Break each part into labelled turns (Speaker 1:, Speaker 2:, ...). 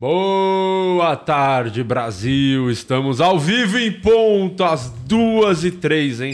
Speaker 1: Boa tarde, Brasil! Estamos ao vivo em ponto, às duas e três, hein?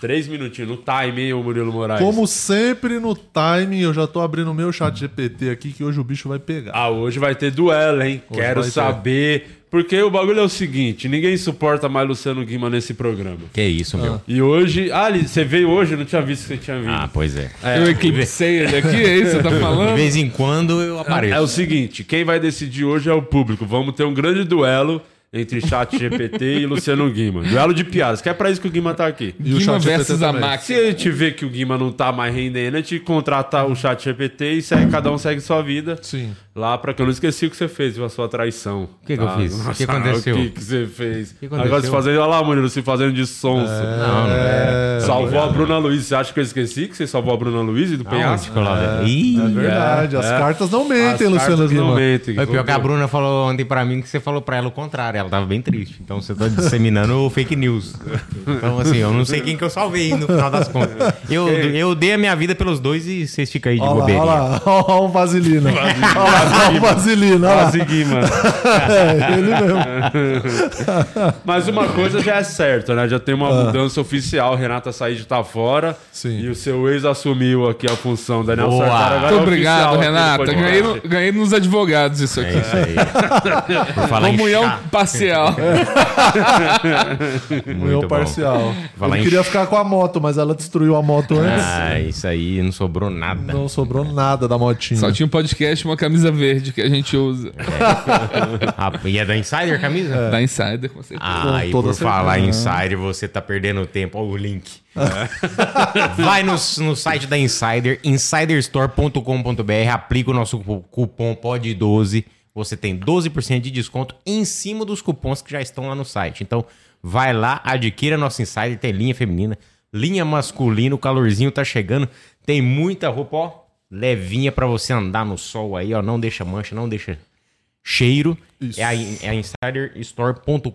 Speaker 1: Três minutinhos, no time, hein, ô Murilo Moraes?
Speaker 2: Como sempre no time, eu já tô abrindo o meu chat GPT aqui que hoje o bicho vai pegar.
Speaker 1: Ah, hoje vai ter duelo, hein?
Speaker 2: Hoje
Speaker 1: Quero
Speaker 2: vai ter.
Speaker 1: saber. Porque o bagulho é o seguinte: ninguém suporta mais Luciano Guima nesse programa.
Speaker 3: Que isso, meu.
Speaker 1: E hoje. Ah, Ali, você veio hoje? Eu não tinha visto que você tinha vindo.
Speaker 3: Ah, pois é.
Speaker 4: Eu eclipsei ele aqui, é isso que você tá
Speaker 3: De
Speaker 4: falando?
Speaker 3: vez em quando eu apareço.
Speaker 1: É o seguinte, quem vai decidir hoje é o público. Vamos ter um grande duelo entre chat GPT e Luciano Guima. Duelo de piadas, que é pra isso que o Guima tá aqui.
Speaker 2: E o
Speaker 4: Guima
Speaker 2: chat GPT
Speaker 4: versus a
Speaker 2: também.
Speaker 4: Max.
Speaker 1: Se a gente vê que o Guima não tá mais rendendo, a gente contrata o chat GPT e segue, cada um segue sua vida.
Speaker 2: Sim.
Speaker 1: Lá pra que eu não esqueci o que você fez, viu? a sua traição. O
Speaker 3: que que eu fiz? O que aconteceu?
Speaker 1: O que, que você fez?
Speaker 3: que aconteceu?
Speaker 1: Agora se fazendo, olha lá, Murilo, se fazendo de sonso.
Speaker 3: Não,
Speaker 2: É,
Speaker 1: Salvou a Bruna Luiz. Você acha que eu esqueci que você salvou a Bruna Luiz e do penhasco?
Speaker 3: Ih,
Speaker 2: é verdade. As
Speaker 1: é.
Speaker 2: cartas não
Speaker 1: As
Speaker 2: mentem, Luciano
Speaker 1: cartas que não
Speaker 2: Guima.
Speaker 1: mentem.
Speaker 3: Mas pior que a Bruna falou ontem pra mim que você falou pra ela o contrário. Ela tava bem triste. Então você tá disseminando fake news. Então, assim, eu não sei quem que eu salvei no final das contas. Eu, eu dei a minha vida pelos dois e vocês ficam aí de
Speaker 2: Olha lá,
Speaker 3: bobeirinha.
Speaker 2: olha lá, olha lá o Vaselina. Olha lá o Vaselina. olha lá.
Speaker 1: Quase Guima.
Speaker 2: É, ele mesmo.
Speaker 1: Mas uma coisa já é certa, né? Já tem uma mudança oficial. Renata Said tá fora.
Speaker 2: Ah. Sim.
Speaker 1: E o seu ex assumiu aqui a função. Daniel
Speaker 3: Boa.
Speaker 1: Sartar agora
Speaker 4: Muito
Speaker 1: é
Speaker 4: obrigado,
Speaker 1: oficial aqui do
Speaker 4: Renata.
Speaker 1: podcast.
Speaker 4: Ganhei, no- ganhei nos advogados isso
Speaker 3: É
Speaker 4: aqui.
Speaker 3: isso aí. Por falar em
Speaker 4: Comunhão
Speaker 3: chá,
Speaker 4: parcial.
Speaker 1: É.
Speaker 3: muito
Speaker 2: Meu
Speaker 3: bom.
Speaker 2: parcial.
Speaker 3: Vai lá
Speaker 2: Ele
Speaker 3: em-
Speaker 2: queria ficar com a moto, mas ela destruiu a moto antes.
Speaker 3: Ah, isso aí não sobrou nada.
Speaker 2: Não sobrou nada da motinha.
Speaker 4: Só tinha um podcast e uma camisa verde que a gente usa.
Speaker 2: É.
Speaker 3: Ah, e é da Insider a camisa?
Speaker 4: Da Insider, com certeza.
Speaker 3: Ah,
Speaker 2: Com
Speaker 3: e
Speaker 2: toda
Speaker 3: por
Speaker 2: certeza.
Speaker 3: falar em Insider, você tá perdendo tempo. Olha o link. Vai no, no site da Insider, insiderstore.com.br, aplica o nosso cu- cupom POD12. Você tem 12% de desconto em cima dos cupons que já estão lá no site. Então, vai lá, adquira nosso Insider, tem linha feminina, linha masculina, o calorzinho tá chegando, tem muita roupa, ó, levinha pra você andar no sol aí, ó, não deixa mancha, não deixa cheiro. É a, é a insiderstore.com.br.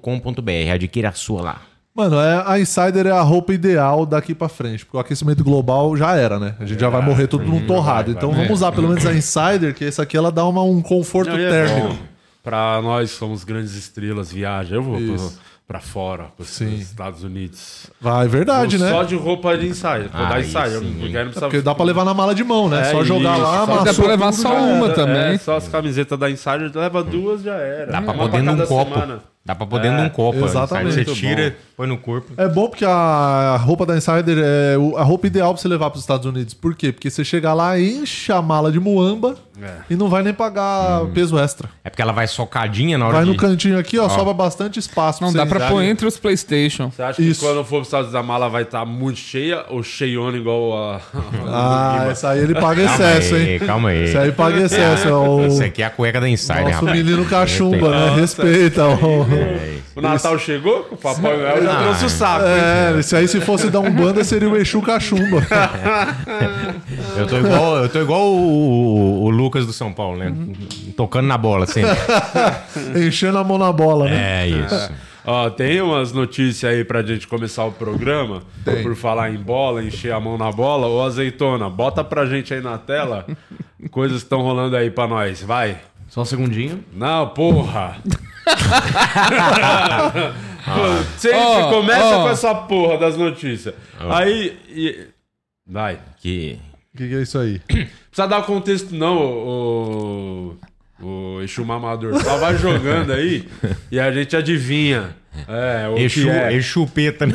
Speaker 3: Adquira a sua lá.
Speaker 2: Mano, é- a Insider é a roupa ideal daqui pra frente, porque o aquecimento global já era, né? A gente já vai morrer
Speaker 4: Uhum,
Speaker 2: tudo num torrado. Então vamos usar pelo menos a Insider, que essa aqui ela dá uma- um conforto
Speaker 1: Não, e é
Speaker 2: térmico.
Speaker 1: bom. Pra nós que somos grandes estrelas, viaja. Eu vou pro-
Speaker 2: Isso.
Speaker 1: pra fora, pros
Speaker 2: Sim.
Speaker 1: Estados Unidos.
Speaker 2: Vai, é verdade,
Speaker 1: Vou
Speaker 2: né? É
Speaker 1: Só de roupa de ensaio. Vou
Speaker 3: Ah,
Speaker 1: dar
Speaker 3: aí
Speaker 1: ensaio.
Speaker 3: sim,
Speaker 1: porque
Speaker 3: hein.
Speaker 1: aí não precisa...
Speaker 2: Porque dá pra levar na mala de mão, né?
Speaker 1: É
Speaker 2: só jogar
Speaker 1: isso,
Speaker 2: lá,
Speaker 1: só-
Speaker 2: amassou
Speaker 4: Dá pra levar
Speaker 2: tudo,
Speaker 4: só
Speaker 2: já era.
Speaker 4: uma
Speaker 1: É,
Speaker 4: também.
Speaker 1: só as camisetas da Insider. Leva duas, já era.
Speaker 3: Dá pra
Speaker 1: Hum, Uma
Speaker 3: pôr dentro de
Speaker 1: cada
Speaker 3: um copo.
Speaker 1: semana.
Speaker 3: Dá pra pôr dentro de um copo. ó.
Speaker 2: exatamente.
Speaker 3: Você
Speaker 2: Muito
Speaker 3: tira, põe no corpo.
Speaker 2: É bom porque a roupa da Insider é o- a roupa ideal pra você levar pros Estados Unidos. Por quê? Porque você chega lá, enche a mala de muamba
Speaker 1: É.
Speaker 2: e não vai nem pagar
Speaker 4: Hum.
Speaker 2: peso extra.
Speaker 3: É porque ela vai socadinha na hora
Speaker 2: Vai
Speaker 3: de...
Speaker 2: no cantinho aqui, ó, sobra bastante espaço.
Speaker 4: Não
Speaker 2: você
Speaker 4: dá pra
Speaker 2: entrar.
Speaker 4: pôr entre os Playstation.
Speaker 1: Você acha
Speaker 2: Isso.
Speaker 1: que quando for pros Estados Unidos a mala vai estar muito cheia ou cheiona igual a...
Speaker 2: Ah, essa aí ele paga
Speaker 3: Calma
Speaker 2: excesso,
Speaker 3: aí,
Speaker 2: hein?
Speaker 3: Calma aí.
Speaker 2: Isso aí paga excesso. é o
Speaker 3: Isso aqui é a cueca da Insider,
Speaker 2: nosso
Speaker 3: rapaz.
Speaker 2: menino cachumba, né?
Speaker 1: Nossa,
Speaker 2: Respeita. o-
Speaker 1: O Natal chegou? O Papai Noel já trouxe o saco. hein?
Speaker 2: Ah, É, isso aí se fosse dar um banda seria o Exu cachumba.
Speaker 3: Eu tô igual, eu tô igual o, o- o Lucas do São Paulo, né? Tocando na bola sempre.
Speaker 2: Enchendo a mão na bola, né?
Speaker 3: É isso.
Speaker 1: Ó, tem umas notícias aí pra gente começar o programa. Por falar em bola, encher a mão na bola. Ô, azeitona, bota pra gente aí na tela. Coisas que estão rolando aí pra nós, vai.
Speaker 5: Só um segundinho.
Speaker 1: Não, porra. Pô, Sempre
Speaker 4: Ó,
Speaker 1: começa
Speaker 4: ó.
Speaker 1: com essa porra das notícias. Aí. e- Vai.
Speaker 3: Que...
Speaker 2: O que, que é isso aí?
Speaker 1: Precisa dar contexto, não, o. O Exu Mamador. Só vai jogando aí e a gente adivinha. É, o
Speaker 3: Exu,
Speaker 1: que é.
Speaker 3: Exupeta, né?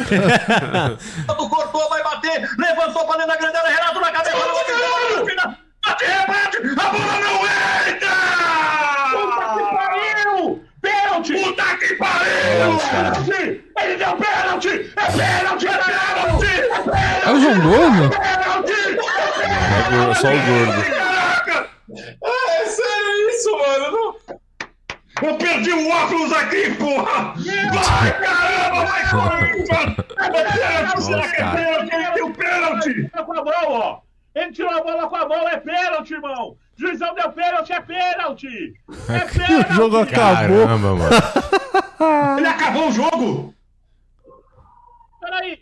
Speaker 6: do cortou, vai bater, levantou pra dentro da grande área, Renato na cabeça, bate, rebate, a bola não entra! Puta que pariu! Pênalti! Puta que pariu! Pênalti! Ele deu pênalti! É pênalti! É pênalti! É pênalti!
Speaker 4: É o João Gordo?
Speaker 6: Pênalti!
Speaker 1: É só o gordo.
Speaker 6: Caraca! É sério isso, mano? Eu perdi o óculos aqui, porra! Vai, caramba! Vai, Corinthians! É pênalti! Será que é pênalti? Ele deu pênalti!
Speaker 7: com a mão, ó. Ele tirou a bola com a mão, é pênalti, irmão. Juizão deu pênalti, é pênalti. É
Speaker 2: O jogo
Speaker 7: pênalti.
Speaker 2: acabou.
Speaker 3: Caramba, mano.
Speaker 6: Ele acabou o jogo!
Speaker 7: Peraí.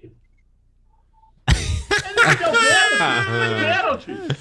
Speaker 7: Ele não deu pênalti, é pênalti.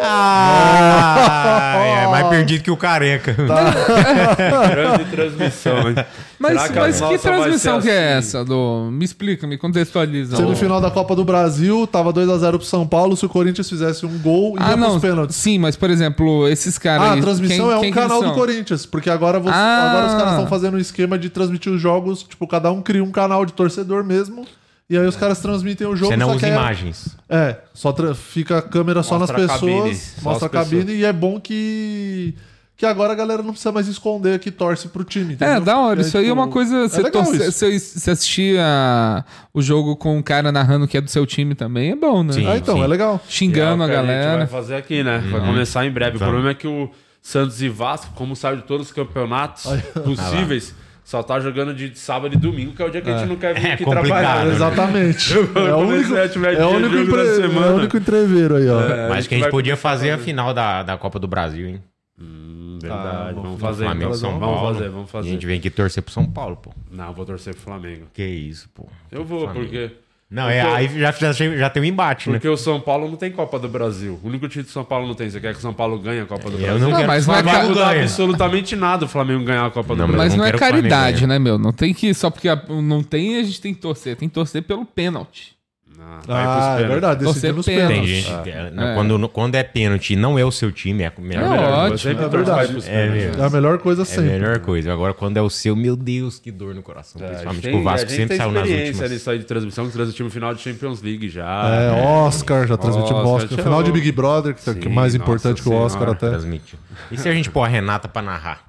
Speaker 3: Ah, Ai, ai, mais perdido que o careca.
Speaker 1: Grande transmissão, hein?
Speaker 4: Mas,
Speaker 1: Será a
Speaker 4: mas que
Speaker 1: nossa vai ser
Speaker 4: transmissão que é
Speaker 1: assim?
Speaker 4: essa, do Me explica, me contextualiza. Ô.
Speaker 2: Semifinal da Copa do Brasil, tava 2x0 pro São Paulo. Se o Corinthians fizesse um gol, ia
Speaker 4: Ah, não.
Speaker 2: pros pênaltis.
Speaker 4: Sim, mas, por exemplo, esses caras.
Speaker 2: Ah, a
Speaker 4: aí,
Speaker 2: transmissão
Speaker 4: quem-
Speaker 2: é um
Speaker 4: quem que
Speaker 2: canal
Speaker 4: eles
Speaker 2: do
Speaker 4: são?
Speaker 2: Corinthians, porque agora, você-
Speaker 4: Ah.
Speaker 2: agora os caras estão fazendo um esquema de transmitir os jogos, tipo, cada um cria um canal de torcedor mesmo, e aí os caras transmitem o jogo.
Speaker 3: Você não
Speaker 2: só que
Speaker 3: usa
Speaker 2: é-
Speaker 3: imagens.
Speaker 2: É, só tra- fica a câmera só
Speaker 1: Mostra
Speaker 2: nas
Speaker 1: a cabine,
Speaker 2: pessoas,
Speaker 1: só
Speaker 2: mostra a
Speaker 1: as pessoas.
Speaker 2: cabine, e é bom que que agora a galera não precisa mais esconder que torce pro time,
Speaker 4: É,
Speaker 2: entendeu?
Speaker 4: da
Speaker 2: É,
Speaker 4: hora. Isso aí é
Speaker 2: tipo,
Speaker 4: uma coisa. Você,
Speaker 2: legal
Speaker 4: torce-
Speaker 2: isso.
Speaker 4: você- você assistir a- o jogo com um cara narrando que é do seu time também é bom, né?
Speaker 3: Sim.
Speaker 2: Ah, então, é legal.
Speaker 4: Xingando
Speaker 1: É o
Speaker 4: a
Speaker 1: que gente vai
Speaker 4: galera.
Speaker 1: fazer aqui, né? Vai começar em breve. O problema é que o Santos e Vasco, como saiu de todos os campeonatos possíveis, só tá jogando de sábado e domingo, que é o dia que a gente não quer vir
Speaker 3: É
Speaker 1: aqui
Speaker 3: complicado,
Speaker 1: trabalhar.
Speaker 3: né?
Speaker 2: Exatamente.
Speaker 1: Quando
Speaker 2: é o
Speaker 1: você
Speaker 2: único,
Speaker 1: tiver
Speaker 2: é o
Speaker 1: dia,
Speaker 2: único,
Speaker 1: jogo da
Speaker 2: entre-
Speaker 1: semana.
Speaker 2: é o único entreveiro aí, ó.
Speaker 1: É,
Speaker 3: Mas que a gente
Speaker 1: vai-
Speaker 3: podia fazer a final da, da Copa do Brasil, hein?
Speaker 1: Hum, Verdade, vamos fazer.
Speaker 3: Tá, Flamengo,
Speaker 1: então.
Speaker 3: São
Speaker 1: vamos
Speaker 3: Paulo.
Speaker 1: fazer, vamos
Speaker 3: A
Speaker 1: fazer.
Speaker 3: gente vem aqui torcer pro São Paulo, pô.
Speaker 1: Não, vou torcer pro Flamengo.
Speaker 3: Que isso, pô.
Speaker 1: Eu vou,
Speaker 3: Flamengo.
Speaker 1: porque.
Speaker 3: Não, é,
Speaker 1: Porque-
Speaker 3: aí já, já, já tem um embate, né?
Speaker 1: Porque o São Paulo não tem Copa do Brasil. O único título que o São Paulo não tem. Você quer que o São Paulo ganhe a Copa do Brasil?
Speaker 3: Eu não,
Speaker 4: Não,
Speaker 3: quero
Speaker 4: mas
Speaker 3: que o
Speaker 4: não é
Speaker 1: Não
Speaker 3: Flamengo
Speaker 1: dá
Speaker 3: ganhe.
Speaker 1: absolutamente nada o Flamengo ganhar a Copa
Speaker 3: Não,
Speaker 1: do
Speaker 4: Mas
Speaker 1: Brasil.
Speaker 3: não
Speaker 4: não é
Speaker 3: quero que o Flamengo
Speaker 4: caridade,
Speaker 3: ganhe.
Speaker 4: né, meu? Não tem que. Só porque a- não tem, a gente tem que torcer. Tem que torcer pelo pênalti.
Speaker 1: Não, vai pros
Speaker 2: Ah, é
Speaker 1: pênaltis.
Speaker 2: verdade,
Speaker 4: Torcer
Speaker 2: decidiu nos
Speaker 4: pênalti.
Speaker 3: Tem
Speaker 2: pênaltis.
Speaker 3: gente. é, não, Quando, quando é pênalti e não é o seu time, é a melhor,
Speaker 4: É
Speaker 3: melhor
Speaker 4: ótimo.
Speaker 1: Eu sempre
Speaker 2: É
Speaker 1: torço
Speaker 2: verdade.
Speaker 1: pros né?
Speaker 2: É
Speaker 1: pênaltis.
Speaker 3: mesmo.
Speaker 2: É a melhor coisa
Speaker 3: É a
Speaker 2: sempre.
Speaker 3: melhor coisa. Agora, quando é o seu, meu Deus, que dor no coração.
Speaker 1: É,
Speaker 3: principalmente
Speaker 1: tem-
Speaker 3: pro Vasco,
Speaker 1: a
Speaker 3: que
Speaker 1: gente
Speaker 3: sempre
Speaker 1: tem
Speaker 3: saiu nas
Speaker 1: experiência
Speaker 3: últimas.
Speaker 1: nisso aí de transmissão, que transmitimos final de Champions League já.
Speaker 2: É, Oscar, já transmitiu
Speaker 1: Oscar,
Speaker 2: Oscar.
Speaker 1: tinha
Speaker 2: Final de
Speaker 1: o-
Speaker 2: Big Brother, que é
Speaker 1: Sim,
Speaker 2: mais
Speaker 1: nossa
Speaker 2: importante que o
Speaker 1: senhora,
Speaker 2: Oscar até.
Speaker 3: Transmitiu. E se a gente pôr a Renata pra narrar?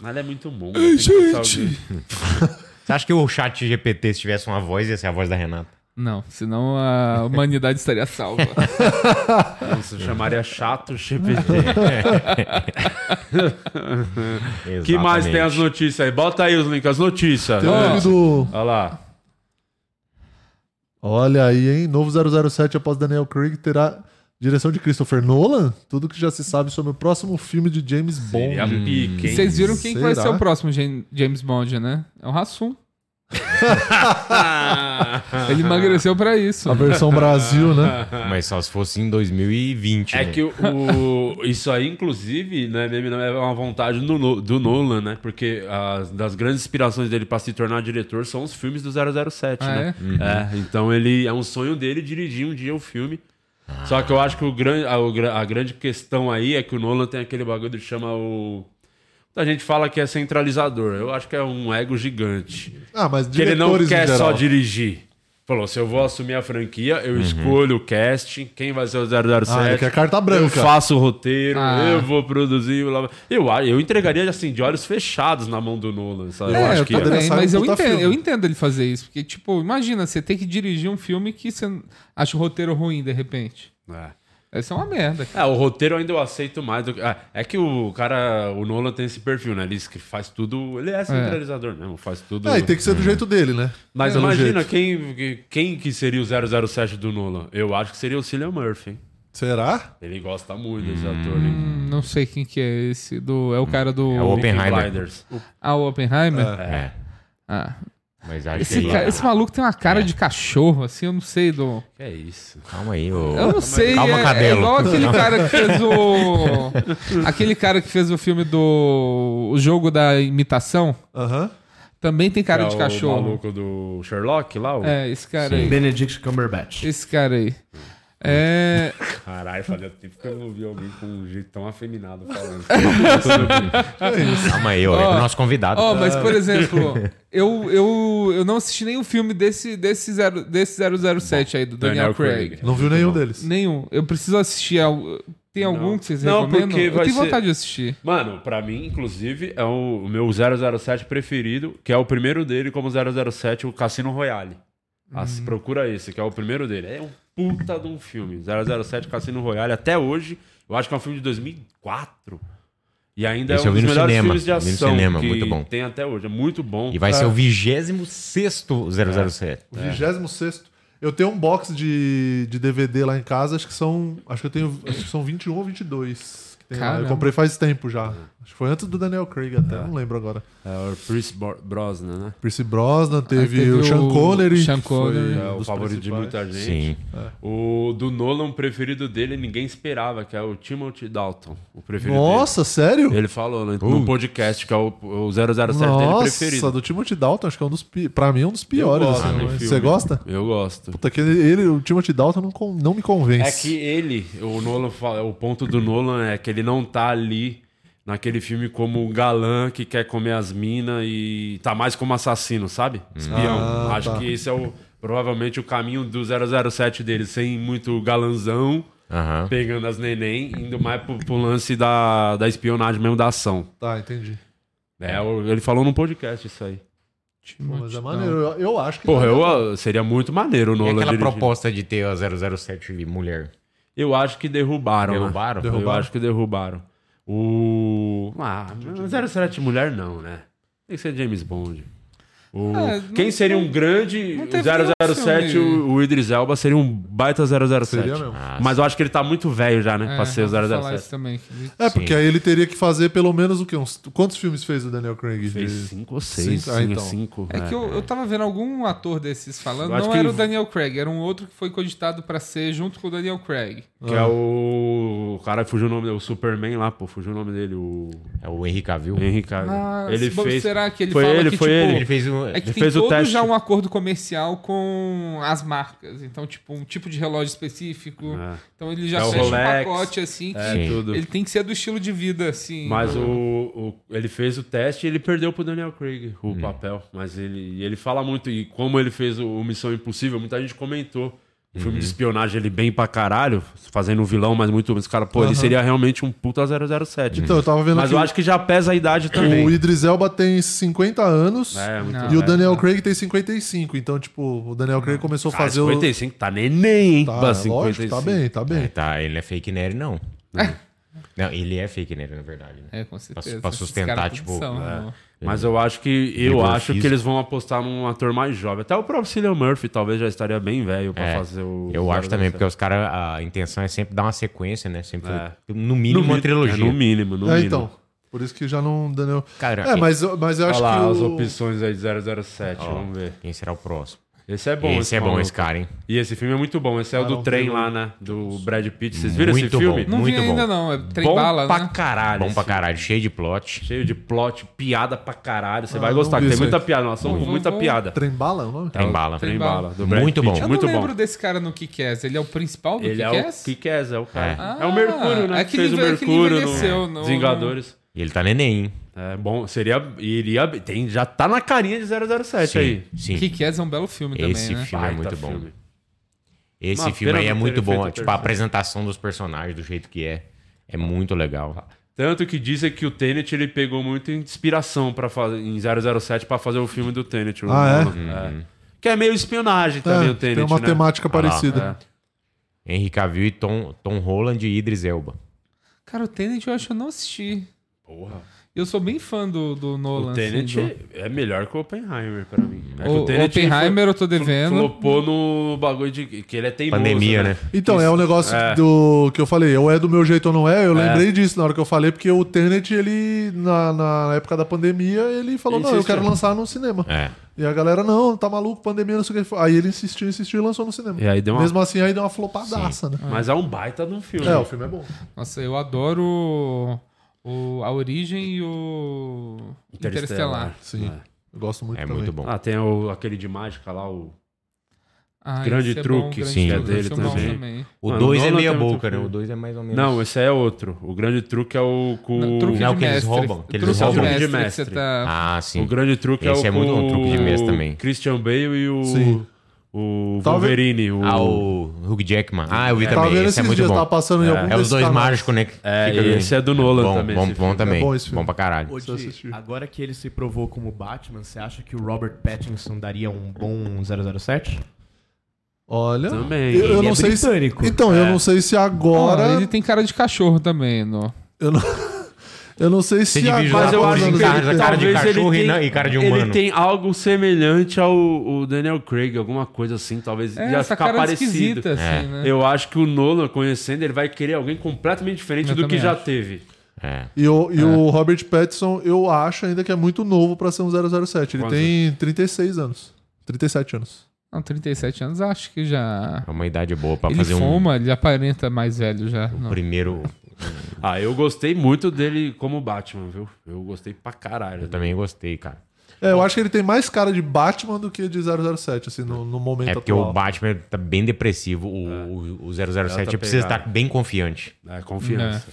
Speaker 1: Mas ela é muito bom. Ei, gente!
Speaker 3: Você acha que o chat GPT, se tivesse uma voz, ia ser a voz da Renata?
Speaker 4: Não, senão a humanidade estaria salva.
Speaker 1: Nossa, eu chamaria chato GPT. O que mais tem as notícias aí? Bota aí os links, as notícias.
Speaker 2: Tem o
Speaker 1: Ó,
Speaker 2: meme do.
Speaker 1: Olha lá.
Speaker 2: Olha aí, hein? Novo 007 após Daniel Craig terá direção de Christopher Nolan? Tudo que já se sabe sobre o próximo filme de James Bond.
Speaker 1: Seria pique, hein?
Speaker 4: Vocês viram quem que vai
Speaker 2: Será?
Speaker 4: ser o próximo Jam- James Bond, né? É o Rassum.
Speaker 1: Ah!
Speaker 4: Ele emagreceu pra isso.
Speaker 2: A versão Brasil, né?
Speaker 3: Mas só se fosse em 2020.
Speaker 1: É
Speaker 3: né?
Speaker 1: que o, o- isso aí, inclusive, não é meme, não é uma vontade do, No- do Nolan, né? Porque as das grandes inspirações dele pra se tornar diretor são os filmes do 007,
Speaker 4: Ah,
Speaker 1: né? É, então ele é um sonho dele dirigir um dia o filme. Só que eu acho que o gran, a, o gra- a grande questão aí é que o Nolan tem aquele bagulho que chama o a gente fala que é centralizador. Eu acho que é um ego gigante
Speaker 2: Ah, mas
Speaker 1: que ele não
Speaker 2: diretores
Speaker 1: quer
Speaker 2: em geral.
Speaker 1: só dirigir. Falou, se eu vou assumir a franquia, eu escolho o casting, quem vai ser o 007.
Speaker 2: Ah, ele quer carta
Speaker 1: Eu
Speaker 2: branca.
Speaker 1: faço o roteiro,
Speaker 4: Ah.
Speaker 1: eu vou produzir. blá, blá. Eu, a- eu entregaria assim, de olhos fechados na mão do Nolan, sabe? eu
Speaker 4: É,
Speaker 1: acho
Speaker 4: eu
Speaker 1: que
Speaker 2: também.
Speaker 4: também,
Speaker 2: Poderia sair
Speaker 4: mas
Speaker 2: um
Speaker 4: eu
Speaker 2: puta
Speaker 4: entendo,
Speaker 2: filme.
Speaker 4: eu entendo ele fazer isso. Porque, tipo, imagina, você ter que dirigir um filme que você acha o roteiro ruim, de repente.
Speaker 1: é.
Speaker 4: Essa é uma merda. cara.
Speaker 1: É, o roteiro ainda eu aceito mais do que. ah, É, que o cara, o Nolan tem esse perfil, né? Ele diz que faz tudo. Ele é centralizador mesmo, faz tudo.
Speaker 2: É, e tem que ser do jeito dele, né?
Speaker 1: Hum. Mas
Speaker 2: Pelo
Speaker 1: imagina,
Speaker 2: jeito.
Speaker 1: quem, quem que seria o 007 do Nolan? Eu acho que seria o Cillian Murphy. hein?
Speaker 2: Será?
Speaker 1: Ele gosta muito desse ator, hein?
Speaker 4: Hum, Não sei quem que é esse. Do, é o cara do.
Speaker 3: É o Open-
Speaker 1: Peaky
Speaker 3: Oppenheimer.
Speaker 1: Blinders.
Speaker 4: Ah, o Oppenheimer?
Speaker 3: É.
Speaker 4: Ah.
Speaker 3: Mas acho
Speaker 4: Esse,
Speaker 3: que.
Speaker 4: ca- esse maluco tem uma
Speaker 1: É.
Speaker 4: cara de cachorro, assim, eu não sei do.
Speaker 1: Que é isso.
Speaker 3: Ah, Calma aí, ô.
Speaker 4: Eu não sei.
Speaker 3: Calma,
Speaker 4: é, é
Speaker 3: Cadelo.
Speaker 4: igual aquele cara que fez o. aquele cara que fez o filme do. O jogo da imitação.
Speaker 2: Aham.
Speaker 4: Também tem cara
Speaker 1: É
Speaker 4: de
Speaker 1: O
Speaker 4: cachorro.
Speaker 1: maluco do Sherlock lá? O...
Speaker 4: É, esse cara aí.
Speaker 5: Benedict Cumberbatch.
Speaker 4: Esse cara aí. É.
Speaker 1: Caralho, fazia tempo que eu não vi alguém com um jeito tão afeminado falando.
Speaker 3: Calma aí, ô. é o nosso convidado.
Speaker 4: Ó, mas por exemplo, eu, eu, eu não assisti nenhum filme desse, desse, zero, desse 007 aí, do Daniel,
Speaker 1: Daniel
Speaker 4: Craig.
Speaker 1: Craig.
Speaker 2: Não viu nenhum deles.
Speaker 4: Nenhum. Eu preciso assistir. ao- Tem algum que vocês
Speaker 1: Não,
Speaker 4: recomendam?
Speaker 1: porque
Speaker 4: eu
Speaker 1: vai
Speaker 4: tenho
Speaker 1: ser-
Speaker 4: vontade de assistir.
Speaker 1: Mano, pra mim, inclusive, é o, o meu 007 preferido, que é o primeiro dele como 007, o Cassino Royale.
Speaker 3: Uhum.
Speaker 1: As- procura esse, que é o primeiro dele. É um puta de um filme. 007 Cassino Royale, até hoje, eu acho que é um filme de 2004. E ainda
Speaker 3: Esse
Speaker 1: é
Speaker 3: eu
Speaker 1: um
Speaker 3: vi
Speaker 1: dos
Speaker 3: no
Speaker 1: melhores
Speaker 3: cinema,
Speaker 1: filmes de
Speaker 3: eu vi no
Speaker 1: ação
Speaker 3: cinema,
Speaker 1: que
Speaker 3: muito bom.
Speaker 1: tem até hoje. É muito bom.
Speaker 3: E vai ser o 26 007.
Speaker 2: O
Speaker 1: É.
Speaker 2: 26 Eu tenho um um box de, de DVD lá em casa, acho que são. Acho que eu tenho. Acho que são 21 ou 22. que Tem lá, eu
Speaker 4: Caramba.
Speaker 2: comprei faz tempo já. Acho que foi antes do Daniel Craig até, não lembro agora.
Speaker 1: Hum. É o Pierce Bro- Brosnan, né?
Speaker 2: Pierce Brosnan, teve,
Speaker 4: teve
Speaker 2: o Sean
Speaker 4: o
Speaker 2: Connery.
Speaker 4: Sean
Speaker 2: que foi
Speaker 4: Connery.
Speaker 1: É
Speaker 2: um
Speaker 1: o
Speaker 2: dos
Speaker 1: favorito de
Speaker 2: principais.
Speaker 1: muita gente.
Speaker 3: Sim.
Speaker 1: O do Nolan, o preferido dele, ninguém esperava, que é o Timothy Dalton. O preferido
Speaker 2: Nossa, sério?
Speaker 1: dele. Ele falou no, no podcast que é o, o 007 dele
Speaker 2: Nossa,
Speaker 1: preferido.
Speaker 2: do Timothy Dalton, acho que é um dos pi... pra mim é um dos piores.
Speaker 1: gosto
Speaker 2: assim,
Speaker 1: do
Speaker 2: mas-
Speaker 1: filme.
Speaker 2: Você gosta?
Speaker 1: Eu gosto.
Speaker 2: Puta, que ele, o Timothy Dalton não, con- não me convence.
Speaker 1: É que ele, o Nolan, fala- o ponto do Nolan é que ele não tá ali naquele filme como o galã que quer comer as minas e tá mais como assassino, sabe? Espião.
Speaker 2: Ah,
Speaker 1: Acho
Speaker 2: tá.
Speaker 1: que esse é o provavelmente o caminho do 007 dele, sem muito galanzão,
Speaker 3: Aham.
Speaker 1: pegando as neném, indo mais pro, pro lance da, da espionagem mesmo, da ação.
Speaker 2: Tá, entendi.
Speaker 1: É, o- ele falou num podcast isso aí.
Speaker 2: Pô, mas é maneiro. Eu, eu acho que.
Speaker 1: Porra, eu, ah, seria muito maneiro o
Speaker 3: E
Speaker 1: Nolan
Speaker 3: aquela
Speaker 1: dirigindo.
Speaker 3: proposta de ter a 007 mulher?
Speaker 1: Eu acho que derrubaram, né?
Speaker 3: Derrubaram?
Speaker 1: Eu acho que derrubaram. O. Ah, 07 mulher não, né? Tem que ser James Bond. O...
Speaker 4: Ah, não-
Speaker 1: Quem seria um grande
Speaker 4: não teve nenhum
Speaker 1: 007?
Speaker 4: filme.
Speaker 1: O, o Idris Elba seria um baita 007.
Speaker 2: Seria mesmo.
Speaker 1: Mas eu acho que ele tá muito velho já, né? pra ser o
Speaker 4: É, vou falar
Speaker 1: 007.
Speaker 4: isso também. que-
Speaker 2: É, porque aí ele teria que fazer pelo menos o quê? Uns... Quantos filmes fez o Daniel Craig?
Speaker 1: Fez
Speaker 2: De-
Speaker 1: cinco ou seis.
Speaker 2: Cinco, ah,
Speaker 1: sim,
Speaker 2: então.
Speaker 1: cinco, né?
Speaker 4: É que eu, eu tava vendo algum ator desses falando,
Speaker 1: Eu acho
Speaker 4: não
Speaker 1: que
Speaker 4: era
Speaker 1: ele-
Speaker 4: o Daniel Craig, era um outro que foi cogitado pra ser junto com o Daniel Craig.
Speaker 1: Que é o. O cara fugiu o nome dele, o Superman lá, pô, fugiu o nome dele, o.
Speaker 3: É o Henry Cavill.
Speaker 1: Henry Cavill.
Speaker 4: Ah,
Speaker 1: ele
Speaker 4: se bobe-
Speaker 1: fez.
Speaker 4: será que ele
Speaker 1: foi
Speaker 4: fala
Speaker 1: ele,
Speaker 4: que,
Speaker 1: foi
Speaker 4: tipo,
Speaker 1: ele.
Speaker 3: Ele fez um...
Speaker 4: É que
Speaker 1: Ele
Speaker 4: tem
Speaker 1: fez o
Speaker 4: todo
Speaker 1: teste.
Speaker 4: já um acordo comercial com as marcas. Então, tipo, um tipo de relógio específico.
Speaker 1: É.
Speaker 4: Então ele já
Speaker 1: É o
Speaker 4: fecha um
Speaker 1: Rolex,
Speaker 4: pacote assim que
Speaker 1: É, tudo.
Speaker 4: ele tem que ser do estilo de vida, assim.
Speaker 1: Mas o, o- ele fez o teste e ele perdeu pro Daniel Craig o
Speaker 2: Hum.
Speaker 1: papel. Mas ele, e ele fala muito. E como ele fez o, o Missão Impossível, muita gente comentou. O filme
Speaker 2: Uhum.
Speaker 1: de espionagem, ele bem pra caralho, fazendo um vilão, mas muito. Os caras, pô, ele seria realmente um puta 007.
Speaker 2: Então, eu tava vendo
Speaker 1: mas eu acho que já pesa a idade também.
Speaker 2: o Idris Elba tem 50 anos.
Speaker 1: É, muito
Speaker 2: E o
Speaker 1: velho.
Speaker 2: Daniel Craig tem 55, então, tipo, o Daniel Craig começou a
Speaker 1: Cara,
Speaker 2: fazer
Speaker 1: 55, tá neném, hein?
Speaker 2: o. Tá,
Speaker 1: Bah,
Speaker 2: lógico, tá bem, tá
Speaker 3: É,
Speaker 2: bem.
Speaker 3: tá, ele é fake nerd, não. não, ele é fake nerd, na verdade. Né?
Speaker 4: É, com certeza.
Speaker 3: pra
Speaker 4: Esses
Speaker 3: sustentar,
Speaker 4: caras tudo
Speaker 3: tipo,
Speaker 4: são,
Speaker 1: é.
Speaker 4: né?
Speaker 1: Mas eu acho que eu
Speaker 3: Vigor
Speaker 1: acho que
Speaker 3: físico.
Speaker 1: eles vão apostar num ator mais jovem. Até o próprio Cillian Murphy talvez já estaria bem velho pra
Speaker 3: É,
Speaker 1: fazer o.
Speaker 3: Eu acho também,
Speaker 1: 007.
Speaker 3: porque os caras, a intenção é sempre dar uma sequência, né? Sempre,
Speaker 1: É.
Speaker 3: no mínimo, uma
Speaker 1: mi-
Speaker 3: trilogia.
Speaker 1: é, no mínimo, no
Speaker 2: É,
Speaker 1: mínimo.
Speaker 2: então. Por isso que já não. Daniel.
Speaker 3: Cara,
Speaker 2: É, mas, eu- mas eu
Speaker 1: Olha
Speaker 2: acho
Speaker 1: lá, as
Speaker 2: que. O...
Speaker 1: opções aí de 007, vamos ver.
Speaker 3: Quem será o próximo?
Speaker 1: Esse é bom.
Speaker 3: esse é bom,
Speaker 1: maluco.
Speaker 3: esse cara, hein?
Speaker 1: E esse filme é muito bom. Esse é o
Speaker 2: Ah,
Speaker 1: do
Speaker 2: não,
Speaker 1: trem
Speaker 2: tem-
Speaker 1: lá, né? Do Brad Pitt. Vocês viram
Speaker 3: Muito
Speaker 1: esse filme?
Speaker 3: bom.
Speaker 4: Não
Speaker 3: Muito
Speaker 4: vi
Speaker 3: bom.
Speaker 4: ainda, não. É trem
Speaker 1: Bom
Speaker 4: bala,
Speaker 1: pra
Speaker 4: né?
Speaker 1: caralho.
Speaker 3: Bom pra
Speaker 1: esse
Speaker 3: caralho, cheio de plot.
Speaker 1: filme. Cheio de plot, piada pra caralho. Você
Speaker 2: Ah,
Speaker 1: vai
Speaker 2: não
Speaker 1: gostar,
Speaker 2: vi
Speaker 1: que tem
Speaker 2: isso aí.
Speaker 1: muita piada. Nós somos com
Speaker 4: Vou-
Speaker 1: muita
Speaker 4: vou-
Speaker 1: piada.
Speaker 2: Trembala é o
Speaker 1: Tá
Speaker 2: nome?
Speaker 3: Trem bala.
Speaker 1: Trem
Speaker 4: bala.
Speaker 1: bala. Do Brad
Speaker 3: Muito
Speaker 1: Pitt,
Speaker 3: bom.
Speaker 4: Eu
Speaker 1: Muito
Speaker 4: não
Speaker 1: bom.
Speaker 4: lembro desse cara no Kick-Ass. Ele é o principal do
Speaker 1: Ele é o
Speaker 4: Kick-Ass?
Speaker 1: Kikaz, é o cara.
Speaker 4: É.
Speaker 1: É o Mercúrio,
Speaker 4: Ah,
Speaker 1: né?
Speaker 4: é
Speaker 1: Que
Speaker 4: que
Speaker 1: fez o
Speaker 4: ele- é que ele
Speaker 1: Mercúrio
Speaker 4: envelheceu no-
Speaker 1: no Vingadores.
Speaker 3: E ele tá neném, hein?
Speaker 1: É bom, seria. Iria, tem, já tá na carinha de 007 É aí.
Speaker 3: Sim.
Speaker 4: Kick-Ass é um belo filme
Speaker 3: Esse
Speaker 4: também, né?
Speaker 3: filme. é
Speaker 1: Baita
Speaker 3: muito bom.
Speaker 1: filme.
Speaker 3: Esse
Speaker 1: Uma
Speaker 3: filme
Speaker 1: pena
Speaker 3: aí é
Speaker 1: não
Speaker 3: muito
Speaker 1: terem feito
Speaker 3: bom.
Speaker 1: a
Speaker 3: Tipo, a
Speaker 1: terceira.
Speaker 3: apresentação dos personagens, do jeito que é. É muito legal.
Speaker 1: Tanto que dizem que o Tenet ele pegou muita inspiração para fazer em 007 pra fazer o filme do Tenet. o
Speaker 2: Ah, é?
Speaker 4: Uhum.
Speaker 1: Nolan. Que é meio espionagem também
Speaker 2: É,
Speaker 1: o Tenet,
Speaker 2: tem uma
Speaker 1: né?
Speaker 2: temática
Speaker 4: Tá,
Speaker 3: lá,
Speaker 2: parecida.
Speaker 1: É.
Speaker 3: Henry Cavill e Tom, Tom Holland e Idris Elba.
Speaker 4: Cara, o Tenet eu acho que eu não assisti.
Speaker 1: Porra.
Speaker 4: Eu sou bem fã do, do Nolan.
Speaker 1: O Tenet
Speaker 4: assim, do-
Speaker 1: é melhor que o Oppenheimer pra mim. É que
Speaker 4: O-
Speaker 1: Tenet um
Speaker 4: Oppenheimer eu tô
Speaker 1: flo-
Speaker 4: devendo.
Speaker 1: Flopou no bagulho de que ele é teimoso,
Speaker 3: Pandemia, né?
Speaker 2: Então, é o negócio
Speaker 1: É.
Speaker 2: do que eu falei, ou é do meu jeito ou não é, eu lembrei disso na hora que eu falei, porque o Tenet, ele, na, na época da pandemia, ele falou, não, eu
Speaker 1: Insistiu.
Speaker 2: quero lançar no cinema.
Speaker 3: É.
Speaker 2: E a galera, não, tá maluco, pandemia, não sei o que. Ele falou. Aí ele insistiu, insistiu e lançou no cinema.
Speaker 1: E aí
Speaker 3: É.
Speaker 1: deu uma-
Speaker 2: Mesmo assim, aí deu uma flopadaça, né?
Speaker 1: Mas é um baita de um filme.
Speaker 2: É, o filme é bom.
Speaker 4: Nossa, eu adoro o, o- a origem e o Interestelar.
Speaker 2: Sim. Eu gosto muito
Speaker 3: É
Speaker 2: também.
Speaker 3: muito bom.
Speaker 1: Ah, tem o- aquele de mágica lá, o.
Speaker 4: Ah,
Speaker 1: Grande
Speaker 4: esse é
Speaker 1: truque,
Speaker 3: sim, é
Speaker 4: truque,
Speaker 1: dele
Speaker 4: esse bom
Speaker 1: também.
Speaker 3: O
Speaker 1: Mano,
Speaker 3: 2 é
Speaker 1: Nolan
Speaker 3: meia
Speaker 1: tem muito
Speaker 3: boca, né?
Speaker 1: filme.
Speaker 3: O 2 é mais ou menos.
Speaker 1: Não, esse é outro. O grande truque é o. Com...
Speaker 4: Não, truque
Speaker 3: Não,
Speaker 4: de
Speaker 3: que eles
Speaker 4: mestre.
Speaker 3: roubam, que eles
Speaker 4: Truque
Speaker 1: roubam.
Speaker 4: de
Speaker 1: Truque de
Speaker 4: mestre. que
Speaker 1: mestre.
Speaker 4: você tá-
Speaker 3: Ah, sim.
Speaker 1: é O grande truque
Speaker 3: Esse
Speaker 1: é o
Speaker 3: é muito bom,
Speaker 1: com
Speaker 3: truque de mesa também.
Speaker 1: Christian Bale e o
Speaker 2: Sim.
Speaker 1: o
Speaker 2: Tava-
Speaker 1: Wolverine, o
Speaker 3: Ah, o Hugh Jackman. Ah, eu vi
Speaker 2: Tava
Speaker 3: também.
Speaker 2: Tá vendo
Speaker 3: Esse é
Speaker 2: esses
Speaker 3: muito
Speaker 2: dias,
Speaker 3: bom.
Speaker 2: tava passando em algum
Speaker 3: É os
Speaker 2: desses
Speaker 3: dois
Speaker 2: canais.
Speaker 3: mágicos, né? que
Speaker 1: É,
Speaker 3: fica
Speaker 1: e
Speaker 3: ali.
Speaker 1: esse é do Nolan
Speaker 3: bom,
Speaker 1: também,
Speaker 3: Bom,
Speaker 1: esse
Speaker 3: bom
Speaker 1: filme.
Speaker 3: também.
Speaker 2: É bom
Speaker 3: Bom,
Speaker 2: esse filme.
Speaker 3: pra caralho.
Speaker 2: Preciso assistir.
Speaker 5: agora que ele se provou como Batman, você acha que o Robert Pattinson daria um bom 007?
Speaker 2: Olha.
Speaker 1: também.
Speaker 2: Eu, eu
Speaker 5: Ele
Speaker 2: não
Speaker 5: é
Speaker 2: sei se...
Speaker 5: britânico.
Speaker 2: Então, eu não sei se agora.
Speaker 4: Ah, ele tem cara de cachorro também. No...
Speaker 2: Eu não... Eu não sei se
Speaker 3: Se divide
Speaker 2: agora- tá-
Speaker 1: Mas eu
Speaker 3: Quatro
Speaker 1: acho
Speaker 3: anos
Speaker 1: que
Speaker 3: de
Speaker 1: ele,
Speaker 3: cara, cara
Speaker 1: talvez
Speaker 3: de
Speaker 1: ele
Speaker 3: cachorro e
Speaker 1: tem,
Speaker 3: na- e cara de
Speaker 1: ele
Speaker 3: humano.
Speaker 1: tem algo semelhante ao, ao Daniel Craig, alguma coisa assim, talvez
Speaker 4: É,
Speaker 1: já
Speaker 4: essa
Speaker 1: ficar
Speaker 4: cara
Speaker 1: parecido. É.
Speaker 4: esquisita, assim, né?
Speaker 1: Eu acho que o Nolan, conhecendo, ele vai querer alguém completamente diferente
Speaker 4: Eu
Speaker 1: do que
Speaker 4: também
Speaker 1: já
Speaker 4: acho.
Speaker 1: teve.
Speaker 3: É.
Speaker 2: E, o, e o Robert Pattinson, eu acho ainda que é muito novo pra ser um 007. Ele
Speaker 1: Quantos?
Speaker 2: tem 36 anos. 37 anos.
Speaker 4: Não, 37 anos, acho que já...
Speaker 3: É uma idade boa pra
Speaker 4: Ele
Speaker 3: fazer um
Speaker 4: fuma, ele aparenta mais velho já. Não.
Speaker 3: primeiro.
Speaker 1: Ah, eu gostei muito dele como Batman, viu? Eu gostei pra caralho.
Speaker 3: Eu também gostei, cara.
Speaker 2: É, eu acho que ele tem mais cara de Batman do que de 007, assim, no, no momento
Speaker 3: É porque
Speaker 2: atual.
Speaker 3: o Batman tá bem depressivo.
Speaker 5: É.
Speaker 3: O, o- o 007
Speaker 1: Ela tá
Speaker 3: precisa
Speaker 1: pegada.
Speaker 3: é estar bem confiante.
Speaker 1: É, confiança.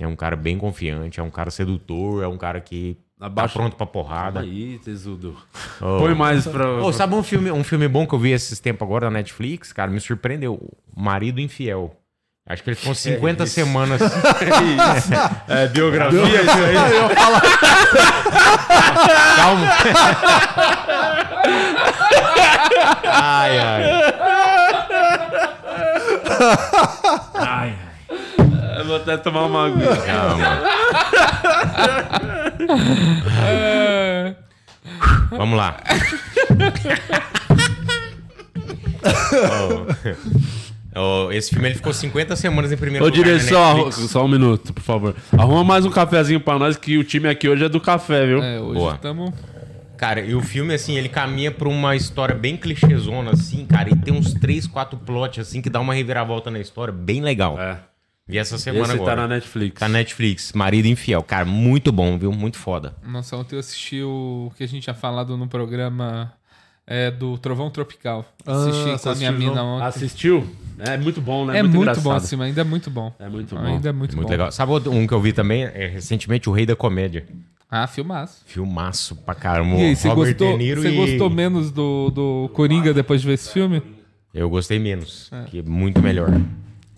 Speaker 3: É um cara bem confiante, é um cara sedutor, é um cara que
Speaker 1: Abaixa-
Speaker 3: tá pronto pra
Speaker 1: Calma
Speaker 3: porrada.
Speaker 1: Aí, Tesudo.
Speaker 3: Oh.
Speaker 1: Põe mais pra.
Speaker 3: Ô, sabe um filme, um filme bom que eu vi esses tempos agora na Netflix, cara? Me surpreendeu. O Marido Infiel. Acho que ele ficou 50 semanas.
Speaker 1: É biografia?
Speaker 3: Calma. ai, ai.
Speaker 1: Eu vou até tomar uma aguinha.
Speaker 3: Calma. Vamos lá. Oh. Oh, esse filme ele ficou 50 semanas em primeiro
Speaker 1: Ô,
Speaker 3: lugar. na
Speaker 1: direção, arru-
Speaker 3: Netflix.
Speaker 1: só um minuto, por favor. Arruma mais um cafezinho pra nós, que o time aqui hoje é do café, viu?
Speaker 4: É, hoje
Speaker 3: Boa.
Speaker 4: estamos...
Speaker 3: Cara, e o filme, assim, ele caminha pra uma história bem clichêzona, assim, cara. E tem uns três, quatro plots, assim, que dá uma reviravolta na história, bem legal.
Speaker 1: É.
Speaker 3: Vi essa semana
Speaker 1: Esse
Speaker 3: agora.
Speaker 1: tá na Netflix.
Speaker 3: Tá na Netflix, Marido Infiel. Cara, muito bom, viu? Muito foda.
Speaker 4: Nossa, ontem eu assisti o que a gente tinha falado no programa é, do Trovão Tropical.
Speaker 2: Ah,
Speaker 4: Assisti
Speaker 2: você
Speaker 4: com a minha
Speaker 2: assistiu,
Speaker 4: mina
Speaker 2: não?
Speaker 4: ontem.
Speaker 1: Assistiu? É muito bom, né?
Speaker 4: é muito,
Speaker 1: engraçado.
Speaker 4: bom assim, mas ainda é muito bom.
Speaker 1: É muito bom.
Speaker 4: Ainda é muito,
Speaker 3: Muito
Speaker 4: bom.
Speaker 3: legal. Sabe outro- um que eu vi também? É, recentemente, O Rei da Comédia.
Speaker 4: Ah, filmaço.
Speaker 3: Filmaço pra caramba.
Speaker 4: E aí, você
Speaker 3: Robert
Speaker 4: gostou,
Speaker 3: De Niro
Speaker 4: você
Speaker 3: e-
Speaker 4: gostou menos do, do Coringa depois de ver esse filme?
Speaker 3: Eu gostei menos, que é muito melhor.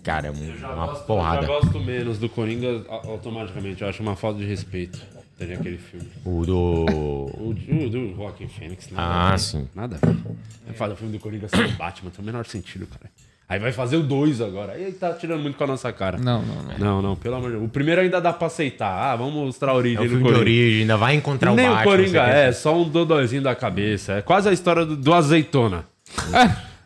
Speaker 3: Cara, é um- uma porrada.
Speaker 1: Eu já gosto menos do Coringa a- automaticamente. Eu acho uma falta de respeito. Teria aquele filme.
Speaker 3: O do...
Speaker 1: O do, do Joaquin Phoenix, nada
Speaker 3: Ah,
Speaker 1: a ver.
Speaker 3: sim.
Speaker 1: Nada a ver. Vai fazer o filme do Coringa sem o Batman, tem o menor sentido, cara. Aí vai fazer o dois agora. Aí tá tirando muito com a nossa cara.
Speaker 4: Não, não, não.
Speaker 1: Não, não, pelo amor de Deus. O primeiro ainda dá pra aceitar. Ah, vamos mostrar a origem
Speaker 3: É o
Speaker 1: do
Speaker 3: filme de
Speaker 1: Coringa.
Speaker 3: origem, ainda vai encontrar
Speaker 1: Nem
Speaker 3: o
Speaker 1: o
Speaker 3: Batman.
Speaker 1: Coringa
Speaker 3: você quer-
Speaker 1: é, só um dodóizinho da cabeça. É quase a história do, do azeitona.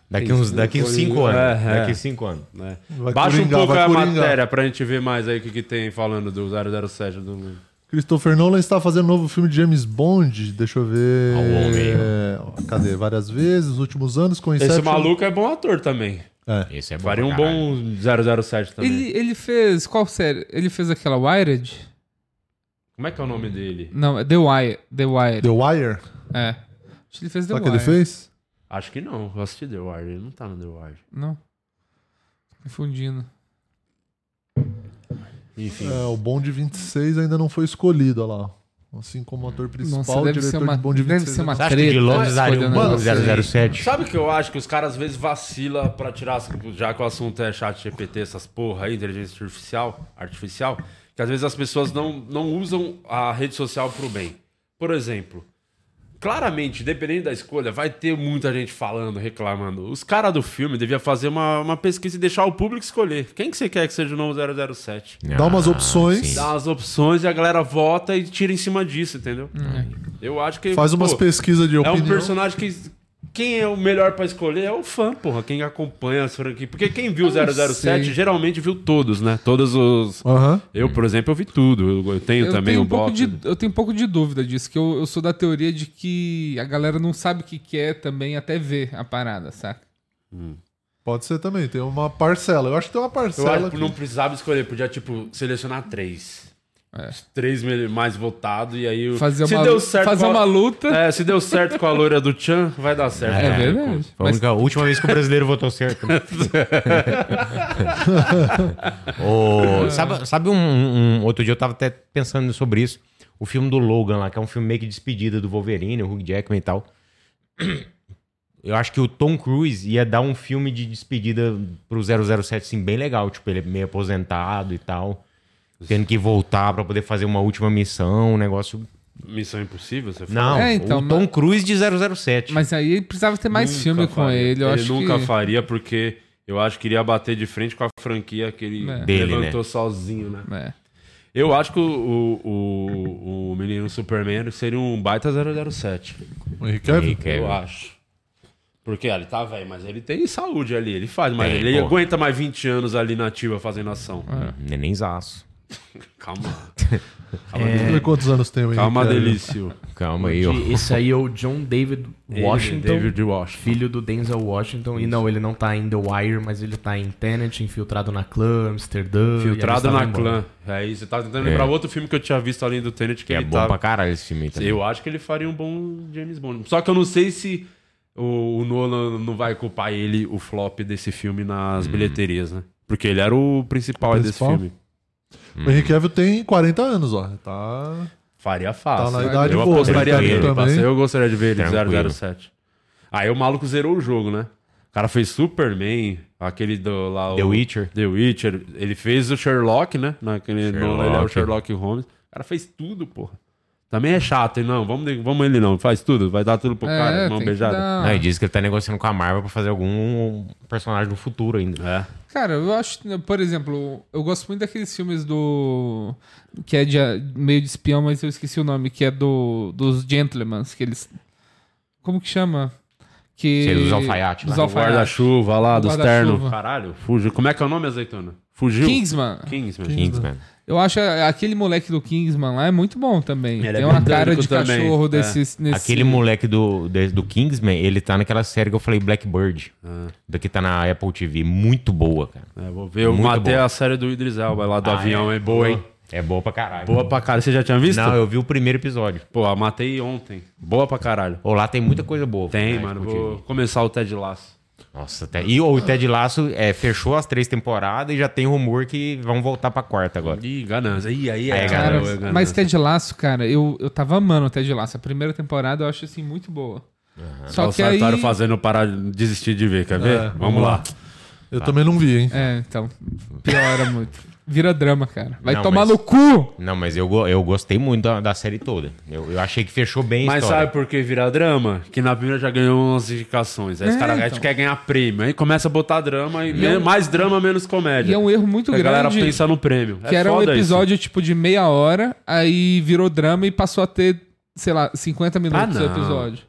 Speaker 3: Daqui uns daqui uns cinco anos.
Speaker 1: É, é.
Speaker 3: Daqui cinco anos.
Speaker 1: né?
Speaker 2: Vai
Speaker 1: Baixa
Speaker 2: coringar,
Speaker 1: um pouco
Speaker 2: vai
Speaker 1: a
Speaker 2: coringar.
Speaker 1: matéria pra gente ver mais aí o que, que tem falando do 007 do mundo.
Speaker 2: Christopher Nolan está fazendo um novo filme de James Bond. Deixa eu ver.
Speaker 3: Ao homem.
Speaker 2: É, cadê? Várias vezes, nos últimos anos, com
Speaker 1: Esse
Speaker 2: Inception-
Speaker 1: maluco é bom ator também.
Speaker 2: É.
Speaker 3: Esse é bom.
Speaker 1: Faria
Speaker 3: pra
Speaker 1: um
Speaker 3: caralho.
Speaker 1: bom 007 também.
Speaker 4: Ele, ele fez. Qual série? Ele fez aquela Wired?
Speaker 1: Como é que é o nome dele?
Speaker 4: Não, é The Wire. The Wire.
Speaker 2: The Wire?
Speaker 4: É. Acho que ele fez The
Speaker 2: Sabe o que
Speaker 4: Wire.
Speaker 2: ele fez?
Speaker 1: Acho que não. Eu assisti The Wire. Ele não tá no The Wire.
Speaker 4: Não. Confundindo.
Speaker 1: Enfim.
Speaker 2: É, o Bond 26 ainda não foi escolhido, olha lá. ó. Assim como ator principal,
Speaker 4: Nossa, deve
Speaker 2: diretor
Speaker 4: ser uma,
Speaker 2: de Bond
Speaker 4: deve
Speaker 2: 26.
Speaker 4: ser uma
Speaker 3: Você acha que
Speaker 4: treta.
Speaker 3: de Londres daria um
Speaker 4: escolhendo
Speaker 3: bom
Speaker 4: o negócio.
Speaker 3: 007?
Speaker 1: Sabe o que eu acho? Que os caras às vezes vacila pra tirar, já que o assunto é chat GPT, essas porra aí, inteligência artificial, artificial, que às vezes as pessoas não, não usam a rede social pro bem. Por exemplo, claramente, dependendo da escolha, vai ter muita gente falando, reclamando. Os caras do filme deviam fazer uma, uma pesquisa e deixar o público escolher. Quem que você quer que seja o novo 007?
Speaker 2: é Dá umas opções.
Speaker 3: Ah, sim.
Speaker 1: Dá as opções e a galera vota e tira em cima disso, entendeu? Eu acho que...
Speaker 2: Faz umas
Speaker 1: pô,
Speaker 2: pesquisas de
Speaker 1: é
Speaker 2: opinião.
Speaker 1: um personagem que. Quem é o melhor pra escolher é o fã, porra. Quem acompanha as franquias. Porque quem viu
Speaker 4: Eu não
Speaker 1: 007
Speaker 4: sei.
Speaker 1: geralmente viu todos, né? Todos os.
Speaker 2: Aham.
Speaker 1: Eu, por exemplo, eu vi tudo. Eu, eu tenho também
Speaker 4: tenho
Speaker 1: o
Speaker 4: um pouco
Speaker 1: box.
Speaker 4: de, Eu tenho um pouco de dúvida disso, que eu, eu sou da teoria de que a galera não sabe o que quer também até ver a parada, saca?
Speaker 2: Pode ser também, tem uma parcela. Eu acho que tem uma
Speaker 1: Eu
Speaker 2: parcela.
Speaker 1: acho que
Speaker 2: que-
Speaker 1: não precisava escolher, podia, tipo, selecionar três. Os Três mele- mais votados, e aí. o-
Speaker 4: É. Fazer
Speaker 1: se
Speaker 4: uma,
Speaker 1: deu certo
Speaker 4: fazer
Speaker 1: com a-
Speaker 4: uma luta. É,
Speaker 1: É, se deu certo com a loira do Chan, vai dar certo.
Speaker 3: É,
Speaker 4: verdade.
Speaker 3: Foi a
Speaker 4: Mas-
Speaker 3: única- a última vez que o brasileiro votou certo. né? Ô, sabe sabe um, um- Outro dia eu tava até pensando sobre isso. O filme do Logan lá, que é um filme meio que despedida do Wolverine, o Hugh Jackman e tal. Eu acho que o Tom Cruise ia dar um filme de despedida pro 007, assim, bem legal. Tipo, ele é meio aposentado e tal. Tendo que voltar pra poder fazer uma última missão, um negócio...
Speaker 1: Missão impossível, você fala.
Speaker 3: Não,
Speaker 4: É, então,
Speaker 3: o Tom Cruise de 007.
Speaker 4: Mas aí precisava ter mais
Speaker 1: Nunca
Speaker 4: filme com
Speaker 1: faria.
Speaker 4: ele, eu
Speaker 1: ele
Speaker 4: acho
Speaker 1: nunca
Speaker 4: que...
Speaker 1: faria, porque eu acho que iria bater de frente com a franquia que ele
Speaker 3: né?
Speaker 4: É.
Speaker 1: levantou
Speaker 3: Dele,
Speaker 1: sozinho, né?
Speaker 4: É.
Speaker 1: Eu acho que o, o, o, o menino Superman seria um baita 007.
Speaker 2: O Henry Cavill?
Speaker 3: Henry Cavill.
Speaker 1: Eu acho. Porque ah, ele tá velho, mas ele tem saúde ali, ele faz, mas
Speaker 3: Tem,
Speaker 1: ele
Speaker 3: É, pô.
Speaker 1: aguenta mais 20 anos ali na ativa fazendo ação.
Speaker 4: É.
Speaker 3: Nenenzaço.
Speaker 1: Calma,
Speaker 2: Deixa eu ver É. quantos anos tem o Henry
Speaker 1: calma,
Speaker 2: Cavill.
Speaker 1: delício.
Speaker 3: Calma aí, ó.
Speaker 5: Esse aí é o John David Washington.
Speaker 1: Ele, David Washington.
Speaker 5: Filho do Denzel Washington. E não, ele não tá em The Wire, mas ele tá em Tenet, infiltrado na clã, Amsterdã.
Speaker 1: Filtrado na
Speaker 5: clã.
Speaker 1: clã. Aí você tá tentando lembrar outro filme que eu tinha visto além do Tenet que,
Speaker 3: É. Que é
Speaker 1: ele
Speaker 3: bom
Speaker 1: tava.
Speaker 3: pra caralho esse filme aí também.
Speaker 1: Eu acho que ele faria um bom James Bond. Só que eu não sei se o, o Nolan não vai culpar ele, o flop desse filme nas bilheterias, né? Porque ele era o principal,
Speaker 2: O
Speaker 1: desse
Speaker 2: principal?
Speaker 1: filme.
Speaker 2: O Henry Cavill tem 40 anos, ó. Tá...
Speaker 1: Faria fácil.
Speaker 2: Tá na idade
Speaker 1: eu
Speaker 2: boa,
Speaker 1: apostaria
Speaker 2: tranquilo
Speaker 1: nele.
Speaker 2: também.
Speaker 1: parceiro. Eu gostaria de ver ele
Speaker 3: Tranquilo.
Speaker 1: de 007. Aí o maluco zerou o jogo, né? O cara fez Superman, aquele do lá.
Speaker 3: The
Speaker 1: o,
Speaker 3: Witcher.
Speaker 1: The Witcher. Ele fez o Sherlock, né? Naquele
Speaker 3: Sherlock.
Speaker 1: Nolan, ele é o Sherlock Holmes. O cara fez tudo, porra. Também é chato, hein? Não, vamos, de- vamos ele não. Faz tudo, vai dar tudo pro cara, mão
Speaker 4: É, tem que
Speaker 1: beijada.
Speaker 4: dar-
Speaker 3: Ah, e diz que ele tá negociando com a Marvel pra fazer algum personagem do futuro ainda. né?
Speaker 1: É.
Speaker 4: Cara, eu acho, por exemplo, eu gosto muito daqueles filmes do. que é de, meio de espião, mas eu esqueci o nome, que é do, dos Gentlemans, que eles. Como que chama? Que,
Speaker 3: Sei, dos alfaiates,
Speaker 4: Dos
Speaker 3: né?
Speaker 4: alfaiates.
Speaker 1: Guarda-chuva lá,
Speaker 4: Do
Speaker 1: dos
Speaker 4: guarda-chuva.
Speaker 1: ternos. Caralho, fugiu. Como é que é o nome, azeitona? Fugiu?
Speaker 4: Kingsman.
Speaker 1: Kingsman.
Speaker 3: Kingsman.
Speaker 4: Eu acho a- aquele moleque do Kingsman lá é muito bom também.
Speaker 1: Ele é
Speaker 4: Tem uma
Speaker 1: britânico
Speaker 4: cara de
Speaker 1: também,
Speaker 4: cachorro
Speaker 1: é.
Speaker 4: desses. Nesse...
Speaker 3: Aquele moleque do, de- do Kingsman, ele tá naquela série que eu falei, Blackbird.
Speaker 1: Ah.
Speaker 3: Da que tá na Apple TV. Muito boa, cara.
Speaker 1: É, vou ver. Eu
Speaker 3: Muito
Speaker 1: matei
Speaker 3: bom. Ah,
Speaker 1: a série do Idris Elba lá do avião. É, boa, hein?
Speaker 3: É boa pra caralho.
Speaker 1: Boa pra caralho. Você já tinha visto?
Speaker 3: Não, eu vi o primeiro episódio.
Speaker 1: Pô, a matei ontem. Boa pra caralho.
Speaker 3: Ô, lá tem muita coisa boa.
Speaker 1: Tem,
Speaker 3: na
Speaker 1: mano.
Speaker 3: Apple
Speaker 1: Vou
Speaker 3: TV.
Speaker 1: começar o Ted Lasso.
Speaker 3: Nossa, até... e o Ted Lasso é, fechou as três temporadas e já tem rumor que vão voltar pra quarta agora.
Speaker 1: Ih, ganância. Ih, aí
Speaker 3: Aí
Speaker 1: é,
Speaker 3: é
Speaker 4: Cara,
Speaker 3: ganância.
Speaker 1: ganância.
Speaker 4: mas Ted Lasso, cara, eu, eu tava amando o Ted Lasso. A primeira temporada eu acho assim muito boa. Só
Speaker 1: Ó, É o
Speaker 4: que aí...
Speaker 1: Sartório fazendo eu parar de desistir de ver, quer ver?
Speaker 2: É,
Speaker 1: Vamos lá.
Speaker 2: Eu também não vi, hein?
Speaker 4: É, então, piora muito. Vira drama, cara. Vai
Speaker 3: Não,
Speaker 4: tomar
Speaker 3: mas-
Speaker 4: no cu!
Speaker 3: Não, mas eu, go- eu gostei muito da, da série toda. Eu, eu achei que fechou bem a
Speaker 1: Mas
Speaker 3: história.
Speaker 1: sabe por que virar drama? Que na primeira já ganhou umas indicações. Aí os
Speaker 4: É,
Speaker 1: caras
Speaker 4: então. é
Speaker 1: a
Speaker 4: um-
Speaker 1: gente quer ganhar prêmio. Aí começa a botar drama e, men- mais drama, menos comédia.
Speaker 4: E é um erro muito
Speaker 1: a
Speaker 4: grande.
Speaker 1: galera pensa no prêmio.
Speaker 4: Que
Speaker 1: é
Speaker 4: era um
Speaker 1: foda isso.
Speaker 4: episódio, tipo, de meia hora, aí virou drama e passou a ter, sei lá, 50 minutos
Speaker 1: Ah,
Speaker 4: o
Speaker 1: não.
Speaker 4: episódio.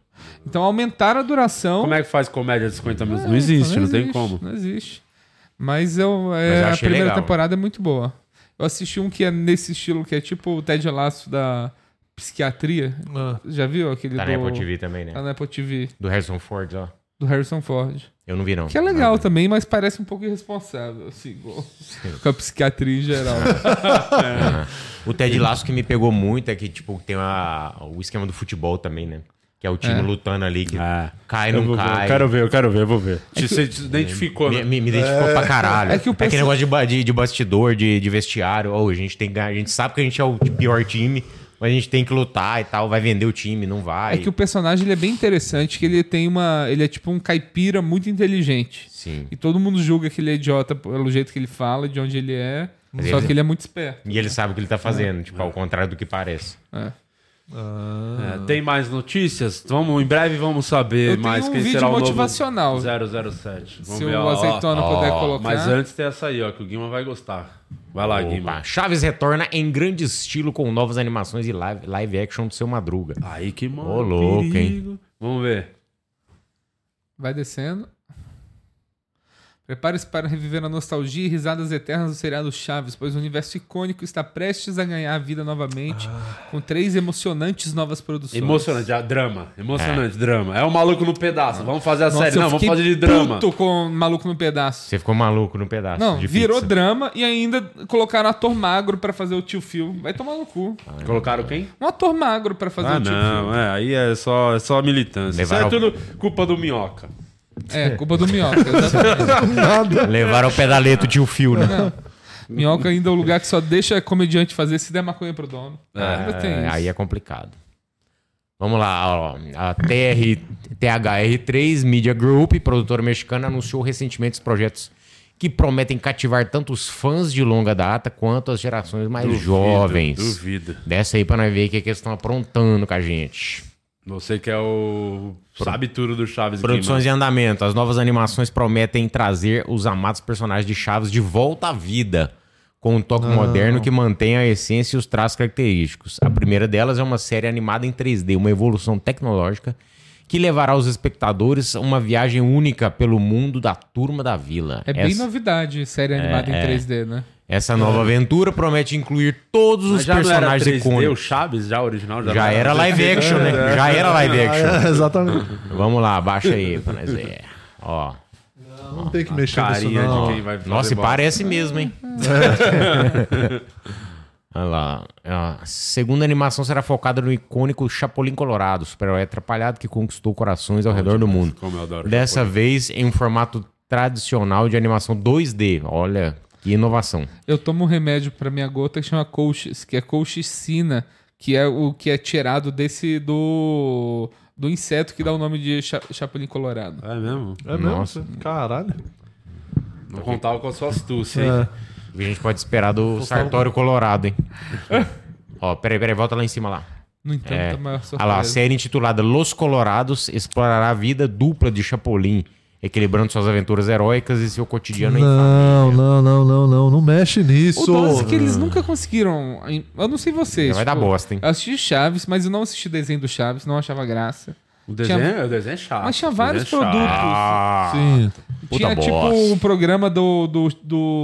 Speaker 4: Então aumentaram a duração.
Speaker 1: Como é que faz comédia de 50 minutos? não
Speaker 4: É,
Speaker 1: existe,
Speaker 4: então,
Speaker 1: não, tem
Speaker 4: existe,
Speaker 1: como.
Speaker 4: Não existe. Mas eu, é,
Speaker 3: Mas eu
Speaker 4: a
Speaker 3: achei
Speaker 4: primeira
Speaker 3: legal.
Speaker 4: temporada é muito boa. Eu assisti um que é nesse estilo, que é tipo o Ted Lasso da psiquiatria.
Speaker 2: Ah.
Speaker 4: Já viu aquele
Speaker 3: Tá
Speaker 4: do...
Speaker 3: na Apple TV também,
Speaker 4: Tá
Speaker 3: né?
Speaker 4: na Apple TV,
Speaker 3: Do Harrison Ford, ó.
Speaker 4: do Harrison Ford.
Speaker 3: Eu não vi, não.
Speaker 4: Que é legal também, mas parece um pouco irresponsável, assim, com, com a psiquiatria em geral.
Speaker 3: O Ted Lasso que me pegou muito é que, tipo, tem a- o esquema do futebol também, né? Que é o time
Speaker 4: É.
Speaker 3: lutando ali, que
Speaker 1: Ah,
Speaker 3: cai,
Speaker 1: eu,
Speaker 3: não
Speaker 1: vou ver,
Speaker 3: cai.
Speaker 1: eu quero ver, eu quero ver, eu vou ver. Você se identificou,
Speaker 3: Me,
Speaker 1: né?
Speaker 3: me, me identificou pra caralho.
Speaker 4: É que o
Speaker 3: Aquele
Speaker 4: perso-
Speaker 3: negócio de, ba- de, de bastidor, de, de vestiário. Ou a gente tem que ganhar. A gente sabe que a gente é o pior time, mas a gente tem que lutar e tal. Vai vender o time, não vai.
Speaker 4: É que o personagem ele é bem interessante, que ele tem uma. Ele é tipo um caipira muito inteligente.
Speaker 3: Sim.
Speaker 4: E todo mundo julga que ele é idiota pelo jeito que ele fala, de onde ele é.
Speaker 3: Mas
Speaker 4: só
Speaker 3: ele-
Speaker 4: que ele é muito esperto.
Speaker 3: E ele sabe o que ele tá fazendo, tipo, ao contrário do que parece.
Speaker 4: É.
Speaker 1: É, tem mais notícias? Vamos, em breve vamos saber
Speaker 4: Eu tenho
Speaker 1: mais
Speaker 4: um
Speaker 1: quem
Speaker 4: vídeo
Speaker 1: será o novo
Speaker 4: motivacional.
Speaker 1: 007. Vamos
Speaker 4: Se
Speaker 1: ver,
Speaker 4: o
Speaker 1: ó,
Speaker 4: azeitona
Speaker 1: ó.
Speaker 4: puder
Speaker 3: ó,
Speaker 4: colocar.
Speaker 1: Mas antes tem essa aí, ó, que o Guima vai gostar. Vai lá,
Speaker 3: Opa,
Speaker 1: Guima.
Speaker 3: Chaves retorna em grande estilo com novas animações e live, live action do seu Madruga.
Speaker 1: Aí que mano.
Speaker 3: Ô, louco,
Speaker 1: perigo. Vamos ver.
Speaker 4: Vai descendo. Prepare-se para reviver a nostalgia e risadas eternas do seriado Chaves, pois o universo icônico está prestes a ganhar vida novamente com três emocionantes novas produções.
Speaker 1: Ah. Emocionante, ah, drama. Emocionante, drama. É o maluco no pedaço. Vamos fazer a série.
Speaker 4: eu
Speaker 1: Não, vamos
Speaker 4: fiquei
Speaker 1: fazer de drama.
Speaker 4: puto com Maluco no Pedaço.
Speaker 3: Você ficou maluco no pedaço.
Speaker 4: Não,
Speaker 3: de
Speaker 4: virou
Speaker 3: pizza.
Speaker 4: drama e ainda colocaram um ator magro pra fazer o tio Phil. Vai tomar no cu.
Speaker 1: Colocaram quem?
Speaker 4: Um ator magro pra fazer
Speaker 1: Ah,
Speaker 4: tipo o tio Phil.
Speaker 1: não, é, aí é só, é só militância.
Speaker 3: Levaram-
Speaker 1: Isso é tudo culpa do minhoca.
Speaker 4: É, culpa do Minhoca. exatamente.
Speaker 3: Levaram o pedaleto tio Fio, né?
Speaker 4: Minhoca ainda é o lugar que só deixa comediante fazer se der maconha pro dono. ainda tem
Speaker 3: É,
Speaker 4: isso.
Speaker 3: aí é complicado. Vamos lá, ó, a TR, THR3 Media Group, produtora mexicana, anunciou recentemente os projetos que prometem cativar tanto os fãs de longa data quanto as gerações mais jovens.
Speaker 1: Duvido.
Speaker 3: Desce aí pra nós ver o que, que eles estão aprontando com a gente.
Speaker 1: Você que é o. Sabe tudo do Chaves
Speaker 3: Produções
Speaker 1: Guima.
Speaker 3: em andamento. As novas animações prometem trazer os amados personagens de Chaves de volta à vida, com um
Speaker 1: Ah.
Speaker 3: toque moderno que mantém a essência e os traços característicos. A primeira delas é uma série animada em 3D, uma evolução tecnológica que levará os espectadores a uma viagem única pelo mundo da turma da vila.
Speaker 4: É bem
Speaker 3: Essa- É,
Speaker 4: novidade série animada em 3D, né?
Speaker 3: Essa nova aventura promete incluir todos os
Speaker 1: É. Mas já não era
Speaker 3: personagens
Speaker 1: 3D, o
Speaker 3: icônicos.
Speaker 1: Chaves já original
Speaker 3: Já era live action,
Speaker 1: É,
Speaker 3: né? Já era live action.
Speaker 2: É, exatamente.
Speaker 3: Vamos lá, baixa aí pra nós ver. Ó.
Speaker 2: Não tem que mexer nisso,
Speaker 1: Carinha de
Speaker 2: não.
Speaker 1: quem vai fazer
Speaker 3: Nossa, e
Speaker 1: bosta.
Speaker 3: parece mesmo, hein? Olha lá. A segunda animação será focada no icônico Chapolin Colorado, super-herói atrapalhado que conquistou corações ao redor do mundo.
Speaker 1: Como eu adoro
Speaker 3: Dessa vez em um formato tradicional de animação 2D. Olha, que inovação.
Speaker 4: Eu tomo um remédio pra minha gota que chama Colchis, que é colchicina, que é o que é tirado desse do do inseto que dá o nome de cha- Chapolin Colorado.
Speaker 1: É mesmo?
Speaker 2: É mesmo?
Speaker 3: Nossa.
Speaker 2: Caralho. É.
Speaker 1: Não contava com a sua astúcia, hein?
Speaker 4: É.
Speaker 3: O que a gente pode esperar do Sartório Colorado, hein? Ó, peraí, peraí, volta lá em cima lá.
Speaker 4: No entanto, tá
Speaker 3: É.
Speaker 4: a maior surpresa.
Speaker 3: Olha lá, a série intitulada Los Colorados explorará a vida dupla de Chapolin, equilibrando suas aventuras heróicas e seu cotidiano em
Speaker 2: Não, não, não, não, não. Não mexe
Speaker 4: O
Speaker 2: nisso.
Speaker 4: dose que eles nunca conseguiram. Eu não sei vocês. tipo,
Speaker 3: Vai dar
Speaker 2: Tipo,
Speaker 3: bosta, hein?
Speaker 2: é,
Speaker 4: Eu assisti Chaves, mas eu não assisti desenho do Chaves, não achava graça.
Speaker 1: O desenho,
Speaker 4: Tinha-
Speaker 1: o desenho é chato.
Speaker 4: Mas tinha
Speaker 1: o desenho
Speaker 4: vários
Speaker 1: é chato.
Speaker 4: produtos.
Speaker 3: Ah,
Speaker 2: Sim.
Speaker 3: Puta
Speaker 4: Tinha tipo
Speaker 3: bosta.
Speaker 4: o programa do, do,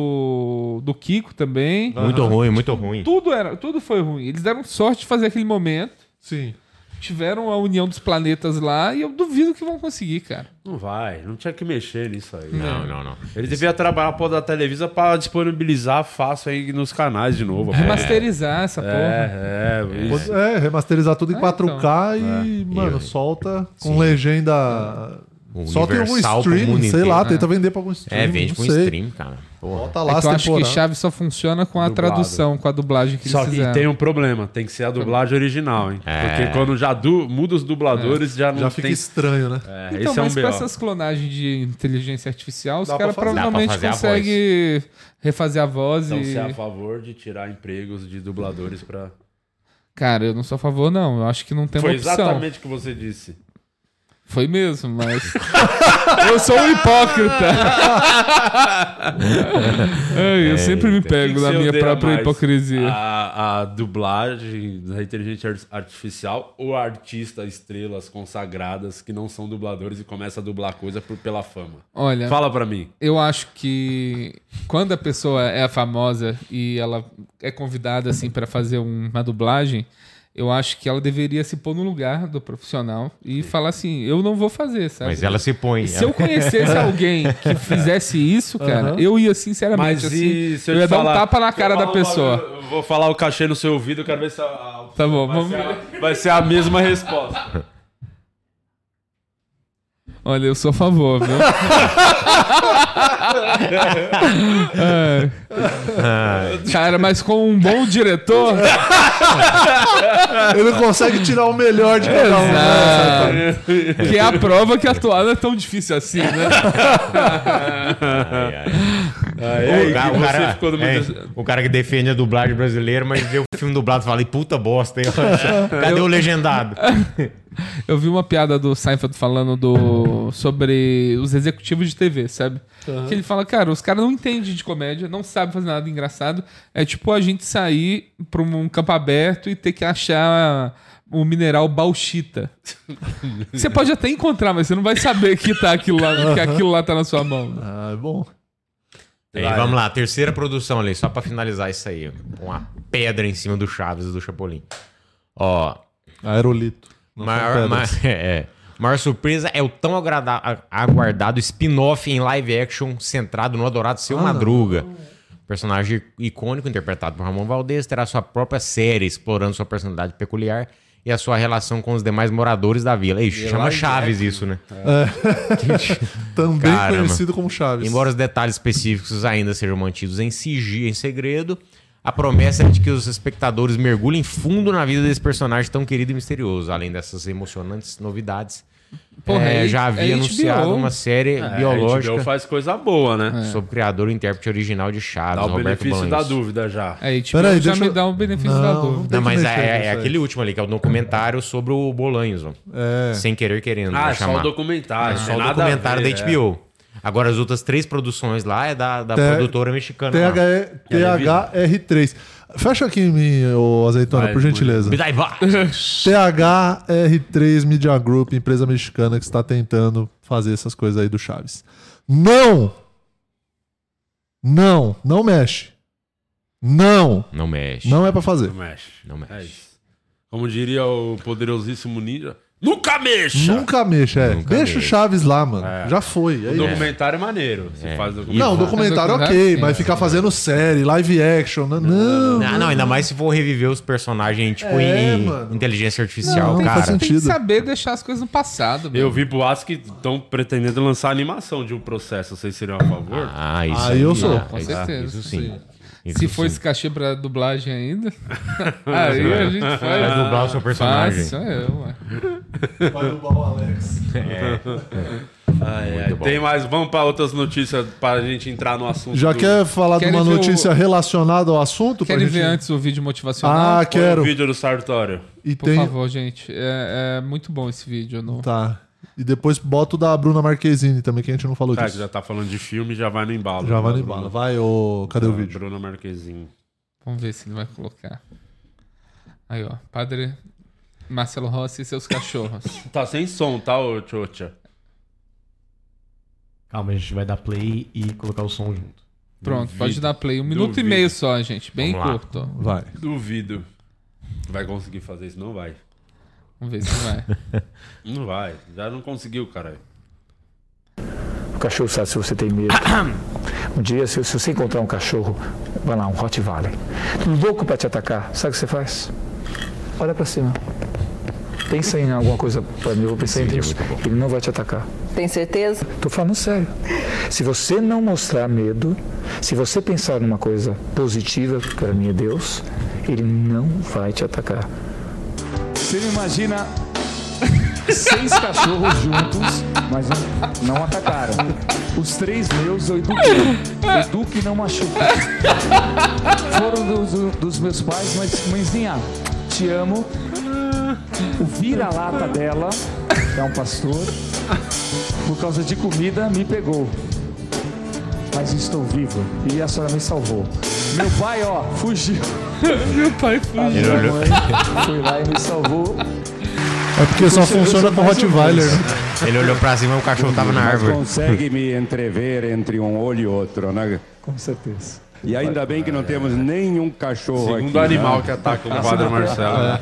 Speaker 4: do, do Kiko também.
Speaker 1: Ah.
Speaker 2: Ah.
Speaker 3: Muito ruim, muito ruim.
Speaker 4: Tudo, era, tudo foi ruim. Eles deram sorte de fazer aquele momento.
Speaker 2: Sim.
Speaker 4: Tiveram a união dos planetas lá e eu duvido que vão conseguir, cara.
Speaker 1: Não vai, não tinha que mexer nisso aí.
Speaker 3: Não, não, não.
Speaker 1: Ele devia trabalhar a porra da Televisa pra disponibilizar fácil aí nos canais de novo. É,
Speaker 4: Remasterizar essa porra.
Speaker 1: é, é, isso.
Speaker 2: É, remasterizar tudo em
Speaker 4: Ah,
Speaker 2: 4K e, mano,
Speaker 3: É. E-
Speaker 2: solta com legenda. Solta em algum
Speaker 3: Universal pro
Speaker 2: streaming,
Speaker 3: mundo
Speaker 2: sei lá,
Speaker 3: inteiro.
Speaker 2: tenta vender pra algum streaming.
Speaker 3: É, vende
Speaker 2: não
Speaker 3: com
Speaker 2: sei.
Speaker 3: stream, cara. Porra.
Speaker 2: Bota lá
Speaker 4: É
Speaker 2: as
Speaker 4: que eu acho que
Speaker 2: temporadas.
Speaker 4: chave só funciona com a
Speaker 1: Dublado.
Speaker 4: tradução, com a dublagem que
Speaker 1: Só
Speaker 4: eles
Speaker 1: que
Speaker 4: fizeram.
Speaker 1: tem um problema, tem que ser a dublagem original, hein?
Speaker 3: É.
Speaker 1: Porque quando já du- muda os dubladores,
Speaker 4: É.
Speaker 1: já não
Speaker 2: Já
Speaker 1: tem...
Speaker 2: fica estranho, né?
Speaker 1: É,
Speaker 4: Então,
Speaker 1: esse é um
Speaker 4: mas
Speaker 1: B.O.
Speaker 4: com essas clonagens de inteligência artificial, os
Speaker 2: Dá
Speaker 4: caras
Speaker 2: pra fazer.
Speaker 4: provavelmente
Speaker 3: Dá pra fazer a
Speaker 4: conseguem refazer a voz
Speaker 1: Então
Speaker 4: e.
Speaker 1: você é a favor de tirar empregos de dubladores pra...
Speaker 4: Cara, eu não sou a favor, não. Eu acho que não tem
Speaker 1: Foi
Speaker 4: uma opção.
Speaker 1: exatamente o que você disse.
Speaker 4: Foi mesmo, mas. eu sou um hipócrita. Ai, eu sempre
Speaker 1: O
Speaker 4: me
Speaker 1: É, que
Speaker 4: pego
Speaker 1: que
Speaker 4: na
Speaker 1: você
Speaker 4: minha
Speaker 1: odeia
Speaker 4: própria
Speaker 1: mais? Ah.
Speaker 4: hipocrisia.
Speaker 1: A, a dublagem da inteligência ar- artificial ou artista estrelas consagradas que não são dubladores e começa a dublar coisa por- pela fama?
Speaker 4: Olha,
Speaker 1: Fala pra mim.
Speaker 4: eu acho que quando a pessoa é famosa e ela é convidada assim para fazer uma dublagem, eu acho que ela deveria se pôr no lugar do profissional e falar assim: eu não vou fazer,
Speaker 2: né,
Speaker 4: sabe?
Speaker 3: Mas ela se põe.
Speaker 2: é
Speaker 4: Se eu conhecesse alguém que fizesse isso, cara, eu ia sinceramente,
Speaker 1: Mas
Speaker 4: assim,
Speaker 1: e se
Speaker 4: eu,
Speaker 1: eu
Speaker 4: ia
Speaker 1: te
Speaker 4: dar um
Speaker 1: falar-
Speaker 4: tapa na
Speaker 1: se eu
Speaker 4: cara da
Speaker 1: falar um
Speaker 4: pessoa.
Speaker 1: bagulho, eu vou falar o cachê no seu ouvido, quero ver se a, a-
Speaker 4: Tá bom,
Speaker 1: vai,
Speaker 4: vamos
Speaker 1: ser a, vai ser a mesma resposta.
Speaker 4: Olha, eu sou a favor, viu? É. Cara, mas com um bom diretor.
Speaker 2: Ele consegue tirar o melhor de cada um. né?
Speaker 4: ah, que é a prova que atuar não é tão difícil assim, né?
Speaker 3: Ai, ai.
Speaker 1: Aí,
Speaker 3: o, cara,
Speaker 1: que
Speaker 3: o,
Speaker 1: você
Speaker 3: cara,
Speaker 1: ficou no meio
Speaker 3: é,
Speaker 1: desse-
Speaker 3: o cara que defende a dublagem brasileira, mas vê o filme dublado e fala, "Ih, puta bosta, hein? Cadê o legendado?
Speaker 4: Eu vi uma piada do Seinfeld falando do sobre os executivos de TV, sabe? Que ele fala, cara, os caras não entendem de comédia, não sabem fazer nada engraçado. É tipo a gente sair pra um campo aberto e ter que achar o mineral bauxita. você pode até encontrar, mas você não vai saber que tá aquilo lá, que aquilo lá tá na sua mão.
Speaker 2: Ah, é bom.
Speaker 3: E vamos lá, terceira produção ali, só pra finalizar isso aí. ó. Uma pedra em cima do Chaves e do Chapolin. Ó,
Speaker 2: Aerolito. Não são
Speaker 3: maior,
Speaker 2: pedras.
Speaker 3: ma- é. Maior surpresa é o tão agrada- a- aguardado spin-off em live action centrado no adorado Seu
Speaker 2: Ah,
Speaker 3: Madruga. Personagem icônico interpretado por Ramon Valdez terá sua própria série explorando sua personalidade peculiar e a sua relação com os demais moradores da vila. Ixi, chama Chaves isso, né?
Speaker 2: Também
Speaker 3: Caramba.
Speaker 2: conhecido como Chaves.
Speaker 3: Embora os detalhes específicos ainda sejam mantidos em sigilo, em segredo, a promessa é de que os espectadores mergulhem fundo na vida desse personagem tão querido e misterioso. Além dessas emocionantes novidades,
Speaker 4: Porra,
Speaker 3: é,
Speaker 4: é
Speaker 3: já
Speaker 4: H-
Speaker 3: havia
Speaker 4: é
Speaker 3: anunciado
Speaker 4: HBO.
Speaker 3: uma série
Speaker 1: É,
Speaker 3: biológica É.
Speaker 1: a HBO faz coisa boa,
Speaker 4: É.
Speaker 1: né?
Speaker 3: sobre o criador e intérprete original de Chaves,
Speaker 1: Dá o
Speaker 3: Roberto
Speaker 1: benefício da
Speaker 3: Bolaños.
Speaker 1: dúvida já.
Speaker 4: Aí, tipo,
Speaker 2: Peraí,
Speaker 4: já
Speaker 2: deixa
Speaker 4: me
Speaker 2: eu-
Speaker 4: dá um benefício da
Speaker 2: Não,
Speaker 4: dúvida.
Speaker 2: tem
Speaker 3: Não,
Speaker 2: que
Speaker 3: mas
Speaker 2: mexer
Speaker 3: é, é
Speaker 2: nisso aí.
Speaker 3: aquele último ali, que é o documentário sobre o Bolanhos, ó.
Speaker 2: É.
Speaker 3: sem querer querendo.
Speaker 1: Ah,
Speaker 3: vou
Speaker 1: é só
Speaker 3: chamar.
Speaker 1: o documentário.
Speaker 3: É só
Speaker 1: tem
Speaker 3: o
Speaker 1: nada a
Speaker 3: documentário
Speaker 1: ver,
Speaker 3: da
Speaker 1: é.
Speaker 3: HBO. Agora as outras três produções lá é da, da
Speaker 2: T-
Speaker 3: produtora mexicana. lá.
Speaker 2: THE THR3. Fecha aqui em mim, ô azeitona,
Speaker 1: Vai,
Speaker 2: por gentileza.
Speaker 3: Me dá e vá.
Speaker 2: THR3 Media Group, empresa mexicana que está tentando fazer essas coisas aí do Chaves. Não! Não, não mexe. Não,
Speaker 3: Não mexe.
Speaker 2: não é pra fazer.
Speaker 1: Não mexe.
Speaker 3: Não mexe.
Speaker 1: É isso. Como diria o poderosíssimo ninja, nunca mexa!
Speaker 2: Nunca mexa, é.
Speaker 3: Nunca
Speaker 2: Deixa o
Speaker 3: mexa.
Speaker 2: Chaves lá, mano. Já foi.
Speaker 1: O
Speaker 2: É isso.
Speaker 1: documentário é maneiro. Você faz o
Speaker 2: Não,
Speaker 1: documentário.
Speaker 2: o documentário
Speaker 4: Mas
Speaker 2: ok,
Speaker 4: sim,
Speaker 2: mas ficar fazendo série, live action, não. não,
Speaker 3: Não, não, ainda mais se for reviver os personagens, tipo,
Speaker 2: É,
Speaker 3: em
Speaker 2: mano.
Speaker 3: inteligência artificial,
Speaker 2: Não, tem que
Speaker 3: cara.
Speaker 2: fazer-
Speaker 4: Tem que
Speaker 2: sentido.
Speaker 4: saber deixar as coisas no passado,
Speaker 1: Eu
Speaker 4: meu.
Speaker 1: vi boatos que estão pretendendo lançar animação de um processo. Vocês seriam a favor?
Speaker 3: Ah, isso
Speaker 2: Ah, eu sou.
Speaker 3: ah,
Speaker 4: Com
Speaker 3: isso-
Speaker 4: certeza.
Speaker 3: Isso sim. Isso
Speaker 4: Se for
Speaker 3: sim.
Speaker 4: esse cachê pra dublagem ainda, aí
Speaker 3: é.
Speaker 4: a gente
Speaker 3: Vai
Speaker 4: faz.
Speaker 3: dublar o seu um personagem.
Speaker 4: Fácil, é, ué.
Speaker 2: Vai roubar o Alex.
Speaker 1: É,
Speaker 3: Muito bom.
Speaker 1: tem mais. Vamos para outras notícias para a gente entrar no assunto.
Speaker 2: Já
Speaker 1: do-
Speaker 2: quer falar
Speaker 4: Querem
Speaker 2: de uma
Speaker 4: ver o-
Speaker 2: notícia relacionada ao assunto? pra
Speaker 4: Querem
Speaker 2: gente-
Speaker 4: ver antes o vídeo motivacional?
Speaker 2: Ah,
Speaker 1: Põe o
Speaker 2: quero.
Speaker 1: vídeo do Sartório. Tá,
Speaker 2: E
Speaker 4: Por
Speaker 2: tem.
Speaker 4: favor, gente. É, é muito bom esse vídeo. No...
Speaker 2: Tá. E depois bota o da Bruna Marquezine também, que a gente não falou
Speaker 1: Tá, que
Speaker 2: disso.
Speaker 1: já tá falando de filme, já vai no embalo.
Speaker 2: Já vai no
Speaker 1: Bruno-
Speaker 2: embalo. Vai, ô. Cadê o vídeo?
Speaker 1: Bruno Marquezine.
Speaker 4: Vamos ver se ele vai colocar. Aí, ó. Padre Marcelo Rossi e seus cachorros.
Speaker 1: Tá sem som, tá, ô Tchotcha?
Speaker 5: Calma, a gente vai dar play e colocar o som junto.
Speaker 4: Pronto, pode dar play. Um minuto
Speaker 1: Duvido.
Speaker 4: e meio só, gente. Bem
Speaker 3: Vamos lá.
Speaker 4: curto.
Speaker 2: Vai.
Speaker 1: Duvido. Vai conseguir fazer isso? Não vai.
Speaker 4: Vamos ver se vai.
Speaker 1: Não vai. Já não conseguiu, caralho.
Speaker 8: O cachorro sabe se você tem medo. Um dia, se, se você encontrar um cachorro, vai lá, um Rottweiler, é louco para te atacar, sabe o que você faz? Olha para cima. Pensa em alguma coisa para mim, eu vou pensar em Deus. Ele não vai te atacar.
Speaker 9: Tem certeza?
Speaker 8: Tô falando sério. Se você não mostrar medo, se você pensar numa coisa positiva, para mim é Deus, ele não vai te atacar. Você imagina seis cachorros juntos, mas não, não atacaram. Os três meus eu eduquei. Eduque não machuca. Foram dos, dos meus pais, mas mãezinha, te amo. O vira-lata dela, que é um pastor, por causa de comida me pegou. Mas estou vivo e a senhora me salvou. Meu pai, ó, fugiu.
Speaker 4: Meu pai foi.
Speaker 8: A minha mãe foi lá e me salvou.
Speaker 2: É porque só funciona com Rottweiler. né?
Speaker 3: Ele olhou pra cima e o cachorro tava na árvore.
Speaker 10: Consegue me entrever entre um olho e outro, né?
Speaker 8: Com certeza.
Speaker 10: E ainda bem
Speaker 4: É.
Speaker 10: que não temos nenhum cachorro
Speaker 1: Segundo
Speaker 10: aqui.
Speaker 1: animal
Speaker 10: né?
Speaker 1: que ataca o padre Marcelo.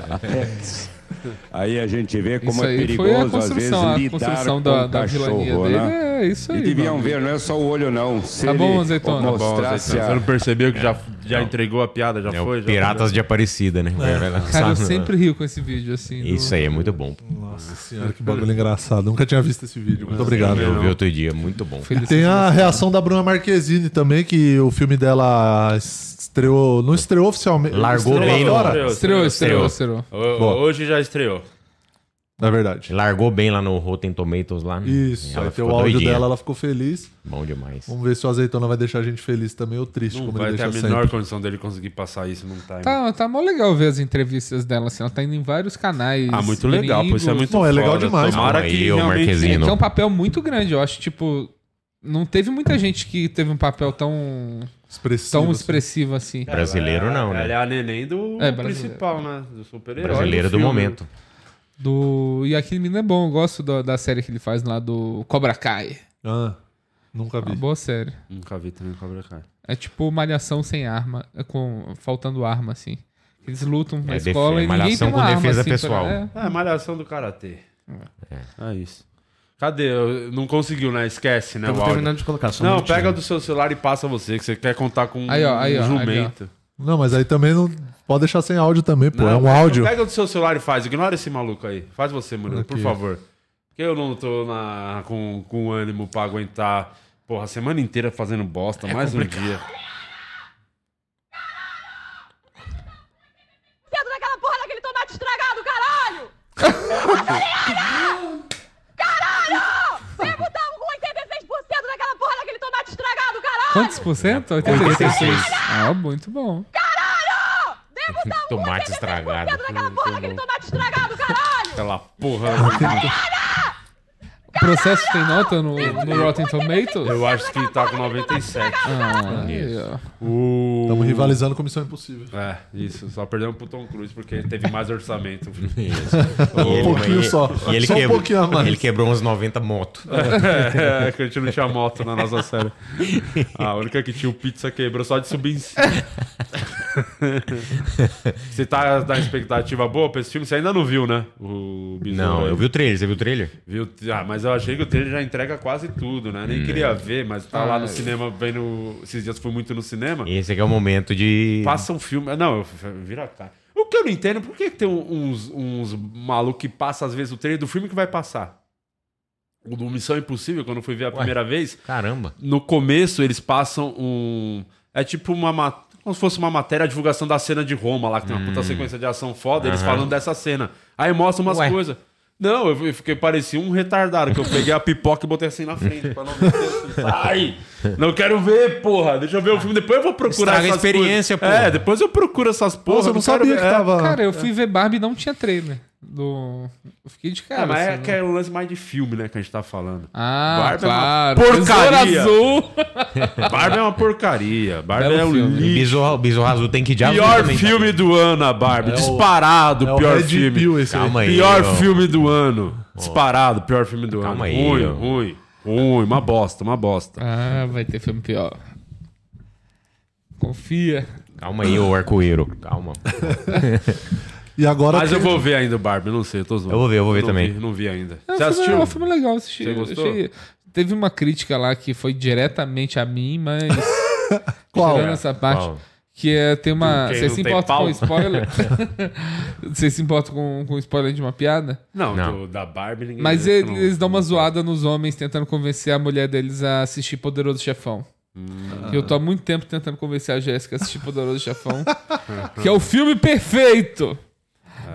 Speaker 10: Aí a gente vê como
Speaker 4: Isso
Speaker 10: é
Speaker 4: aí foi a
Speaker 10: perigoso, às vezes,
Speaker 4: construção, a
Speaker 10: lidar
Speaker 4: construção
Speaker 10: com
Speaker 4: da,
Speaker 10: um
Speaker 4: da vilania
Speaker 10: cachorro,
Speaker 4: dele.
Speaker 10: né?
Speaker 4: É isso aí.
Speaker 10: E deviam
Speaker 4: mano.
Speaker 10: ver, não é só o olho, não. Se
Speaker 4: Tá
Speaker 10: ele
Speaker 4: bom, azeitona? Tá bom,
Speaker 10: mostrasse
Speaker 1: Você não
Speaker 10: a-
Speaker 1: percebeu que já, já entregou a piada? Já
Speaker 3: É
Speaker 1: foi?
Speaker 3: o
Speaker 1: Já
Speaker 3: Piratas de Aparecida,
Speaker 2: É.
Speaker 3: né? Vai lançar
Speaker 4: Cara, eu
Speaker 3: no-
Speaker 4: sempre rio com esse vídeo, assim. do-
Speaker 3: né? Isso aí é muito bom.
Speaker 2: Nossa senhora, né? que bagulho engraçado. Nunca tinha visto esse vídeo.
Speaker 1: É.
Speaker 2: Muito obrigado.
Speaker 3: Eu vi outro dia, muito bom.
Speaker 4: Feliz
Speaker 2: Tem a
Speaker 4: Natal.
Speaker 2: reação da Bruna Marquezine também, que o filme dela estreou. Não estreou oficialmente.
Speaker 3: Largou
Speaker 2: estreou
Speaker 3: bem no-
Speaker 2: agora.
Speaker 1: Estreou,
Speaker 4: Estreou,
Speaker 1: estreou.
Speaker 4: estreou,
Speaker 3: Estreou.
Speaker 4: estreou.
Speaker 1: Ho-
Speaker 2: Boa.
Speaker 1: Hoje já estreou.
Speaker 2: Na É verdade.
Speaker 3: Largou bem lá no Rotten Tomatoes lá. né?
Speaker 2: Isso,
Speaker 3: Ela
Speaker 2: aí tem o
Speaker 3: ficou
Speaker 2: áudio
Speaker 3: doidinha.
Speaker 2: dela, ela ficou feliz.
Speaker 3: Bom demais.
Speaker 2: Vamos ver se o azeitona vai deixar a gente feliz também ou triste,
Speaker 1: Não
Speaker 2: como
Speaker 1: vai
Speaker 2: ele
Speaker 1: ter a
Speaker 2: deixa
Speaker 1: menor
Speaker 2: sempre.
Speaker 1: condição dele conseguir passar isso num time.
Speaker 4: Tá, tá mó legal ver as entrevistas dela, assim. Ela tá indo em vários canais.
Speaker 1: Ah, muito legal, pô. Isso é
Speaker 4: gringos.
Speaker 1: muito
Speaker 2: Não, é legal
Speaker 1: foda.
Speaker 2: demais,
Speaker 1: Tomara
Speaker 3: Calma
Speaker 1: que
Speaker 3: aí, ô
Speaker 1: realmente-
Speaker 4: É,
Speaker 3: Marquezino.
Speaker 4: que é um papel muito grande, eu acho. Tipo, não teve muita gente que teve um papel tão,
Speaker 2: Expressivo,
Speaker 4: tão
Speaker 2: assim.
Speaker 4: expressivo assim.
Speaker 3: Brasileiro não,
Speaker 1: Ela é
Speaker 3: né?
Speaker 1: a neném do
Speaker 4: É, brasileiro.
Speaker 1: principal, né? Do super-herói.
Speaker 3: Brasileiro do
Speaker 1: filme.
Speaker 3: momento.
Speaker 4: Do... E aquele menino é bom, eu gosto da, da série que ele faz lá do Cobra Kai.
Speaker 2: Ah, nunca
Speaker 4: É Uma
Speaker 2: vi.
Speaker 4: boa série.
Speaker 1: Nunca vi também Cobra Kai.
Speaker 4: É tipo malhação sem arma, é com faltando arma, assim. Eles lutam na
Speaker 3: É defe-
Speaker 4: escola e ninguém
Speaker 3: malhação
Speaker 4: tem uma
Speaker 3: com
Speaker 4: arma,
Speaker 3: defesa
Speaker 4: assim,
Speaker 3: pessoal.
Speaker 4: pra- é.
Speaker 1: Ah, é malhação do Karatê. É. isso. Cadê? Eu- Não conseguiu, né? Esquece, né?
Speaker 5: Eu
Speaker 1: o
Speaker 5: vou
Speaker 1: áudio.
Speaker 5: terminando de colocar, só um
Speaker 1: Não,
Speaker 5: minutinho.
Speaker 1: pega do seu celular e passa você, que você quer contar com
Speaker 4: Aí, ó, aí,
Speaker 1: um
Speaker 4: ó, aí, ó.
Speaker 1: jumento.
Speaker 2: Não, mas aí também não. Pode deixar sem áudio também, pô.
Speaker 1: Não,
Speaker 2: é um
Speaker 1: então
Speaker 2: áudio.
Speaker 1: Pega do seu celular e faz. Ignora esse maluco aí. Faz você, Murilo, por
Speaker 2: Aqui.
Speaker 1: favor. Porque eu não tô na- com, com ânimo pra aguentar, porra, a semana inteira fazendo bosta,
Speaker 4: É
Speaker 1: mais um dia.
Speaker 9: Pedro naquela porra daquele tomate estragado, caralho! Caralho! Você botar um 86% naquela porra daquele tomate estragado, caralho!
Speaker 4: Quantos por cento? 86. Ah, muito bom.
Speaker 3: Tomate estragado.
Speaker 9: Pedro naquela porra daquele tomate estragado, caralho!
Speaker 1: Aquela porra.
Speaker 4: processo tem nota no, no Rotten Tomatoes?
Speaker 1: Eu acho que tá com 97.
Speaker 4: Ah,
Speaker 1: Isso.
Speaker 4: aí,
Speaker 1: O-
Speaker 2: Estamos rivalizando com Missão Impossível.
Speaker 1: É, isso. Só perdemos pro Tom Cruise porque teve mais orçamento.
Speaker 2: Um pouquinho só.
Speaker 3: E ele,
Speaker 2: Só um
Speaker 3: quebrou,
Speaker 2: pouquinho a mais.
Speaker 3: ele quebrou uns 90 motos.
Speaker 1: É, que a gente não tinha moto na nossa série. A única que tinha o pizza quebrou só de subir em cima. Você tá na expectativa boa pra esse filme? Você ainda não viu, né? O Besouro
Speaker 3: Não,
Speaker 1: aí.
Speaker 3: eu vi o trailer. Você viu o trailer?
Speaker 1: Viu? Ah, mas eu achei que o trailer já entrega quase tudo, né? Nem
Speaker 3: Hum. é.
Speaker 1: queria ver, mas tá lá no
Speaker 4: Ah,
Speaker 1: cinema vendo. Esses dias fui muito no cinema.
Speaker 3: Esse aqui é o momento de.
Speaker 1: Passa um filme. Não, eu eu- vira a cara. O que eu não entendo, por que que tem um- uns, uns malucos que passam, às vezes, o trailer do filme que vai passar? O do Missão Impossível, quando eu fui ver a primeira vez,
Speaker 3: Caramba.
Speaker 1: no começo eles passam um. É tipo uma. ma- Como se fosse uma matéria, a divulgação da cena de Roma lá, que tem uma puta sequência de ação foda, eles
Speaker 3: Aham.
Speaker 1: falando dessa cena. Aí mostra umas coisas. Não, eu eu fiquei parecia um retardado, que eu peguei a pipoca e botei assim na frente, pra não ver assim. Sai! Não quero ver, porra! Deixa eu ver o filme, depois eu vou procurar
Speaker 3: Estraga a
Speaker 1: essas
Speaker 3: experiência,
Speaker 1: coisas.
Speaker 3: porra.
Speaker 1: É, depois eu procuro essas porra.
Speaker 2: Nossa, eu não
Speaker 1: quero
Speaker 2: sabia
Speaker 1: ver.
Speaker 2: que
Speaker 1: É.
Speaker 2: tava.
Speaker 4: Cara, eu fui ver Barbie e não tinha trailer. Do... Eu fiquei de cara.
Speaker 1: É, mas é
Speaker 4: assim,
Speaker 1: que
Speaker 4: né?
Speaker 1: é o lance mais de filme, né, que a gente tá falando.
Speaker 4: Ah,
Speaker 1: Barbie é uma
Speaker 4: claro.
Speaker 1: porcaria.
Speaker 4: Tesouro Azul.
Speaker 1: Barbie é uma porcaria. Barbie
Speaker 4: Belo
Speaker 1: é um
Speaker 4: filme.
Speaker 1: lixo.
Speaker 3: Bizarro, Bizarro Azul tem que ir de azul
Speaker 1: Pior
Speaker 3: também. tá?
Speaker 1: filme do ano, a Barbie.
Speaker 2: tá É o-
Speaker 1: Disparado,
Speaker 2: é o
Speaker 1: pior
Speaker 2: Red
Speaker 1: filme.
Speaker 2: Pill esse aí.
Speaker 3: Calma aí.
Speaker 1: pior
Speaker 3: ó.
Speaker 1: filme do ano. Disparado, pior filme do ano.
Speaker 3: Calma aí,
Speaker 1: ruim,
Speaker 3: ó.
Speaker 1: ruim, ruim. Uma bosta, uma bosta.
Speaker 4: Ah, vai ter filme pior. Confia.
Speaker 3: Calma aí, ô arco-íro. Calma.
Speaker 2: E agora.
Speaker 1: Mas
Speaker 2: que-
Speaker 1: eu vou ver ainda o Barbie, não sei, eu tô zoando.
Speaker 3: Eu vou ver, eu vou ver
Speaker 1: não
Speaker 3: também.
Speaker 1: vi, não vi ainda.
Speaker 4: É um
Speaker 1: Você
Speaker 4: filme-
Speaker 1: assistiu?
Speaker 4: É um filme legal. Assisti,
Speaker 1: Você gostou?
Speaker 4: achei- Teve uma crítica lá que foi diretamente a mim, mas.
Speaker 2: Qual?
Speaker 4: Tirando essa parte.
Speaker 3: Qual?
Speaker 4: Que é, tem uma.
Speaker 1: Quem
Speaker 4: Você
Speaker 1: não
Speaker 4: se
Speaker 1: tem
Speaker 4: importa
Speaker 1: pau?
Speaker 4: com spoiler? Você se importa com, com spoiler de uma piada?
Speaker 1: Não,
Speaker 3: Não.
Speaker 1: do- da Barbie ninguém.
Speaker 4: Mas
Speaker 2: é
Speaker 1: eu
Speaker 4: ele-
Speaker 1: não-
Speaker 4: eles dão uma zoada nos homens tentando convencer a mulher deles a assistir Poderoso Chefão.
Speaker 1: Hum.
Speaker 4: E eu tô há muito tempo tentando convencer a Jéssica a assistir Poderoso Chefão, que é o filme perfeito.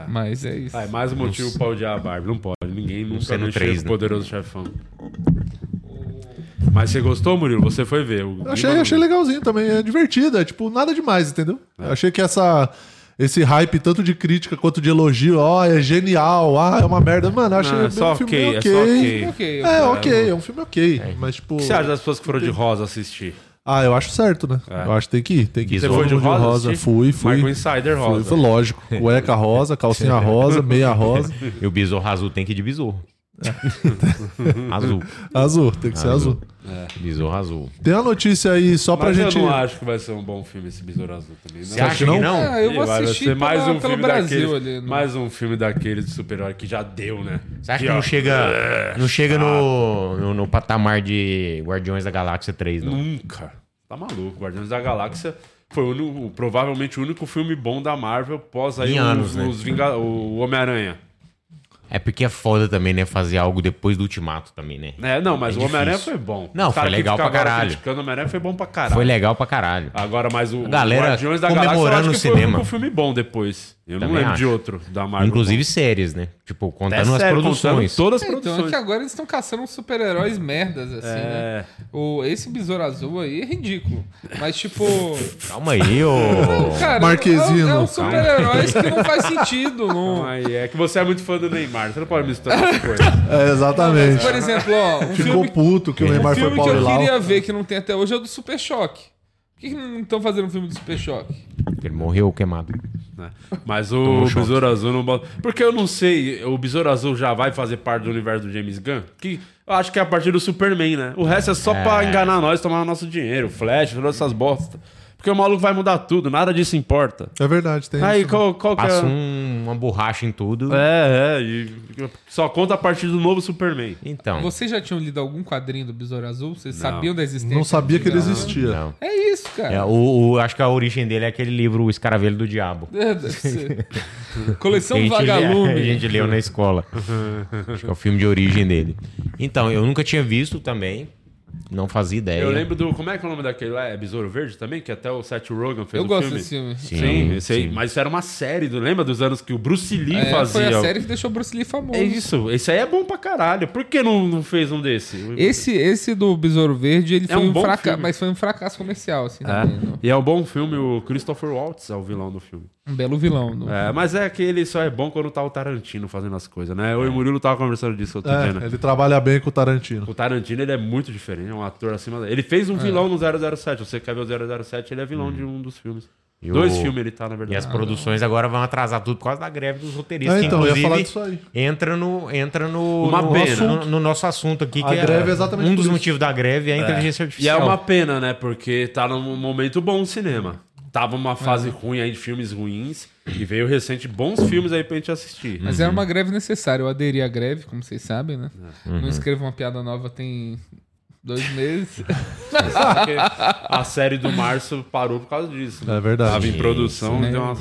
Speaker 4: Mas é isso.
Speaker 1: Ah, é mais um motivo pra odiar a Barbie. Não pode. Ninguém nunca
Speaker 3: sei no
Speaker 1: mexeu
Speaker 3: três,
Speaker 1: com o
Speaker 3: né?
Speaker 1: poderoso chefão. Mas você gostou, Murilo? Você foi ver. O
Speaker 2: Eu achei,
Speaker 1: Lima-
Speaker 2: achei legalzinho também, é divertido, é tipo, nada demais, entendeu?
Speaker 1: É.
Speaker 2: Eu achei que essa, esse hype, tanto de crítica quanto de elogio, ó, é genial, ah, é uma merda. Mano, eu achei
Speaker 1: Não, é
Speaker 2: um
Speaker 1: só
Speaker 2: filme
Speaker 1: ok,
Speaker 2: meio
Speaker 1: é só ok.
Speaker 4: Ok,
Speaker 2: É, ok, é um filme ok, mas tipo...
Speaker 1: O que você acha das pessoas que foram de rosa assistir?
Speaker 2: Ah, eu acho certo, né? Eu acho que tem que ir, tem que ir.
Speaker 1: Você
Speaker 2: Todo
Speaker 1: foi de
Speaker 2: mundo
Speaker 1: rosa assistir?
Speaker 2: Fui, fui.
Speaker 1: Marcou Insider
Speaker 2: Fui,
Speaker 1: rosa.
Speaker 2: foi lógico. Cueca rosa, calcinha rosa, meia rosa.
Speaker 3: E o Bizarro Azul tem que ir de Bizarro. azul.
Speaker 2: Azul, tem que ser azul.
Speaker 3: Bizarro Azul.
Speaker 2: Tem uma notícia aí só pra
Speaker 1: Mas
Speaker 2: gente...
Speaker 1: eu não acho que vai ser um bom filme esse Besouro Azul também. Não.
Speaker 3: Você acha que não?
Speaker 4: Ah, eu vou
Speaker 1: Vai
Speaker 4: assistir
Speaker 1: ser mais
Speaker 4: pela-
Speaker 1: um
Speaker 4: pelo
Speaker 1: filme
Speaker 4: Brasil
Speaker 1: daqueles,
Speaker 4: ali. né? no-
Speaker 1: Mais um filme daqueles de super-herói que já deu, né?
Speaker 3: né? Você acha
Speaker 1: Que,
Speaker 3: que não
Speaker 1: ó,
Speaker 2: É,
Speaker 3: chega, não chega no, no, no patamar de Guardiões da Galáxia 3, não?
Speaker 1: Nunca. Tá maluco. Guardiões da Galáxia foi o, único- provavelmente o único filme bom da Marvel pós aí
Speaker 3: Em
Speaker 1: os-
Speaker 3: anos, né?
Speaker 1: os Vinga- o Homem-Aranha.
Speaker 3: É porque é foda também, né? Fazer algo depois do Ultimato também, né?
Speaker 1: É, não, mas
Speaker 3: É
Speaker 1: o Homem-Aranha
Speaker 3: difícil.
Speaker 1: foi bom.
Speaker 3: Não,
Speaker 1: O cara
Speaker 3: foi
Speaker 1: que
Speaker 3: legal
Speaker 1: fica
Speaker 3: pra
Speaker 1: agora
Speaker 3: caralho.
Speaker 1: Criticando o Homem-Aranha foi bom pra caralho.
Speaker 3: Foi legal pra caralho.
Speaker 1: Agora, mas o
Speaker 3: galera
Speaker 1: o Guardiões da Galáxia eu acho
Speaker 3: comemorando
Speaker 1: que
Speaker 3: o
Speaker 1: foi o
Speaker 3: cinema.
Speaker 1: único filme bom depois. Eu não
Speaker 3: Também
Speaker 1: lembro de
Speaker 3: acho.
Speaker 1: outro da Marvel.
Speaker 3: Inclusive séries, né? Tipo,
Speaker 1: Até
Speaker 3: contando as
Speaker 1: sério,
Speaker 3: produções.
Speaker 1: contando Todas as
Speaker 4: Então é
Speaker 1: produções.
Speaker 4: que agora eles estão caçando uns super-heróis merdas, assim,
Speaker 1: É,
Speaker 4: né? O, esse besouro azul aí é ridículo. Mas, tipo.
Speaker 3: Calma aí, ô.
Speaker 4: Cara,
Speaker 2: Marquezino.
Speaker 4: É, um- é um super-herói que não faz sentido. Não.
Speaker 1: mas é que você é muito fã do Neymar, você não pode misturar essas coisas.
Speaker 2: É, exatamente.
Speaker 4: Por exemplo, ó, um
Speaker 2: Ficou
Speaker 4: filme,
Speaker 2: puto que o
Speaker 4: um
Speaker 2: Neymar foi
Speaker 4: filme que
Speaker 2: pau e
Speaker 4: eu
Speaker 2: lau.
Speaker 4: queria ver que não tem até hoje é o do Super Choque. Por que, que não estão fazendo um filme do Super Choque?
Speaker 3: Ele morreu queimado.
Speaker 1: né? Mas o
Speaker 3: choque.
Speaker 1: Besouro Azul não bota. Porque eu não sei, o Besouro Azul já vai fazer parte do universo do James Gunn? Que eu acho que é a partir do Superman, né? O resto é só pra enganar nós, tomar o nosso dinheiro, Flash, todas essas bostas. Porque o maluco vai mudar tudo, nada disso importa.
Speaker 2: É verdade, tem
Speaker 1: Aí,
Speaker 2: isso.
Speaker 1: qual, qual que é?
Speaker 3: Passa um- uma borracha em tudo.
Speaker 1: É, é. E só conta a partir do novo Superman.
Speaker 3: Então.
Speaker 4: Vocês já tinham lido algum quadrinho do Besouro Azul? Vocês sabiam da existência?
Speaker 2: Não sabia que ele
Speaker 4: Não.
Speaker 2: existia.
Speaker 3: Não.
Speaker 4: É isso, cara.
Speaker 3: É, o, o- acho que a origem dele é aquele livro O Escaravelho do Diabo.
Speaker 4: É, deve ser. Coleção
Speaker 3: Que a gente
Speaker 4: Vagalume.
Speaker 3: lê- A gente leu na escola. Acho que é o filme de origem dele. Então, eu nunca tinha visto também. Não fazia ideia.
Speaker 1: Eu lembro do. Como é que é o nome daquele lá? É Besouro Verde também? Que até o Seth Rogen fez
Speaker 4: Eu
Speaker 1: o
Speaker 4: gosto
Speaker 1: filme.
Speaker 4: desse filme.
Speaker 1: Sim,
Speaker 3: Sim,
Speaker 1: esse aí.
Speaker 3: sim.
Speaker 1: Mas isso era uma série, do- lembra dos anos que o Bruce Lee
Speaker 4: É,
Speaker 1: fazia?
Speaker 4: Foi a série que deixou o Bruce Lee famoso.
Speaker 1: É isso, esse aí é bom pra caralho. Por que não, não fez um desse?
Speaker 4: Esse, esse do Besouro Verde, ele
Speaker 1: É
Speaker 4: foi
Speaker 1: um
Speaker 4: um,
Speaker 1: bom
Speaker 4: fracasso,
Speaker 1: filme.
Speaker 4: mas foi um fracasso comercial, assim,
Speaker 1: É.
Speaker 4: também, não?
Speaker 1: E é um bom filme, o Christopher Waltz é o vilão do filme.
Speaker 4: Um belo vilão. no-
Speaker 1: É, mas é que ele só é bom quando tá o Tarantino fazendo as coisas, né? Eu e o Murilo tava conversando disso outro dia,
Speaker 2: É,
Speaker 1: né?
Speaker 2: ele trabalha bem com o Tarantino.
Speaker 1: O Tarantino, ele é muito diferente, é um ator acima da... Ele fez um
Speaker 2: É.
Speaker 1: vilão no 007, você quer ver o 007, ele é vilão de um dos filmes.
Speaker 3: Hum. E
Speaker 1: Dois
Speaker 3: o-
Speaker 1: filmes ele tá, na verdade.
Speaker 3: E as produções agora vão atrasar tudo por causa da greve dos roteiristas.
Speaker 1: É,
Speaker 3: que,
Speaker 1: então, eu ia
Speaker 3: inclusive,
Speaker 1: falar disso aí.
Speaker 3: Entra no, entra no,
Speaker 1: Uma
Speaker 3: no,
Speaker 1: pena.
Speaker 3: assunto- no nosso assunto aqui, que
Speaker 1: A greve é exatamente
Speaker 3: um
Speaker 1: por
Speaker 3: dos
Speaker 1: isso.
Speaker 3: motivos da greve é a inteligência artificial.
Speaker 1: E é uma pena, né? Porque tá num momento bom o cinema. Tava uma
Speaker 3: É.
Speaker 1: fase ruim aí de filmes ruins e veio recente bons filmes aí pra gente assistir.
Speaker 3: Hum.
Speaker 4: Mas era uma greve necessária. Eu aderi à greve, como vocês sabem, né?
Speaker 1: Uhum.
Speaker 4: Não escrevo uma piada nova tem dois meses.
Speaker 1: é Porque a série do Março parou por causa disso. né?
Speaker 2: É verdade.
Speaker 1: Tava em
Speaker 2: Sim,
Speaker 1: produção,
Speaker 4: sim.
Speaker 1: deu uma.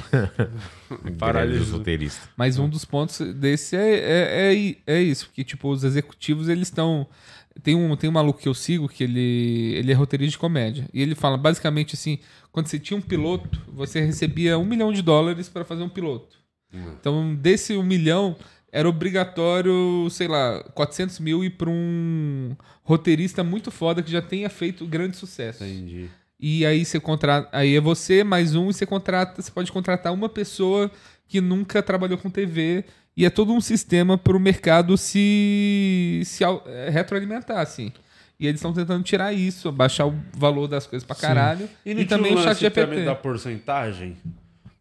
Speaker 3: Greve dos
Speaker 1: Paralisou.
Speaker 3: roteiristas.
Speaker 4: Mas um dos pontos desse é, é, é, é isso, porque tipo, os executivos eles estão. Tem um, tem um maluco que eu sigo que ele, ele é roteirista de comédia. E ele fala basicamente assim: quando você tinha um piloto, você recebia um milhão de dólares para fazer um piloto.
Speaker 1: Hum.
Speaker 4: Então, desse um milhão, era obrigatório, sei lá, 400 mil ir para um roteirista muito foda que já tenha feito grande sucesso.
Speaker 1: Entendi.
Speaker 4: E aí você contrata. Aí é você mais um, e você contrata. Você pode contratar uma pessoa que nunca trabalhou com TV. E é todo um sistema para o mercado se, se au- eh, retroalimentar, assim. E eles estão tentando tirar isso, baixar o valor das coisas pra caralho. E,
Speaker 1: não tinha
Speaker 4: também
Speaker 1: um
Speaker 4: o chat
Speaker 1: lance
Speaker 4: GPT.
Speaker 1: também da porcentagem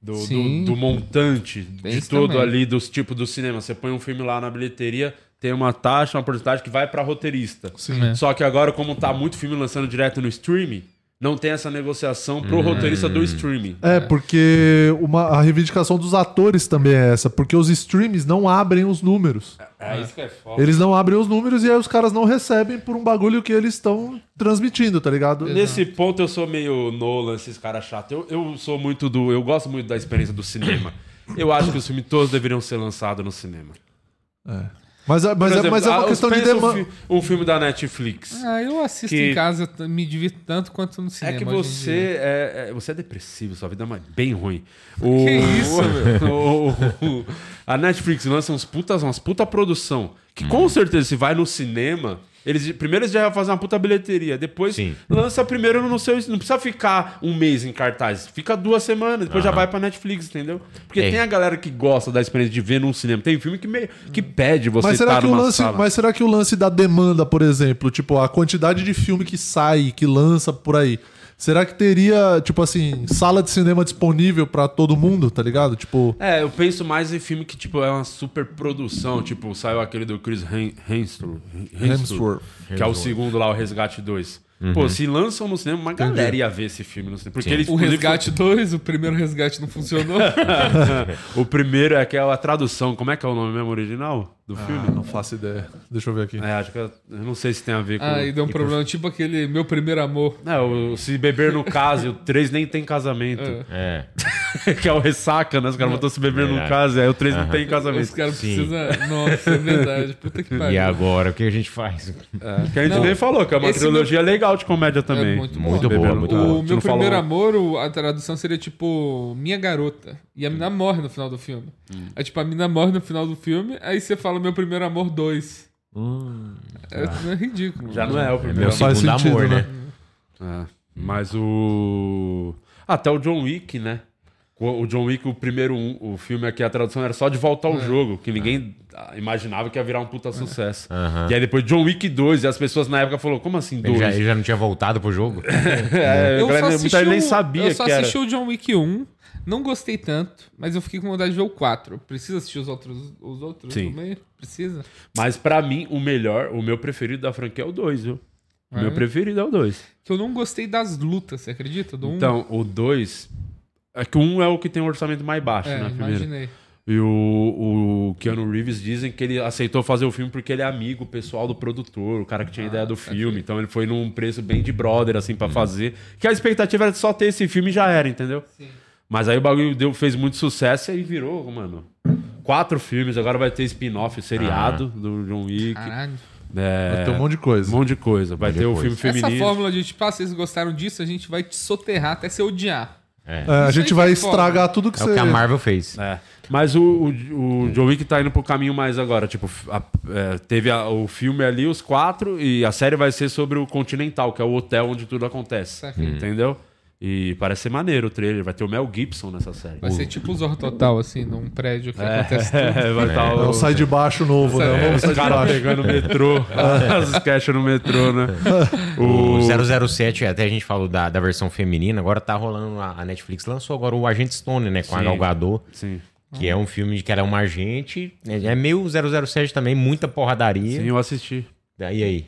Speaker 1: do,
Speaker 4: Sim.
Speaker 1: do, do montante
Speaker 4: Tem
Speaker 1: de
Speaker 4: isso
Speaker 1: todo
Speaker 4: também.
Speaker 1: ali dos tipos do cinema. Você põe um filme lá na bilheteria, tem uma taxa, uma porcentagem que vai pra roteirista.
Speaker 2: Sim. É.
Speaker 1: Só que agora, como tá muito filme lançando direto no streaming, não tem essa negociação pro roteirista do streaming.
Speaker 2: Hum. É, porque uma, a reivindicação dos atores também é essa, porque os streams não abrem os números.
Speaker 1: É isso que é foda.
Speaker 2: Eles não abrem os números e aí os caras não recebem por um bagulho que eles estão transmitindo, tá ligado?
Speaker 1: Nesse ponto eu sou meio Nolan, esses caras chatos. Eu, eu sou muito do. Eu gosto muito da experiência do cinema. Eu acho que os filmes todos deveriam ser lançados no cinema.
Speaker 2: É. Mas, é- mas,
Speaker 1: Por
Speaker 2: é- mas é
Speaker 1: exemplo,
Speaker 2: uma
Speaker 1: ah,
Speaker 2: questão de É,
Speaker 1: pensa um
Speaker 2: demanda.
Speaker 1: fi- Um filme da Netflix.
Speaker 4: Ah, eu assisto
Speaker 1: Que-
Speaker 4: em casa, t- me divirto tanto quanto no cinema.
Speaker 1: É que
Speaker 4: hoje em dia.
Speaker 1: você é, é- você é depressivo, sua vida é uma- bem ruim. O,
Speaker 4: Que isso, meu?
Speaker 1: o- o- a Netflix lança uns putas, umas puta produção. Que
Speaker 3: Uhum.
Speaker 1: com certeza, se vai no cinema, eles, primeiro eles já vão fazer uma puta bilheteria. Depois lança primeiro no seu. Não precisa ficar um mês em cartaz. Fica duas semanas, depois já
Speaker 3: Aham.
Speaker 1: vai pra Netflix, entendeu? Porque
Speaker 3: É.
Speaker 1: tem a galera que gosta da experiência de ver num cinema. Tem filme que, meio, que pede você
Speaker 2: Mas será,
Speaker 1: estar
Speaker 2: que o
Speaker 1: numa
Speaker 2: lance,
Speaker 1: sala.
Speaker 2: mas será que o lance da demanda, por exemplo, tipo, a quantidade de filme que sai, que lança por aí, será que teria, tipo assim, sala de cinema disponível pra todo mundo, tá ligado? Tipo,
Speaker 1: É, eu penso mais em filme que, tipo, é uma super produção. Tipo, saiu aquele do Chris Hem- Hemsworth.
Speaker 2: Hemsworth.
Speaker 1: Que é o
Speaker 2: Hemsworth.
Speaker 1: segundo lá, o Resgate 2.
Speaker 4: Uhum.
Speaker 1: Pô, se lançam no cinema, uma
Speaker 4: Entendi.
Speaker 1: galera ia ver esse filme no cinema. Porque tipo, ele,
Speaker 4: o
Speaker 1: inclusive,
Speaker 4: Resgate 2, o primeiro resgate não funcionou.
Speaker 1: o primeiro é aquela tradução. Como é que é o nome mesmo original do
Speaker 2: Ah,
Speaker 1: filme?
Speaker 2: não faço ideia. Deixa eu ver aqui.
Speaker 1: É, acho que eu eu não sei se tem a ver com.
Speaker 4: Ah, e deu um
Speaker 1: com-
Speaker 4: problema, tipo aquele Meu Primeiro Amor.
Speaker 1: É, o Se Beber no Case, o 3 nem tem casamento.
Speaker 3: É.
Speaker 4: Ah.
Speaker 1: que é o Ressaca, né? Os caras botam Se Beber no
Speaker 3: Verdade.
Speaker 1: Case, aí o 3 não
Speaker 3: Aham.
Speaker 1: tem casamento.
Speaker 4: Os caras
Speaker 3: Sim.
Speaker 4: precisam. Nossa, é verdade. Puta que
Speaker 1: é
Speaker 4: pariu. É
Speaker 3: E agora, o que a gente faz?
Speaker 1: Que a gente nem falou, que é uma
Speaker 4: esse É
Speaker 1: trilogia legal de comédia também.
Speaker 4: muito
Speaker 3: Muito
Speaker 1: Beber
Speaker 3: boa,
Speaker 1: no-
Speaker 3: Tá muito
Speaker 1: A
Speaker 3: boa.
Speaker 4: O
Speaker 1: gente
Speaker 4: meu
Speaker 1: não falou-
Speaker 4: primeiro amor, o- a tradução seria tipo Minha Garota. E a mina morre no final do filme.
Speaker 1: Hum.
Speaker 4: Aí, tipo, a mina morre no final do filme, aí você fala Meu Primeiro Amor 2. É, é ridículo.
Speaker 1: Hum, Já não é o primeiro
Speaker 3: meu segundo
Speaker 2: Faz sentido,
Speaker 3: amor, né?
Speaker 2: né?
Speaker 1: É, mas o. Até o John Wick, né? O o John Wick, o primeiro um, o filme aqui, a tradução era só de volta
Speaker 4: É.
Speaker 1: ao jogo, que ninguém ah, imaginava que ia virar um puta sucesso.
Speaker 3: Aham.
Speaker 1: E aí depois John Wick 2, e as pessoas na época falaram, como assim
Speaker 3: Ele
Speaker 1: 2?
Speaker 3: já, é- ele já não tinha voltado pro jogo?
Speaker 1: É, a galera- muita gente nem
Speaker 4: o-
Speaker 1: sabia
Speaker 4: um, eu só
Speaker 1: que era.
Speaker 4: assisti o John Wick 1, não gostei tanto, mas eu fiquei com vontade de ver o 4. Precisa assistir os outros, os outros
Speaker 1: Sim.
Speaker 4: também? Precisa?
Speaker 1: Mas pra mim, o melhor, o meu preferido da franquia é o 2, viu? O
Speaker 4: É.
Speaker 1: meu preferido é o 2.
Speaker 4: Que eu não gostei das lutas, você acredita? Do um.
Speaker 1: Então, o 2. É que o 1 um é o que tem o orçamento mais baixo,
Speaker 4: É,
Speaker 1: né? Primeiro.
Speaker 4: imaginei.
Speaker 1: E o, o Keanu Reeves dizem que ele aceitou fazer o filme porque ele é amigo pessoal do produtor, o cara que tinha ideia do filme. Então ele foi num preço bem de brother, assim, pra fazer. Que a expectativa era só ter esse filme e já era, entendeu? Mas aí o bagulho deu, fez muito sucesso e aí virou, mano. Quatro filmes, agora vai ter spin-off, seriado do John Wick.
Speaker 4: Caralho.
Speaker 1: É,
Speaker 2: Vai ter um monte de coisa.
Speaker 1: Um monte de coisa. Vai ter o filme
Speaker 4: Essa
Speaker 1: feminino.
Speaker 4: fórmula de tipo, ah, vocês gostaram disso, a gente vai te soterrar até você odiar.
Speaker 3: É.
Speaker 2: É, a
Speaker 4: Isso
Speaker 2: gente
Speaker 4: aí
Speaker 2: vai
Speaker 4: que é foda.
Speaker 2: estragar tudo que
Speaker 3: É
Speaker 2: você.
Speaker 3: o que a Marvel fez.
Speaker 1: É. Mas o, o, o John Wick tá indo pro caminho mais agora. Tipo, a- é, teve a- o filme ali, os quatro, e a série vai ser sobre o Continental, que é o hotel onde tudo acontece.
Speaker 4: Saquei.
Speaker 1: Entendeu? E parece ser maneiro o trailer. Vai ter o Mel Gibson nessa série.
Speaker 4: Vai ser tipo o Zorro Total, assim, num prédio que
Speaker 1: É,
Speaker 4: acontece tudo.
Speaker 1: vai tá o-
Speaker 2: É o sai de baixo novo, né?
Speaker 1: É,
Speaker 2: Vamos
Speaker 1: os
Speaker 2: sair de
Speaker 1: caras
Speaker 2: baixo.
Speaker 1: pegando o metrô, as caixas no metrô, né?
Speaker 3: O 007, até a gente falou da, da versão feminina, agora tá rolando, a, a Netflix lançou agora o Agente Stone, né, com a
Speaker 1: Sim.
Speaker 3: Gal Gadot,
Speaker 1: Sim.
Speaker 3: que é um filme de que ela é uma agente, né, é meio 007 também, muita porradaria.
Speaker 1: Sim, eu assisti.
Speaker 3: E aí?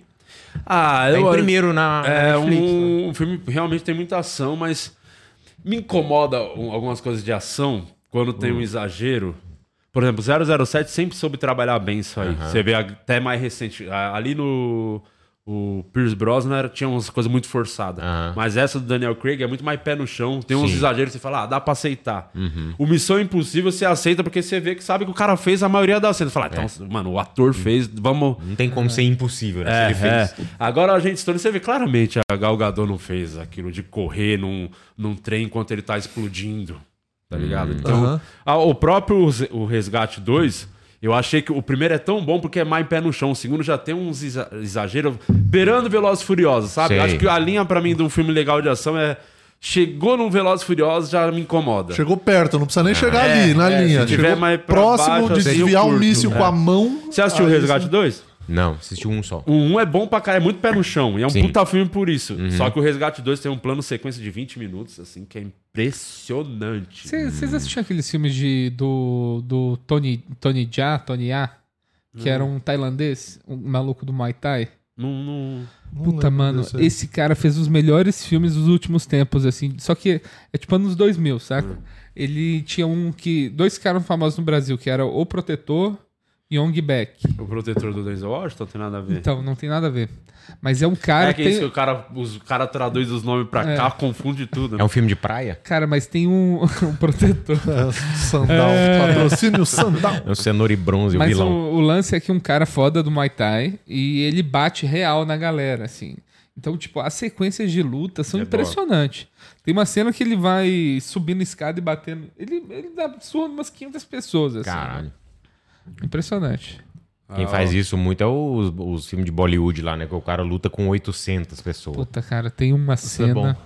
Speaker 1: Ah,
Speaker 3: Tá em primeiro na- na
Speaker 1: é,
Speaker 3: Netflix, né?
Speaker 1: um, um filme que realmente tem muita ação, mas me incomoda um- algumas coisas de ação quando
Speaker 3: Hum.
Speaker 1: tem um exagero. Por exemplo, 007 sempre soube trabalhar bem isso aí.
Speaker 3: Aham.
Speaker 1: Você vê até mais recente. a- Ali no o Pierce Brosnan tinha umas coisas muito forçadas. Mas essa do Daniel Craig é muito mais pé no chão. Tem uns
Speaker 3: Sim.
Speaker 1: exageros que você fala, ah, dá pra aceitar.
Speaker 3: Uhum.
Speaker 1: O Missão Impossível você aceita porque você vê que sabe que o cara fez a maioria das cenas. Você fala, ah,
Speaker 3: É.
Speaker 1: então, mano, o ator fez, vamos...
Speaker 3: Não tem como ser impossível, né?
Speaker 1: um É,
Speaker 3: se ele fez.
Speaker 1: é. Agora a gente Stone, você vê claramente a Gal Gadot não fez aquilo de correr num, num trem enquanto ele tá explodindo. Tá ligado?
Speaker 3: Hum.
Speaker 1: Então,
Speaker 2: Aham.
Speaker 1: a- o próprio Z- o Resgate 2, eu achei que o primeiro é tão bom porque é mais pé no chão. O segundo já tem uns exa- exageros beirando Velozes e Furiosos, sabe?
Speaker 3: Sei.
Speaker 1: Acho que a linha pra mim de um filme legal de ação é chegou num Velozes e Furiosos já me incomoda.
Speaker 2: Chegou perto, não precisa nem chegar ali, na
Speaker 1: é, se
Speaker 2: linha.
Speaker 1: tiver
Speaker 2: Chegou
Speaker 1: mais pra
Speaker 2: próximo
Speaker 1: baixo,
Speaker 2: de
Speaker 1: assim, eu
Speaker 2: desviar o
Speaker 1: curto.
Speaker 2: míssil
Speaker 1: É.
Speaker 2: com a mão.
Speaker 1: Você assistiu o
Speaker 2: Aí
Speaker 1: Resgate 2?
Speaker 3: Não, assistiu um só.
Speaker 1: O 1 é bom pra caralho, é muito pé no chão. E é um
Speaker 3: Sim.
Speaker 1: puta filme por isso.
Speaker 4: Uhum.
Speaker 1: Só que o Resgate 2 tem um plano sequência de 20 minutos, assim, que é impressionante.
Speaker 4: Cê- Vocês assistiram aqueles filmes de, do, do Tony, Tony Jaa, Tony A, que era um tailandês, um maluco do Muay Thai?
Speaker 1: Não, não-
Speaker 2: Não né?
Speaker 4: Puta,
Speaker 2: lembro
Speaker 4: mano,
Speaker 2: desse aí.
Speaker 4: esse cara fez os melhores filmes dos últimos tempos, assim. Só que é tipo anos 2000, saca?
Speaker 1: Hum.
Speaker 4: Ele tinha um que. Dois caras famosos no Brasil, que era O Protetor e Ong Beck.
Speaker 1: O protetor do Denzel Washington tem nada a ver.
Speaker 4: Então, não tem nada a ver. Mas é um cara.
Speaker 1: é que
Speaker 4: tem-
Speaker 1: isso que o cara, os cara traduz os nomes pra
Speaker 4: É.
Speaker 1: cá, confunde tudo. né?
Speaker 3: É um filme de praia?
Speaker 4: Cara, mas tem um, um protetor.
Speaker 2: É, Sandal, patrocínio Sandal.
Speaker 3: É o Cenoura e Bronze, o
Speaker 4: Mas o,
Speaker 3: vilão.
Speaker 4: o lance é que um cara foda do Muay Thai e ele bate real na galera, assim. Então, tipo, as sequências de luta são
Speaker 1: É
Speaker 4: impressionantes. Tem uma cena que ele vai subindo escada e batendo. Ele, ele dá surra em umas 500 pessoas, assim.
Speaker 3: Caralho.
Speaker 4: Impressionante.
Speaker 1: Ah.
Speaker 3: Quem faz isso muito é os, os filmes de Bollywood lá, né? Que o cara luta com 800 pessoas.
Speaker 4: Puta, cara, tem uma
Speaker 3: é
Speaker 4: cena.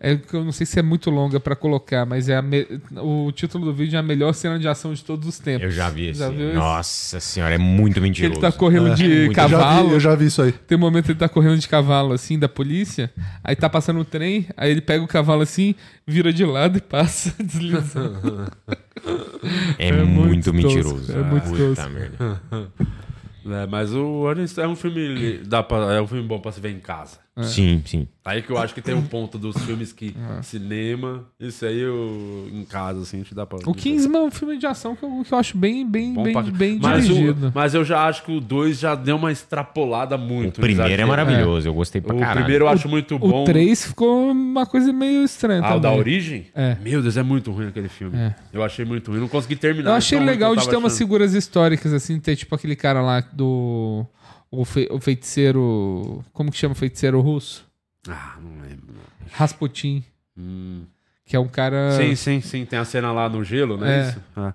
Speaker 4: É que eu não sei se é muito longa pra colocar, mas é a me- o título do vídeo é a melhor cena de ação de todos os tempos.
Speaker 3: Eu já vi esse.
Speaker 4: Já viu esse?
Speaker 3: Nossa É. senhora, é muito
Speaker 4: Que
Speaker 3: mentiroso.
Speaker 4: ele tá correndo de
Speaker 3: muito-
Speaker 2: Eu já,
Speaker 4: cavalo.
Speaker 2: vi, eu já vi isso aí.
Speaker 4: Tem um momento que ele tá correndo de cavalo, assim, da polícia. Aí tá passando um trem, aí ele pega o cavalo assim, vira de lado e passa, deslizando.
Speaker 3: É,
Speaker 4: É
Speaker 3: muito,
Speaker 4: muito
Speaker 3: mentiroso.
Speaker 4: tosco, é muito
Speaker 3: Puta
Speaker 4: tosco.
Speaker 3: merda.
Speaker 4: um-
Speaker 1: É, mas o Aniston é um filme. Dá pra, é um filme bom pra se ver em casa.
Speaker 4: É.
Speaker 3: Sim, sim.
Speaker 1: Aí que eu acho que tem um ponto dos filmes que cinema, isso aí eu, em casa, assim, te dá pra.
Speaker 4: O Kingsman é um filme de ação que eu, que eu acho bem, bem,
Speaker 1: Bom
Speaker 4: bem,
Speaker 1: pra-
Speaker 4: bem
Speaker 1: mas,
Speaker 4: dirigido.
Speaker 1: o, mas eu já acho que o 2 já deu uma extrapolada
Speaker 3: O
Speaker 1: muito.
Speaker 3: primeiro é
Speaker 1: exagero.
Speaker 3: maravilhoso, eu gostei pra
Speaker 1: O
Speaker 3: caralho.
Speaker 1: primeiro eu acho muito bom.
Speaker 4: O 3 ficou uma coisa meio estranha
Speaker 1: Ah, o da
Speaker 4: também.
Speaker 1: origem?
Speaker 4: É.
Speaker 1: Meu Deus, é muito ruim aquele filme.
Speaker 4: É.
Speaker 1: Eu achei muito ruim. Não consegui terminar.
Speaker 4: Eu achei
Speaker 1: tão ruim que
Speaker 4: legal
Speaker 1: então, eu
Speaker 4: de ter
Speaker 1: tava
Speaker 4: umas
Speaker 1: achando.
Speaker 4: figuras históricas, assim, ter tipo aquele cara lá do... O, fe- o feiticeiro... Como que chama o feiticeiro russo?
Speaker 1: Ah, não lembro.
Speaker 4: Rasputin,
Speaker 1: Hum.
Speaker 4: que é um cara...
Speaker 1: Sim, sim, sim. Tem a cena lá no gelo, não é,
Speaker 4: É.
Speaker 1: isso? Ah.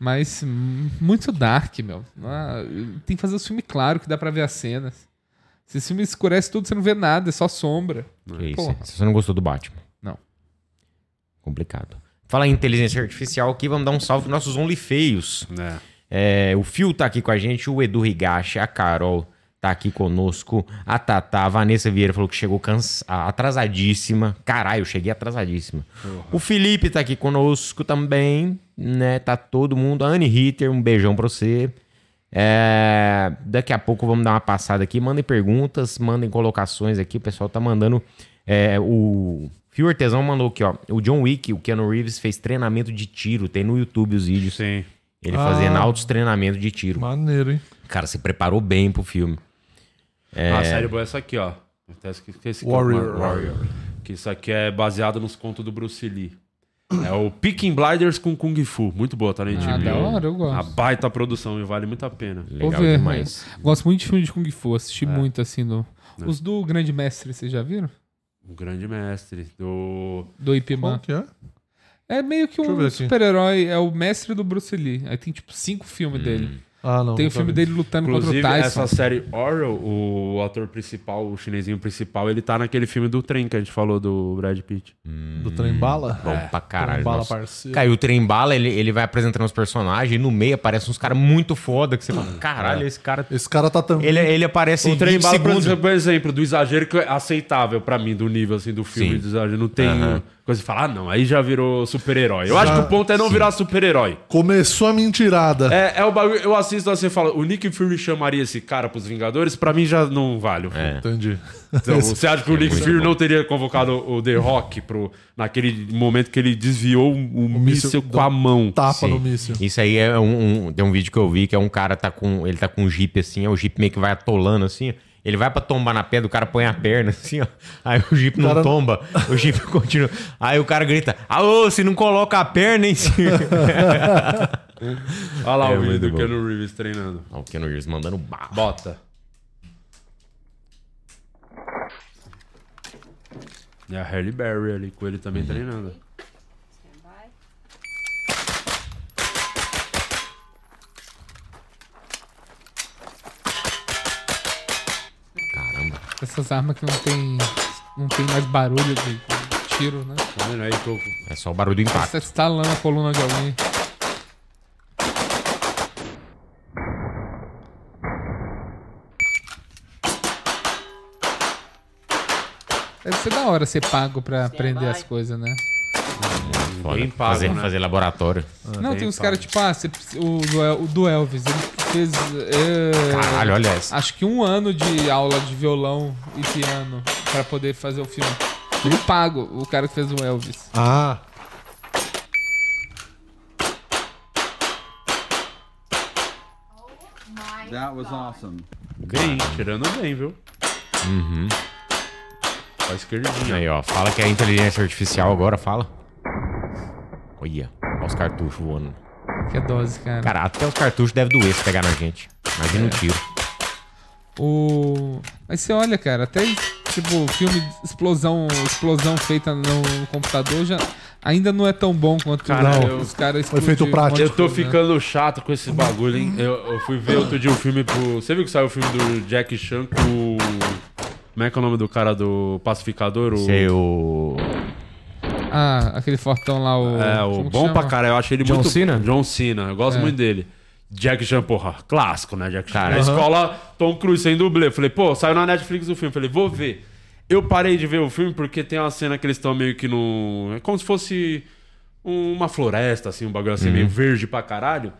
Speaker 4: Mas hum, muito dark, meu. Ah, Tem que fazer os filmes claro que dá pra ver as cenas. Se esse filme escurece tudo, você não vê nada, é só sombra.
Speaker 3: Que isso,
Speaker 4: Porra.
Speaker 3: hein? Se você não gostou do Batman.
Speaker 4: Não.
Speaker 3: Complicado. Falar em inteligência artificial aqui, vamos dar um salve pros nossos Only Feios.
Speaker 1: É.
Speaker 3: É, o Fio tá aqui com a gente, o Edu Higashi, a Carol tá aqui conosco, a Tatá, a Vanessa Vieira falou que chegou cansa- atrasadíssima. Caralho, cheguei atrasadíssima. O Felipe tá aqui conosco também, né? Tá todo mundo. A Anne Ritter, um beijão pra você. É, daqui a pouco vamos dar uma passada aqui. Mandem perguntas, mandem colocações aqui. O pessoal tá mandando. é, o Fio Artesão mandou aqui, ó. O John Wick, o Keanu Reeves, fez treinamento de tiro. Tem no YouTube os vídeos.
Speaker 1: Sim.
Speaker 3: Ele
Speaker 2: Ah.
Speaker 3: fazendo altos treinamentos de tiro.
Speaker 2: Maneiro, hein?
Speaker 3: O cara se preparou bem pro filme.
Speaker 1: Ah, a série boa é essa aqui, ó. Eu Até esqueci
Speaker 2: Warrior.
Speaker 1: Que, é né? Warrior. que isso aqui é baseado nos contos do Bruce Lee. É o Picking Blinders com Kung Fu. Muito boa, tá na
Speaker 4: Ah,
Speaker 1: HBO.
Speaker 4: da hora, eu
Speaker 1: A
Speaker 4: gosto.
Speaker 1: baita produção e vale muito a pena.
Speaker 4: Vou
Speaker 3: Legal
Speaker 4: ver.
Speaker 3: demais.
Speaker 2: Ah.
Speaker 4: Gosto muito de filme de Kung Fu,
Speaker 2: É.
Speaker 4: assisti muito assim. No... Os do Grande Mestre, vocês já viram?
Speaker 1: O grande mestre do.
Speaker 4: Do Ip
Speaker 2: Qual
Speaker 4: Man.
Speaker 2: que é?
Speaker 4: É meio que
Speaker 2: Deixa eu ver
Speaker 4: um
Speaker 2: aqui.
Speaker 4: super-herói, é o mestre do Bruce Lee. Aí tem tipo cinco filmes dele.
Speaker 2: Ah, não,
Speaker 4: Tem
Speaker 2: não
Speaker 4: o filme
Speaker 2: sabia.
Speaker 4: dele lutando
Speaker 1: Inclusive,
Speaker 4: contra o Tyson.
Speaker 1: essa série Oral, o ator principal, o chinesinho principal, ele tá naquele filme do trem que a gente falou do Brad Pitt.
Speaker 2: Do trem bala?
Speaker 3: Hum,
Speaker 2: É,
Speaker 3: Bom pra caralho.
Speaker 2: Trem Bala,
Speaker 3: nossa.
Speaker 2: parceiro.
Speaker 3: Cara, e o trem bala, ele, ele vai apresentando os personagens e no meio aparecem uns caras muito foda que você fala, caralho, esse cara.
Speaker 2: Esse cara tá também.
Speaker 3: Ele, ele aparece
Speaker 1: O
Speaker 3: em
Speaker 1: trem
Speaker 3: 20
Speaker 1: bala, por
Speaker 3: segundos.
Speaker 1: exemplo, por exemplo, do exagero que é aceitável pra mim, do nível assim, do filme
Speaker 3: Sim.
Speaker 1: do exagero. Não tem
Speaker 3: Aham.
Speaker 1: coisa de falar, ah, não, aí já virou super-herói. Eu
Speaker 2: Já-
Speaker 1: acho que o ponto é não virar super-herói.
Speaker 2: Começou a mentirada.
Speaker 1: É, é o bagulho, eu assisto assim e falo, o Nick Fury chamaria esse cara pros Vingadores, pra mim já não vale. o filme.
Speaker 3: É.
Speaker 2: Entendi.
Speaker 1: Então, você acha que o Nick
Speaker 3: muito
Speaker 1: Fury
Speaker 3: é bom.
Speaker 1: não teria convocado o The Rock pro, naquele momento que ele desviou o, míssil,
Speaker 2: míssil
Speaker 1: com
Speaker 2: do-
Speaker 1: a mão?
Speaker 2: Tapa
Speaker 3: Sim.
Speaker 2: no míssil.
Speaker 3: Isso aí é um, um- Tem um vídeo que eu vi que é um cara tá com. Ele tá com um jeep assim, é o jeep meio que vai atolando assim. ó. Ele vai pra tombar na pedra, o cara põe a perna assim, ó. Aí o jeep não
Speaker 2: Cara-
Speaker 3: tomba, o jeep continua. Aí o cara grita: Alô, se não coloca a perna, hein? senhor?"
Speaker 1: Olha lá
Speaker 3: É
Speaker 1: o vídeo
Speaker 3: muito
Speaker 1: do
Speaker 3: bom.
Speaker 1: Keanu Reeves treinando.
Speaker 3: Ó, o Keanu Reeves mandando bala.
Speaker 1: Bota. E É a Halle Berry ali com ele
Speaker 3: Uhum.
Speaker 1: também treinando.
Speaker 3: Caramba.
Speaker 4: Essas armas que não tem, não tem mais barulho de de tiro, né?
Speaker 1: Tá vendo aí, Coco?
Speaker 3: É só o barulho do
Speaker 4: Você
Speaker 3: impacto.
Speaker 4: Tá estalando a coluna de alguém. Deve ser da hora ser pago pra aprender as coisas, né?
Speaker 3: Foda.
Speaker 1: Bem pago,
Speaker 3: fazer,
Speaker 1: né?
Speaker 3: fazer laboratório.
Speaker 4: Não, tem uns caras tipo, ah, você precisa- o, do El- o do Elvis, ele fez. é,
Speaker 3: Caralho, olha essa.
Speaker 4: Acho que um ano de aula de violão e piano pra poder fazer o filme. Tudo pago, o cara que fez o Elvis.
Speaker 2: Ah.
Speaker 1: Bem, tirando bem, viu?
Speaker 3: Uhum.
Speaker 1: Ó a esquerdinha.
Speaker 3: Aí, ó. Fala que é inteligência artificial agora, fala. Olha, ó os cartuchos voando.
Speaker 4: Que é dose, cara.
Speaker 3: Cara, até os cartuchos devem doer se pegar na gente.
Speaker 1: É.
Speaker 3: Imagina um tiro.
Speaker 4: O... Mas você olha, cara, até tipo, filme de explosão, explosão feita no computador já ainda não é tão bom quanto
Speaker 1: Caralho, eu-
Speaker 4: os caras
Speaker 2: Foi feito
Speaker 4: explodiram um
Speaker 2: prático.
Speaker 4: monte de
Speaker 1: Eu tô
Speaker 4: coisa, né?
Speaker 1: ficando chato com esse bagulho, hein? Eu, eu fui ver outro dia um filme pro. Você viu que saiu o filme do Jack Chan com. o- Como é que é o nome do cara do pacificador? O...
Speaker 3: Sei o.
Speaker 4: Ah, aquele fortão lá, o.
Speaker 1: É, o
Speaker 4: como que
Speaker 1: bom
Speaker 4: chama?
Speaker 1: pra caralho. Eu acho ele
Speaker 5: John
Speaker 1: muito.
Speaker 5: Cena?
Speaker 1: John Cena. Eu gosto
Speaker 4: É.
Speaker 1: muito dele. Jack Chan, porra, clássico, né? Jack Chan.
Speaker 3: Cara,
Speaker 1: na escola, Tom Cruise sem dublê. Falei, pô, saiu na Netflix o filme. Falei, vou ver. Eu parei de ver o filme porque tem uma cena que eles estão meio que no. É como se fosse uma floresta, assim, um bagulho
Speaker 3: Uhum.
Speaker 1: assim, meio verde pra caralho.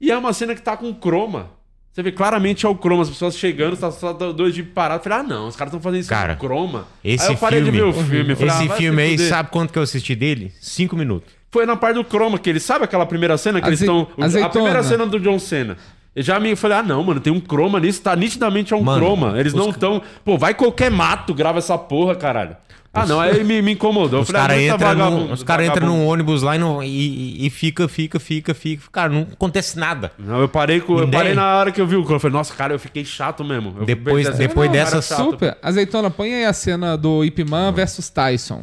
Speaker 1: E é uma cena que tá com croma. Você vê claramente é o croma, as pessoas chegando, tá só dois de parado. Falei, ah, não, os caras estão fazendo isso
Speaker 3: Cara,
Speaker 1: com croma.
Speaker 3: esse
Speaker 1: Aí eu parei
Speaker 3: filme-
Speaker 1: de ver o filme. Falei, ah,
Speaker 3: Esse
Speaker 1: vai se
Speaker 3: filme aí,
Speaker 1: fuder.
Speaker 3: sabe quanto que eu assisti dele? Cinco minutos.
Speaker 1: Foi na parte do croma, que ele sabe aquela primeira cena que eles
Speaker 4: Azei-
Speaker 1: estão. A
Speaker 4: azeitona.
Speaker 1: primeira cena do John Cena. Eu já me falei, ah, não, mano, tem um croma nisso, tá nitidamente é um
Speaker 3: Mano,
Speaker 1: croma. Eles não estão. Pô, vai qualquer mato, grava essa porra, caralho. Ah, não, aí me, me incomodou. Eu
Speaker 3: Os
Speaker 1: falei, ah,
Speaker 3: caras
Speaker 1: muita
Speaker 3: entram
Speaker 1: vagabundo,
Speaker 3: no, os cara entra
Speaker 1: vagabundo.
Speaker 3: num ônibus lá e, não, e, e- e fica, fica, fica, fica. Cara, não acontece nada.
Speaker 1: Não, eu parei, com, eu
Speaker 3: Ninguém?
Speaker 1: parei na hora que eu vi o croma. Eu falei, nossa, cara, eu fiquei assim, chato mesmo. Eu
Speaker 3: Depois-
Speaker 1: pensei
Speaker 3: depois
Speaker 1: "Não, cara,
Speaker 3: dessa-
Speaker 1: chato."
Speaker 4: Super. Azeitona, põe aí a cena do Ip Man versus Tyson.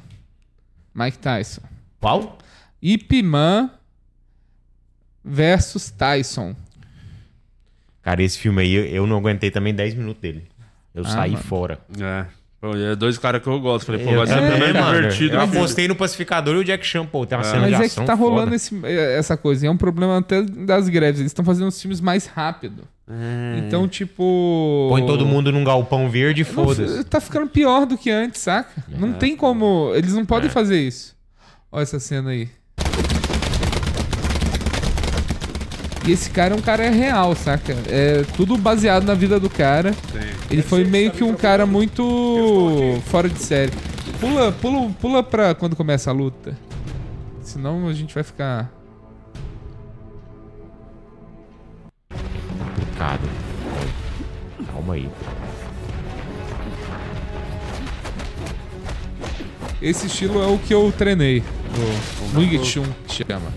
Speaker 4: Mike Tyson.
Speaker 3: Qual?
Speaker 4: Ip Man versus Tyson.
Speaker 3: Cara, esse filme aí, eu não aguentei também 10 minutos dele. Eu
Speaker 1: Ah,
Speaker 3: saí fora.
Speaker 1: É. Pô, e é dois caras que eu gosto. Falei, pô,
Speaker 3: Eu
Speaker 1: vai ser
Speaker 3: também,
Speaker 1: bem
Speaker 3: É, mano.
Speaker 1: divertido.
Speaker 3: Eu
Speaker 1: o filme.
Speaker 3: apostei no Pacificador e o Jack Chan, pô, tem uma cena de
Speaker 4: Mas é
Speaker 3: ação
Speaker 4: que tá
Speaker 3: foda.
Speaker 4: rolando esse- eh, essa coisa. E é um problema até das greves. Eles estão fazendo os filmes mais rápido. Então, tipo.
Speaker 3: Põe todo mundo num galpão verde e
Speaker 4: Não,
Speaker 3: foda-se.
Speaker 4: Tá ficando pior do que antes, saca? Não tem como. Eles não podem fazer isso. Olha essa cena aí. E esse cara é um cara real, saca? É tudo baseado na vida do cara. Ele foi meio que um cara muito fora de série. Pula, pula, pula pra quando começa a luta. Senão a gente vai ficar.
Speaker 3: Cara, calma aí.
Speaker 4: Esse estilo é o que eu treinei. O Wing Chun que chama.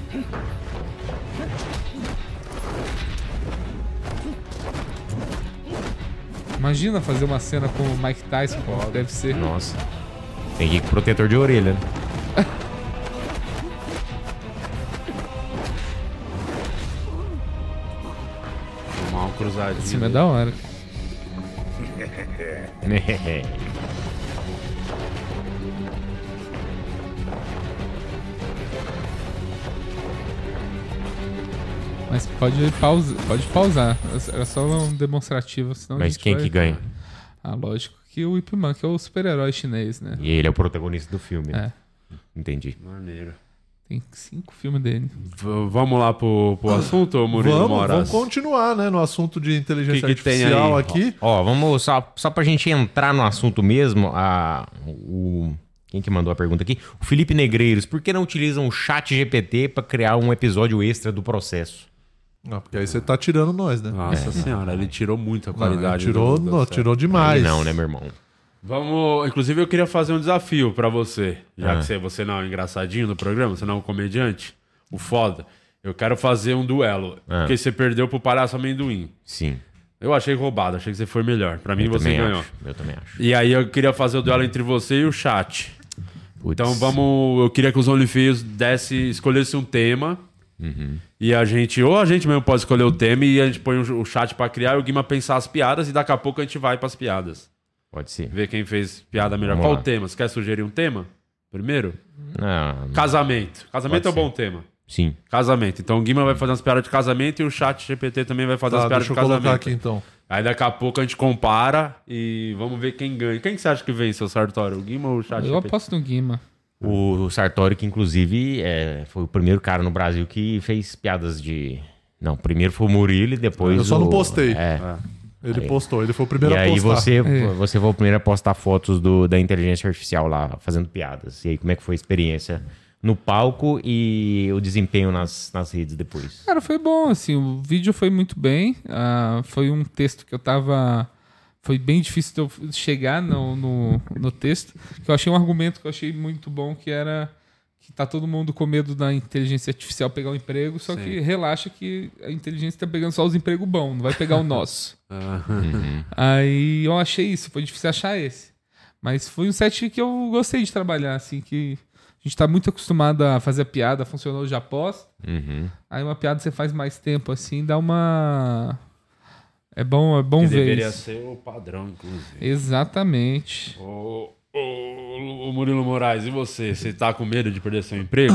Speaker 4: Imagina fazer uma cena com o Mike Tyson, pô, deve ser.
Speaker 3: Nossa. Tem que ir com protetor de orelha, né?
Speaker 1: Tomar uma cruzadinha.
Speaker 4: Esse filme é da hora.
Speaker 3: né?
Speaker 4: Mas pode, pausa, pode pausar. Era só um demonstrativo, senão a
Speaker 3: Mas
Speaker 4: gente
Speaker 3: quem
Speaker 4: vai-
Speaker 3: que ganha?
Speaker 4: Ah, lógico que o Ip Man, que é o super-herói chinês, né?
Speaker 3: E ele é o protagonista do filme.
Speaker 4: É.
Speaker 3: né? Entendi.
Speaker 1: Maneiro.
Speaker 4: Tem cinco filmes dele.
Speaker 1: V- vamos lá pro, pro assunto, ô Murilo
Speaker 2: vamos,
Speaker 1: Moraes?
Speaker 2: vamos continuar, né, no assunto de inteligência
Speaker 1: Que que tem
Speaker 2: artificial
Speaker 1: aí?
Speaker 2: aqui.
Speaker 3: Ó, ó, vamos só, só pra gente entrar no assunto mesmo, a, o, quem que mandou a pergunta aqui? O Felipe Negreiros, por que não utilizam o chat GPT pra criar um episódio extra do processo?
Speaker 2: Ah, porque aí você tá tirando nós,
Speaker 3: Ah,
Speaker 2: né?
Speaker 1: Nossa senhora, ele tirou muito a
Speaker 2: Não, ele
Speaker 1: qualidade.
Speaker 2: tirou,
Speaker 1: do- do-
Speaker 2: não,
Speaker 1: do-
Speaker 2: tirou demais.
Speaker 3: Aí não, né, meu irmão?
Speaker 1: Vamos, inclusive eu queria fazer um desafio pra você, já
Speaker 3: Ah.
Speaker 1: que você, você não é um engraçadinho do programa, você não é um comediante, o foda. Eu quero fazer um duelo,
Speaker 3: Ah.
Speaker 1: porque você perdeu pro Palhaço Amendoim.
Speaker 3: Sim.
Speaker 1: Eu achei roubado, achei que você foi melhor. Pra mim
Speaker 3: eu
Speaker 1: você
Speaker 3: também
Speaker 1: ganhou.
Speaker 3: acho. Eu também acho.
Speaker 1: E aí eu queria fazer o duelo entre você e o chat.
Speaker 3: Putz.
Speaker 1: Então vamos, eu queria que os OnlyFans desse, escolhesse um tema
Speaker 3: Uhum.
Speaker 1: e a gente, ou a gente mesmo pode escolher o tema e a gente põe o o chat pra criar e o Guima pensar as piadas e daqui a pouco a gente vai pras piadas.
Speaker 3: Pode ser.
Speaker 1: Ver quem fez piada melhor.
Speaker 3: Vamos
Speaker 1: Qual
Speaker 3: lá.
Speaker 1: o tema? Você quer sugerir um tema? Primeiro?
Speaker 3: Ah,
Speaker 1: Casamento. Casamento
Speaker 3: Pode
Speaker 1: é um bom tema.
Speaker 3: Sim.
Speaker 1: Casamento. Então o Guima vai fazer umas piadas de casamento e o chat GPT também vai fazer
Speaker 2: Tá,
Speaker 1: umas piadas
Speaker 2: deixa eu
Speaker 1: de casamento.
Speaker 2: colocar aqui então.
Speaker 1: Aí daqui a pouco a gente compara e vamos ver quem ganha. Quem que você acha que vence, seu Sartório? O Guima ou o chat
Speaker 4: Eu
Speaker 3: é
Speaker 1: GPT?
Speaker 4: aposto no Guima.
Speaker 3: O Sartori, que inclusive é, foi o primeiro cara no Brasil que fez piadas de. Não, primeiro foi o Murilo e depois.
Speaker 2: Eu só não
Speaker 3: o-
Speaker 2: postei.
Speaker 3: É.
Speaker 2: Ele
Speaker 3: Aí.
Speaker 2: postou, ele foi o primeiro
Speaker 3: e
Speaker 2: a
Speaker 3: aí
Speaker 2: postar.
Speaker 3: você,
Speaker 4: É.
Speaker 3: você foi o primeiro a postar fotos do, da inteligência artificial lá, fazendo piadas. E aí, como é que foi a experiência no palco e o desempenho nas, nas redes depois?
Speaker 4: Cara, foi bom, assim, o vídeo foi muito bem. ah, foi um texto que eu tava. Foi bem difícil de eu chegar no, no, no texto. Que eu achei um argumento que eu achei muito bom, que era que tá todo mundo com medo da inteligência artificial pegar um emprego, só que relaxa que a inteligência tá pegando só os empregos bons, não vai pegar o nosso. Aí eu achei isso, foi difícil achar esse. Mas foi um set que eu gostei de trabalhar, assim, que a gente tá muito acostumado a fazer a piada, funcionou já após.
Speaker 3: Uhum.
Speaker 4: Aí uma piada você faz mais tempo, assim, dá uma. É bom, é bom
Speaker 1: Que
Speaker 4: ver
Speaker 1: deveria
Speaker 4: isso.
Speaker 1: ser o padrão, inclusive.
Speaker 4: Exatamente.
Speaker 1: Ô, ô, ô, Murilo Moraes, e você? Você tá com medo de perder seu emprego?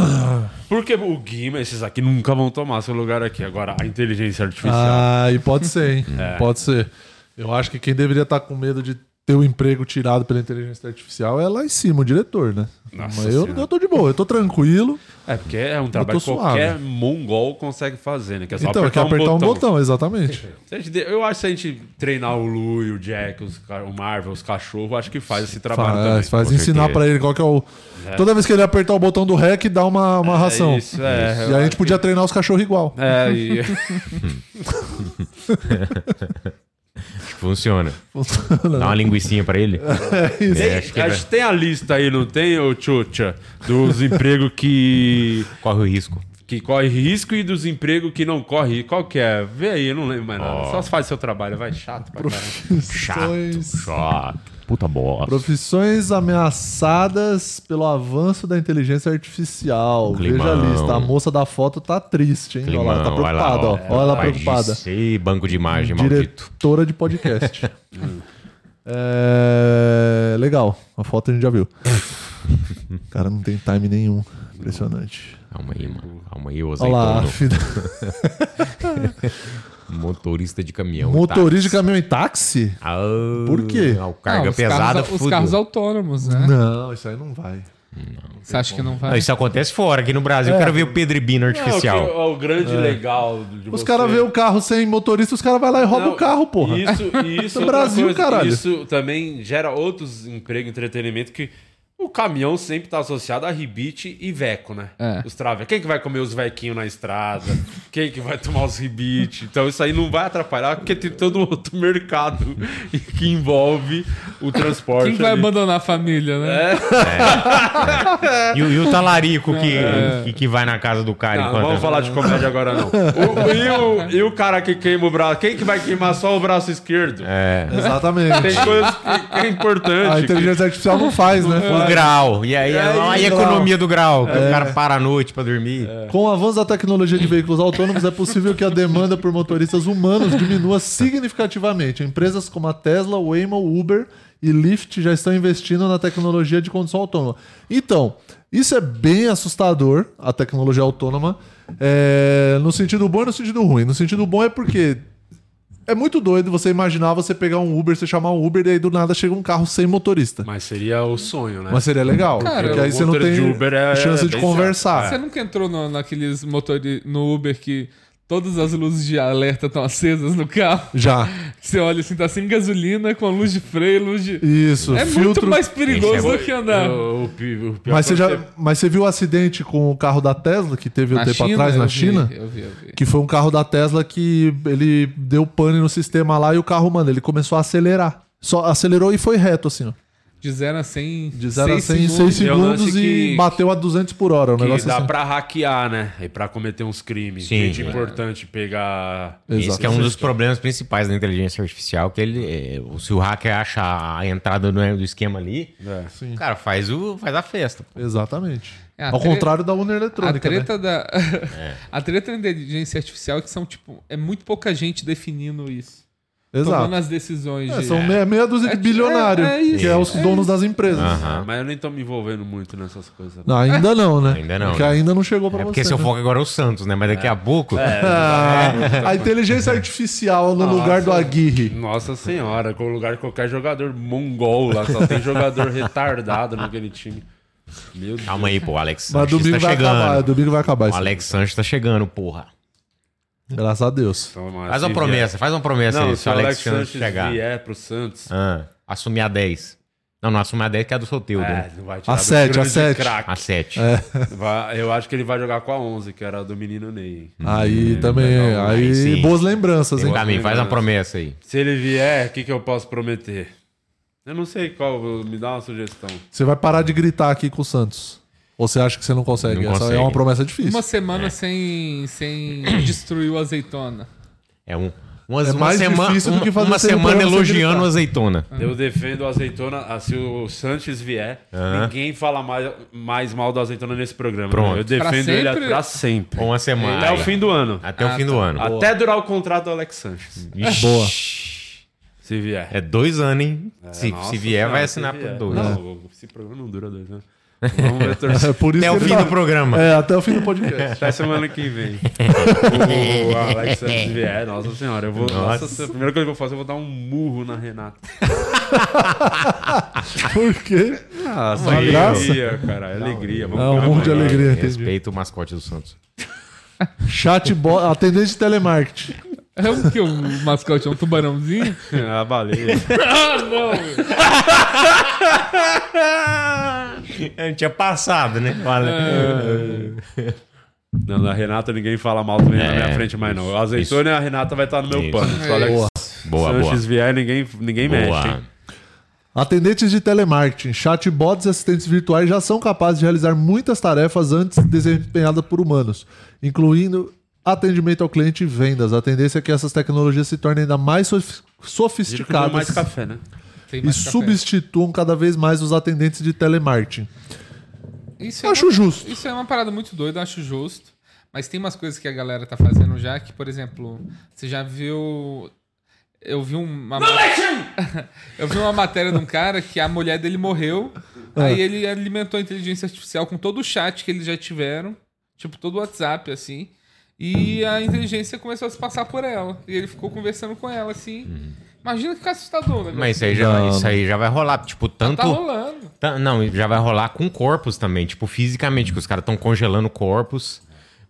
Speaker 1: Porque o Guima, esses aqui nunca vão tomar seu lugar aqui. Agora, a inteligência artificial.
Speaker 2: Ah, e pode ser, hein?
Speaker 1: É.
Speaker 2: Pode ser. Eu acho que quem deveria estar com medo de ter o emprego tirado pela inteligência artificial é lá em cima, o diretor, né?
Speaker 1: Nossa
Speaker 2: Mas eu,
Speaker 1: Senhora.
Speaker 2: eu tô de boa, eu tô tranquilo.
Speaker 1: É porque é um trabalho que
Speaker 2: suave.
Speaker 1: qualquer mongol consegue fazer, né? Que é só
Speaker 2: então, eu
Speaker 1: apertar,
Speaker 2: quero apertar um
Speaker 1: botão.
Speaker 2: botão, exatamente.
Speaker 1: Se a gente de- Eu acho que se a gente treinar o Lu e o Jack, os ca- o Marvel, os cachorros, acho que faz esse trabalho também.
Speaker 2: é, faz faz
Speaker 3: com
Speaker 2: ensinar
Speaker 3: certeza.
Speaker 2: pra ele qual que é o. Toda vez que ele apertar o botão do REC, dá uma, uma ração.
Speaker 1: isso, é.
Speaker 2: E
Speaker 1: Eu
Speaker 2: aí a
Speaker 1: acho
Speaker 2: gente podia treinar os cachorros igual.
Speaker 1: É, e...
Speaker 3: Funciona. Dá uma linguicinha pra ele.
Speaker 2: né? É isso.
Speaker 1: Tem-
Speaker 3: acho que
Speaker 1: a
Speaker 3: vai.
Speaker 1: gente tem a lista aí, não tem, ô Tchutcha? Dos empregos que,
Speaker 3: Corre o risco.
Speaker 1: que corre risco e dos empregos que não corre. Qual que é? Vê aí, eu não lembro mais nada.
Speaker 3: Ó.
Speaker 1: Só faz seu trabalho, vai chato pra caramba.
Speaker 2: Então
Speaker 3: Chato.
Speaker 2: Profissões.
Speaker 3: Chato. Ah, Puta bosta.
Speaker 2: Profissões ameaçadas pelo avanço da inteligência artificial.
Speaker 3: Um Climão.
Speaker 2: Veja a lista. A moça da foto tá triste, hein? Olha lá, tá
Speaker 3: Climão, olha
Speaker 2: preocupada, ó.
Speaker 3: ó.
Speaker 2: Olha ela
Speaker 3: Vai
Speaker 2: preocupada.
Speaker 3: dizer, banco de imagem, maldito.
Speaker 2: Diretora de podcast. É, Legal. A foto a gente já viu. Cara, não tem time nenhum. Impressionante.
Speaker 3: Calma aí, mano. Calma aí, ô
Speaker 2: Olha lá.
Speaker 3: azeitono.
Speaker 2: filha-
Speaker 3: Motorista de caminhão.
Speaker 2: Motorista de
Speaker 3: táxi.
Speaker 2: caminhão e táxi?
Speaker 3: Ah,
Speaker 2: Por quê?
Speaker 3: ah, o carga
Speaker 4: Ah, os
Speaker 3: pesada
Speaker 4: carros, os
Speaker 3: fudeu.
Speaker 4: carros autônomos, né?
Speaker 2: Não, isso aí não vai.
Speaker 4: Você acha que não
Speaker 3: Não,
Speaker 4: vai?
Speaker 3: isso é acontece fora, aqui no Brasil.
Speaker 2: É.
Speaker 3: Eu quero ver o Pedribino artificial.
Speaker 1: É, o, que- é o grande legal de
Speaker 2: Os
Speaker 1: você.
Speaker 2: caras vê o carro sem motorista, os caras vão lá e roubam
Speaker 1: Não,
Speaker 2: o carro, porra.
Speaker 1: Isso, isso. é
Speaker 2: No
Speaker 1: outra
Speaker 2: Brasil, caralho.
Speaker 1: Isso também gera outros empregos, entretenimento que. O caminhão sempre tá associado a ribite e veco, né?
Speaker 4: É.
Speaker 1: Os trave. Quem que vai comer os vequinhos na estrada? Quem que vai tomar os ribite? Então isso aí não vai atrapalhar, porque tem todo um outro mercado que envolve o transporte.
Speaker 4: Quem vai
Speaker 1: ali.
Speaker 4: abandonar a família, né?
Speaker 3: E, o- e o talarico que, que, que vai na casa do cara
Speaker 1: Ah, Não, não
Speaker 3: enquanto.
Speaker 5: é-
Speaker 1: vamos falar de comédia agora, não. O- e, o, e o cara que queima o braço? Quem que vai queimar só o braço esquerdo?
Speaker 3: É.
Speaker 2: Exatamente.
Speaker 1: Tem coisas que, que é importante.
Speaker 2: A
Speaker 1: que-
Speaker 2: Ah, então inteligência artificial não faz, né?
Speaker 1: Não
Speaker 5: grau. E aí, a
Speaker 2: aí,
Speaker 5: economia do grau. que
Speaker 2: É.
Speaker 5: O cara para a noite pra dormir.
Speaker 2: Com o avanço da tecnologia de veículos autônomos, é possível que a demanda por motoristas humanos diminua significativamente. Empresas como a Tesla, Waymo, Uber e Lyft já estão investindo na tecnologia de condução autônoma. Então, isso é bem assustador, a tecnologia autônoma, é, no sentido bom e no sentido ruim. No sentido bom é porque é muito doido você imaginar você pegar um Uber, você chamar um Uber e aí do nada chega um carro sem motorista.
Speaker 1: Mas seria o sonho, né?
Speaker 2: Mas seria legal, Cara, porque aí você não
Speaker 1: motorista
Speaker 2: tem
Speaker 1: de Uber é-
Speaker 2: chance
Speaker 1: é
Speaker 2: de
Speaker 1: bem
Speaker 2: conversar.
Speaker 1: certo.
Speaker 4: Você nunca entrou no, naqueles motores no Uber que todas as luzes de alerta estão acesas no carro?
Speaker 2: Já.
Speaker 4: Você olha assim, tá sem gasolina, com a luz de freio, luz de.
Speaker 2: Isso,
Speaker 4: É muito
Speaker 2: filtro-
Speaker 4: mais perigoso
Speaker 2: Isso é
Speaker 4: do que andar.
Speaker 1: O- o pi- o pior
Speaker 2: Mas você,
Speaker 1: foi
Speaker 2: já,
Speaker 1: ter-
Speaker 2: mas você viu o acidente com o carro da Tesla que teve um
Speaker 4: Na
Speaker 2: tempo
Speaker 4: China?
Speaker 2: atrás na
Speaker 4: Eu vi,
Speaker 2: China?
Speaker 4: eu vi, eu vi.
Speaker 2: Que foi um carro da Tesla que ele deu pane no sistema lá e o carro, mano, ele começou a acelerar. Só acelerou e foi reto, assim, ó.
Speaker 4: De 0 a 100. De
Speaker 2: De 0 a 100 em 6
Speaker 1: É um lance
Speaker 2: segundos e
Speaker 1: que-
Speaker 2: bateu a 200 por hora. Um
Speaker 1: Que
Speaker 2: negócio
Speaker 1: dá
Speaker 2: assim.
Speaker 1: pra hackear, né? E pra cometer uns crimes.
Speaker 5: Sim. é.
Speaker 1: Gente importante pegar.
Speaker 5: Esse que é um dos problemas principais da inteligência artificial, que ele, é, se o hacker acha a entrada do, do esquema ali,
Speaker 2: Sim.
Speaker 5: o cara faz, o, faz a festa.
Speaker 2: Exatamente.
Speaker 4: É, a
Speaker 2: Ao
Speaker 4: tre-
Speaker 2: contrário da urna eletrônica.
Speaker 4: A treta
Speaker 2: né?
Speaker 4: da. a treta da inteligência artificial é que são, tipo, é muito pouca gente definindo isso.
Speaker 2: Exato.
Speaker 4: Tomando as decisões.
Speaker 2: É, são meia, meia dúzia de bilionário,
Speaker 4: é- é isso,
Speaker 2: que é os
Speaker 4: é
Speaker 2: donos
Speaker 4: isso.
Speaker 2: das empresas.
Speaker 1: Aham. Mas eu nem tô me envolvendo muito nessas coisas.
Speaker 2: Não,
Speaker 5: É.
Speaker 2: ainda não, né?
Speaker 5: Ainda não,
Speaker 2: Porque
Speaker 5: né?
Speaker 2: ainda não chegou pra
Speaker 5: É
Speaker 2: você.
Speaker 5: porque seu
Speaker 2: né?
Speaker 5: foco agora é o Santos, né? Mas daqui a pouco...
Speaker 1: É.
Speaker 2: Ah,
Speaker 5: né?
Speaker 2: a inteligência artificial no lugar do Aguirre.
Speaker 1: Nossa senhora, com o lugar de qualquer jogador mongol lá, só tem jogador retardado naquele time. Meu Deus.
Speaker 5: Calma aí, pô, o Alex
Speaker 2: Mas
Speaker 5: Sanches
Speaker 2: domingo
Speaker 5: tá
Speaker 2: vai
Speaker 5: chegando.
Speaker 2: acabar, é, domingo vai acabar
Speaker 5: o
Speaker 2: isso.
Speaker 5: Alex Sanches tá chegando, porra.
Speaker 2: Graças a Deus.
Speaker 5: Faz uma promessa, faz uma promessa
Speaker 1: Assim Não,
Speaker 5: aí,
Speaker 1: se o Alex Sanches vier pro Santos.
Speaker 5: Ah, assumir a 10. Não, não assumir a 10 que é a do Soteudo.
Speaker 1: É,
Speaker 5: né?
Speaker 1: não vai tirar do grande craque.
Speaker 5: A 7.
Speaker 2: É,
Speaker 1: Vai- eu acho que ele vai jogar com a 11, que era do menino Ney. hein?
Speaker 2: Aí
Speaker 1: Ele
Speaker 2: também,
Speaker 1: vai dar um-
Speaker 2: aí
Speaker 5: Hum, sim.
Speaker 2: boas lembranças, hein?
Speaker 5: Pra mim, faz uma promessa aí.
Speaker 1: Se ele vier, o que, que eu posso prometer? Eu não sei qual, me dá uma sugestão.
Speaker 2: Você vai parar de gritar aqui com o Santos. Ou você acha que você não consegue?
Speaker 5: Não
Speaker 2: Essa é
Speaker 5: consegue.
Speaker 2: uma promessa difícil.
Speaker 4: Uma
Speaker 2: É.
Speaker 4: semana sem, sem destruir o azeitona.
Speaker 5: É um. Umas,
Speaker 2: É
Speaker 5: uma
Speaker 2: mais
Speaker 5: semana,
Speaker 2: difícil do
Speaker 5: uma-
Speaker 2: que fazer
Speaker 5: uma
Speaker 2: sem o
Speaker 5: semana
Speaker 2: programa sem
Speaker 5: elogiando
Speaker 2: gritar.
Speaker 5: o azeitona.
Speaker 1: Eu defendo a azeitona. ah, Se o Sanches vier,
Speaker 5: Aham.
Speaker 1: ninguém fala mais, mais mal do azeitona nesse programa. né?
Speaker 5: Pronto.
Speaker 1: Eu defendo
Speaker 4: Pra
Speaker 1: ele
Speaker 4: sempre?
Speaker 1: pra sempre.
Speaker 5: Uma semana.
Speaker 1: Até o fim do Ah, tá. ano.
Speaker 5: Até o fim do ano.
Speaker 1: Até durar o contrato do Alex Sanches.
Speaker 5: Ixi,
Speaker 2: Boa.
Speaker 1: Se vier.
Speaker 5: É dois anos, hein? se,
Speaker 1: Nossa
Speaker 5: se vier,
Speaker 1: senhora,
Speaker 5: vai
Speaker 1: se
Speaker 5: assinar
Speaker 1: vier.
Speaker 5: por dois.
Speaker 1: Não, esse programa não dura dois anos. Vamos ver
Speaker 2: É
Speaker 1: torcer.
Speaker 2: por isso que
Speaker 5: Até o
Speaker 2: ele
Speaker 5: fim
Speaker 2: tá-
Speaker 5: do programa.
Speaker 2: É, até o fim do podcast.
Speaker 1: Até semana que vem. o Alex Sanches vier. Nossa senhora, eu vou. Nossa,
Speaker 5: Nossa.
Speaker 1: senhora, a primeira coisa que eu vou fazer, eu vou dar um murro na Renata.
Speaker 2: Por quê?
Speaker 1: Ah,
Speaker 2: só graça.
Speaker 1: alegria, cara. Alegria.
Speaker 2: É um
Speaker 1: calma
Speaker 2: morro de
Speaker 1: aí.
Speaker 2: alegria, entendi.
Speaker 5: Respeita o mascote do Santos.
Speaker 2: Chatbot, atendente de telemarketing.
Speaker 4: É o que? O mascote é um tubarãozinho?
Speaker 1: A baleia.
Speaker 4: ah, não!
Speaker 5: Eu tinha passado, né?
Speaker 2: É.
Speaker 1: Não, da Renata ninguém fala mal também na
Speaker 5: É,
Speaker 1: minha frente mais não. A azeitona e a Renata vai estar no meu
Speaker 5: Isso.
Speaker 1: pano. Se o Alex
Speaker 2: Boa.
Speaker 5: Boa, boa.
Speaker 1: Sanches vier, ninguém, ninguém mexe.
Speaker 5: Boa.
Speaker 1: hein?
Speaker 2: Atendentes de telemarketing, chatbots e assistentes virtuais já são capazes de realizar muitas tarefas antes desempenhadas por humanos, incluindo atendimento ao cliente e vendas. A tendência é que essas tecnologias se tornem ainda mais sof-
Speaker 1: Digo que tomou
Speaker 2: sofisticadas
Speaker 1: mais café, né?
Speaker 4: Tem
Speaker 2: e
Speaker 4: mais café.
Speaker 2: substituam cada vez mais os atendentes de telemarketing.
Speaker 4: Isso é
Speaker 2: Eu acho
Speaker 4: uma-
Speaker 2: justo.
Speaker 4: Isso é uma parada muito doida, eu acho justo. Mas tem umas coisas que a galera tá fazendo já que, por exemplo, você já viu. Eu vi um, uma. eu vi uma matéria de um cara que a mulher dele morreu. Aí ele alimentou a inteligência artificial com todo o chat que eles já tiveram. Tipo, todo o WhatsApp, assim. E a inteligência começou a se passar por ela. E ele ficou conversando com ela, assim. Imagina que fica assustador, né?
Speaker 5: Mas isso aí, já, isso aí já vai rolar. Tipo, tanto.
Speaker 4: Tá rolando.
Speaker 5: Tá, não, e já vai rolar com corpos também, tipo, fisicamente, que os caras estão congelando corpos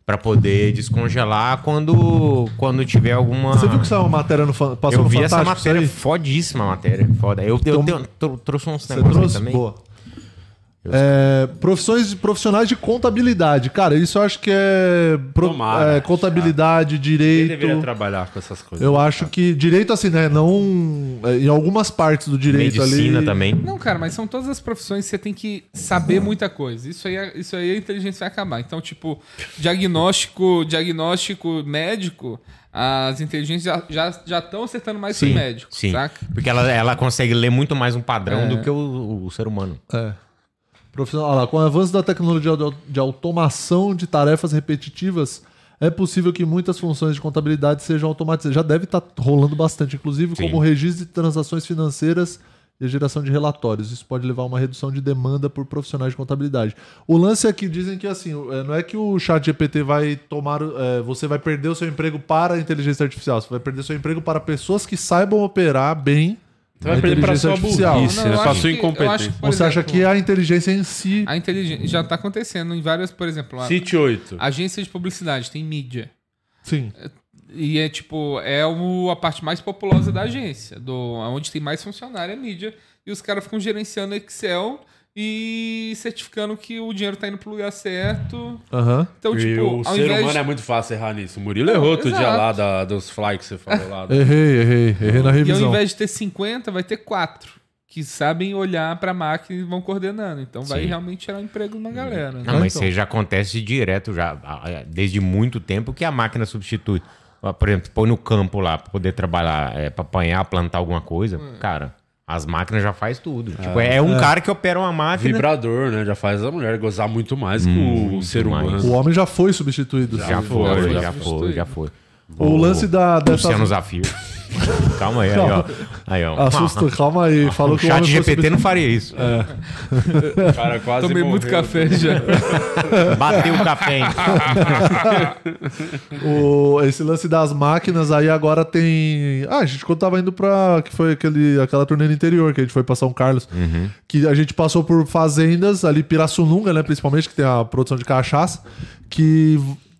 Speaker 5: pra poder descongelar quando quando tiver alguma
Speaker 2: Você viu que saiu uma matéria no fan... passou
Speaker 5: Ah. Eu
Speaker 2: no
Speaker 5: vi essa
Speaker 2: Fantástico? isso
Speaker 5: matéria,
Speaker 2: aí?
Speaker 5: fodíssima a matéria, foda. Eu, eu,
Speaker 2: Então,
Speaker 5: tenho- tro- trouxe uns
Speaker 2: Você
Speaker 5: negócios aí
Speaker 2: trouxe?
Speaker 5: também.
Speaker 2: Boa. É, profissões, profissionais de contabilidade. Cara, isso eu acho que é, pro-
Speaker 1: Tomara,
Speaker 2: é, contabilidade,
Speaker 1: Quem
Speaker 2: direito.
Speaker 1: deveria trabalhar com essas coisas?
Speaker 5: né,
Speaker 2: Eu acho que direito assim, né? Não. é, Em algumas partes do direito
Speaker 5: Medicina
Speaker 2: ali.
Speaker 5: também.
Speaker 4: Não, cara, mas são todas as profissões que você tem que saber muita coisa. Isso aí, é- isso aí a inteligência vai acabar. Então, tipo, diagnóstico, diagnóstico médico, as inteligências já estão já, estão acertando mais que o médico,
Speaker 5: sim.
Speaker 4: saca?
Speaker 5: Porque ela, ela consegue ler muito mais um padrão do que o, o ser humano.
Speaker 2: É. Profissional, olha lá, com o avanço da tecnologia de au- de automação de tarefas repetitivas, é possível que muitas funções de contabilidade sejam automatizadas. Já deve estar rolando bastante, inclusive,
Speaker 3: Sim.
Speaker 2: como o registro de transações financeiras e a geração de relatórios. Isso pode levar a uma redução de demanda por profissionais de contabilidade. O lance é que dizem que assim, o- é, não é que o chat GPT vai tomar. o- é, você vai perder o seu emprego para a inteligência artificial, você vai perder seu emprego para pessoas que saibam operar bem.
Speaker 1: Você vai perder pra
Speaker 2: inteligência
Speaker 1: sua
Speaker 2: artificial.
Speaker 1: burrice, né?
Speaker 4: eu
Speaker 1: Pra
Speaker 4: acho
Speaker 1: sua
Speaker 4: que- eu acho que,
Speaker 1: incompetência.
Speaker 4: por
Speaker 2: Ou você acha que a inteligência em si.
Speaker 4: A inteligência já tá acontecendo em várias, por exemplo, a,
Speaker 1: City 8.
Speaker 4: agência de publicidade tem mídia.
Speaker 2: Sim.
Speaker 4: E é tipo, é o, a parte mais populosa da agência, do onde tem mais funcionário é mídia, e os caras ficam gerenciando Excel e certificando que o dinheiro tá indo pro lugar certo.
Speaker 2: Aham.
Speaker 4: Então,
Speaker 1: e
Speaker 4: tipo,
Speaker 1: o
Speaker 4: ao
Speaker 1: ser
Speaker 4: invés
Speaker 1: humano
Speaker 4: de-
Speaker 1: é muito fácil errar nisso. O Murilo errou outro dia
Speaker 4: Exato.
Speaker 1: lá da- dos fly que você falou lá.
Speaker 5: É.
Speaker 2: Errei, errei, errei na
Speaker 4: E ao
Speaker 2: revisão.
Speaker 4: invés de ter 50, vai ter 4. Que sabem olhar pra máquina e vão coordenando. Então vai
Speaker 3: Sim. Hum.
Speaker 4: realmente tirar emprego de uma galera. né?
Speaker 3: Não, Ah, mas
Speaker 2: Então.
Speaker 3: isso aí já acontece direto, já a- a- desde muito tempo que a máquina substitui. Ó, Por exemplo, põe no campo lá pra poder trabalhar, é, pra apanhar, plantar alguma coisa.
Speaker 2: Hum.
Speaker 3: Cara, as máquinas já faz tudo.
Speaker 2: Ah,
Speaker 3: Tipo, é um cara que opera uma máquina.
Speaker 1: Vibrador, né? Já faz a mulher gozar muito mais que
Speaker 5: Hum,
Speaker 1: o
Speaker 3: Muito
Speaker 1: ser humano.
Speaker 3: mais.
Speaker 2: O homem já foi substituído.
Speaker 3: Já
Speaker 2: sim.
Speaker 4: Então,
Speaker 3: foi,
Speaker 4: tipo,
Speaker 1: foi
Speaker 3: já foi, já foi.
Speaker 2: O lance da- dessa-
Speaker 3: Luciano Zafir. Calma aí, aí, ó. Aí, ó.
Speaker 2: Assusta, calma aí. Falou
Speaker 3: o
Speaker 2: que o
Speaker 3: chat
Speaker 2: homem É. foi
Speaker 3: GPT não faria isso.
Speaker 1: O cara quase
Speaker 4: Tomei muito
Speaker 1: morreu.
Speaker 4: café
Speaker 3: né?
Speaker 4: já.
Speaker 3: Bateu o café. hein?
Speaker 2: O- esse lance das máquinas aí agora tem. Ah, a gente quando tava indo pra. Que foi aquele, aquela turnê no interior que a gente foi pra São Carlos. Que a gente passou por fazendas ali, Pirassununga, né? Principalmente, que tem a produção de cachaça. Que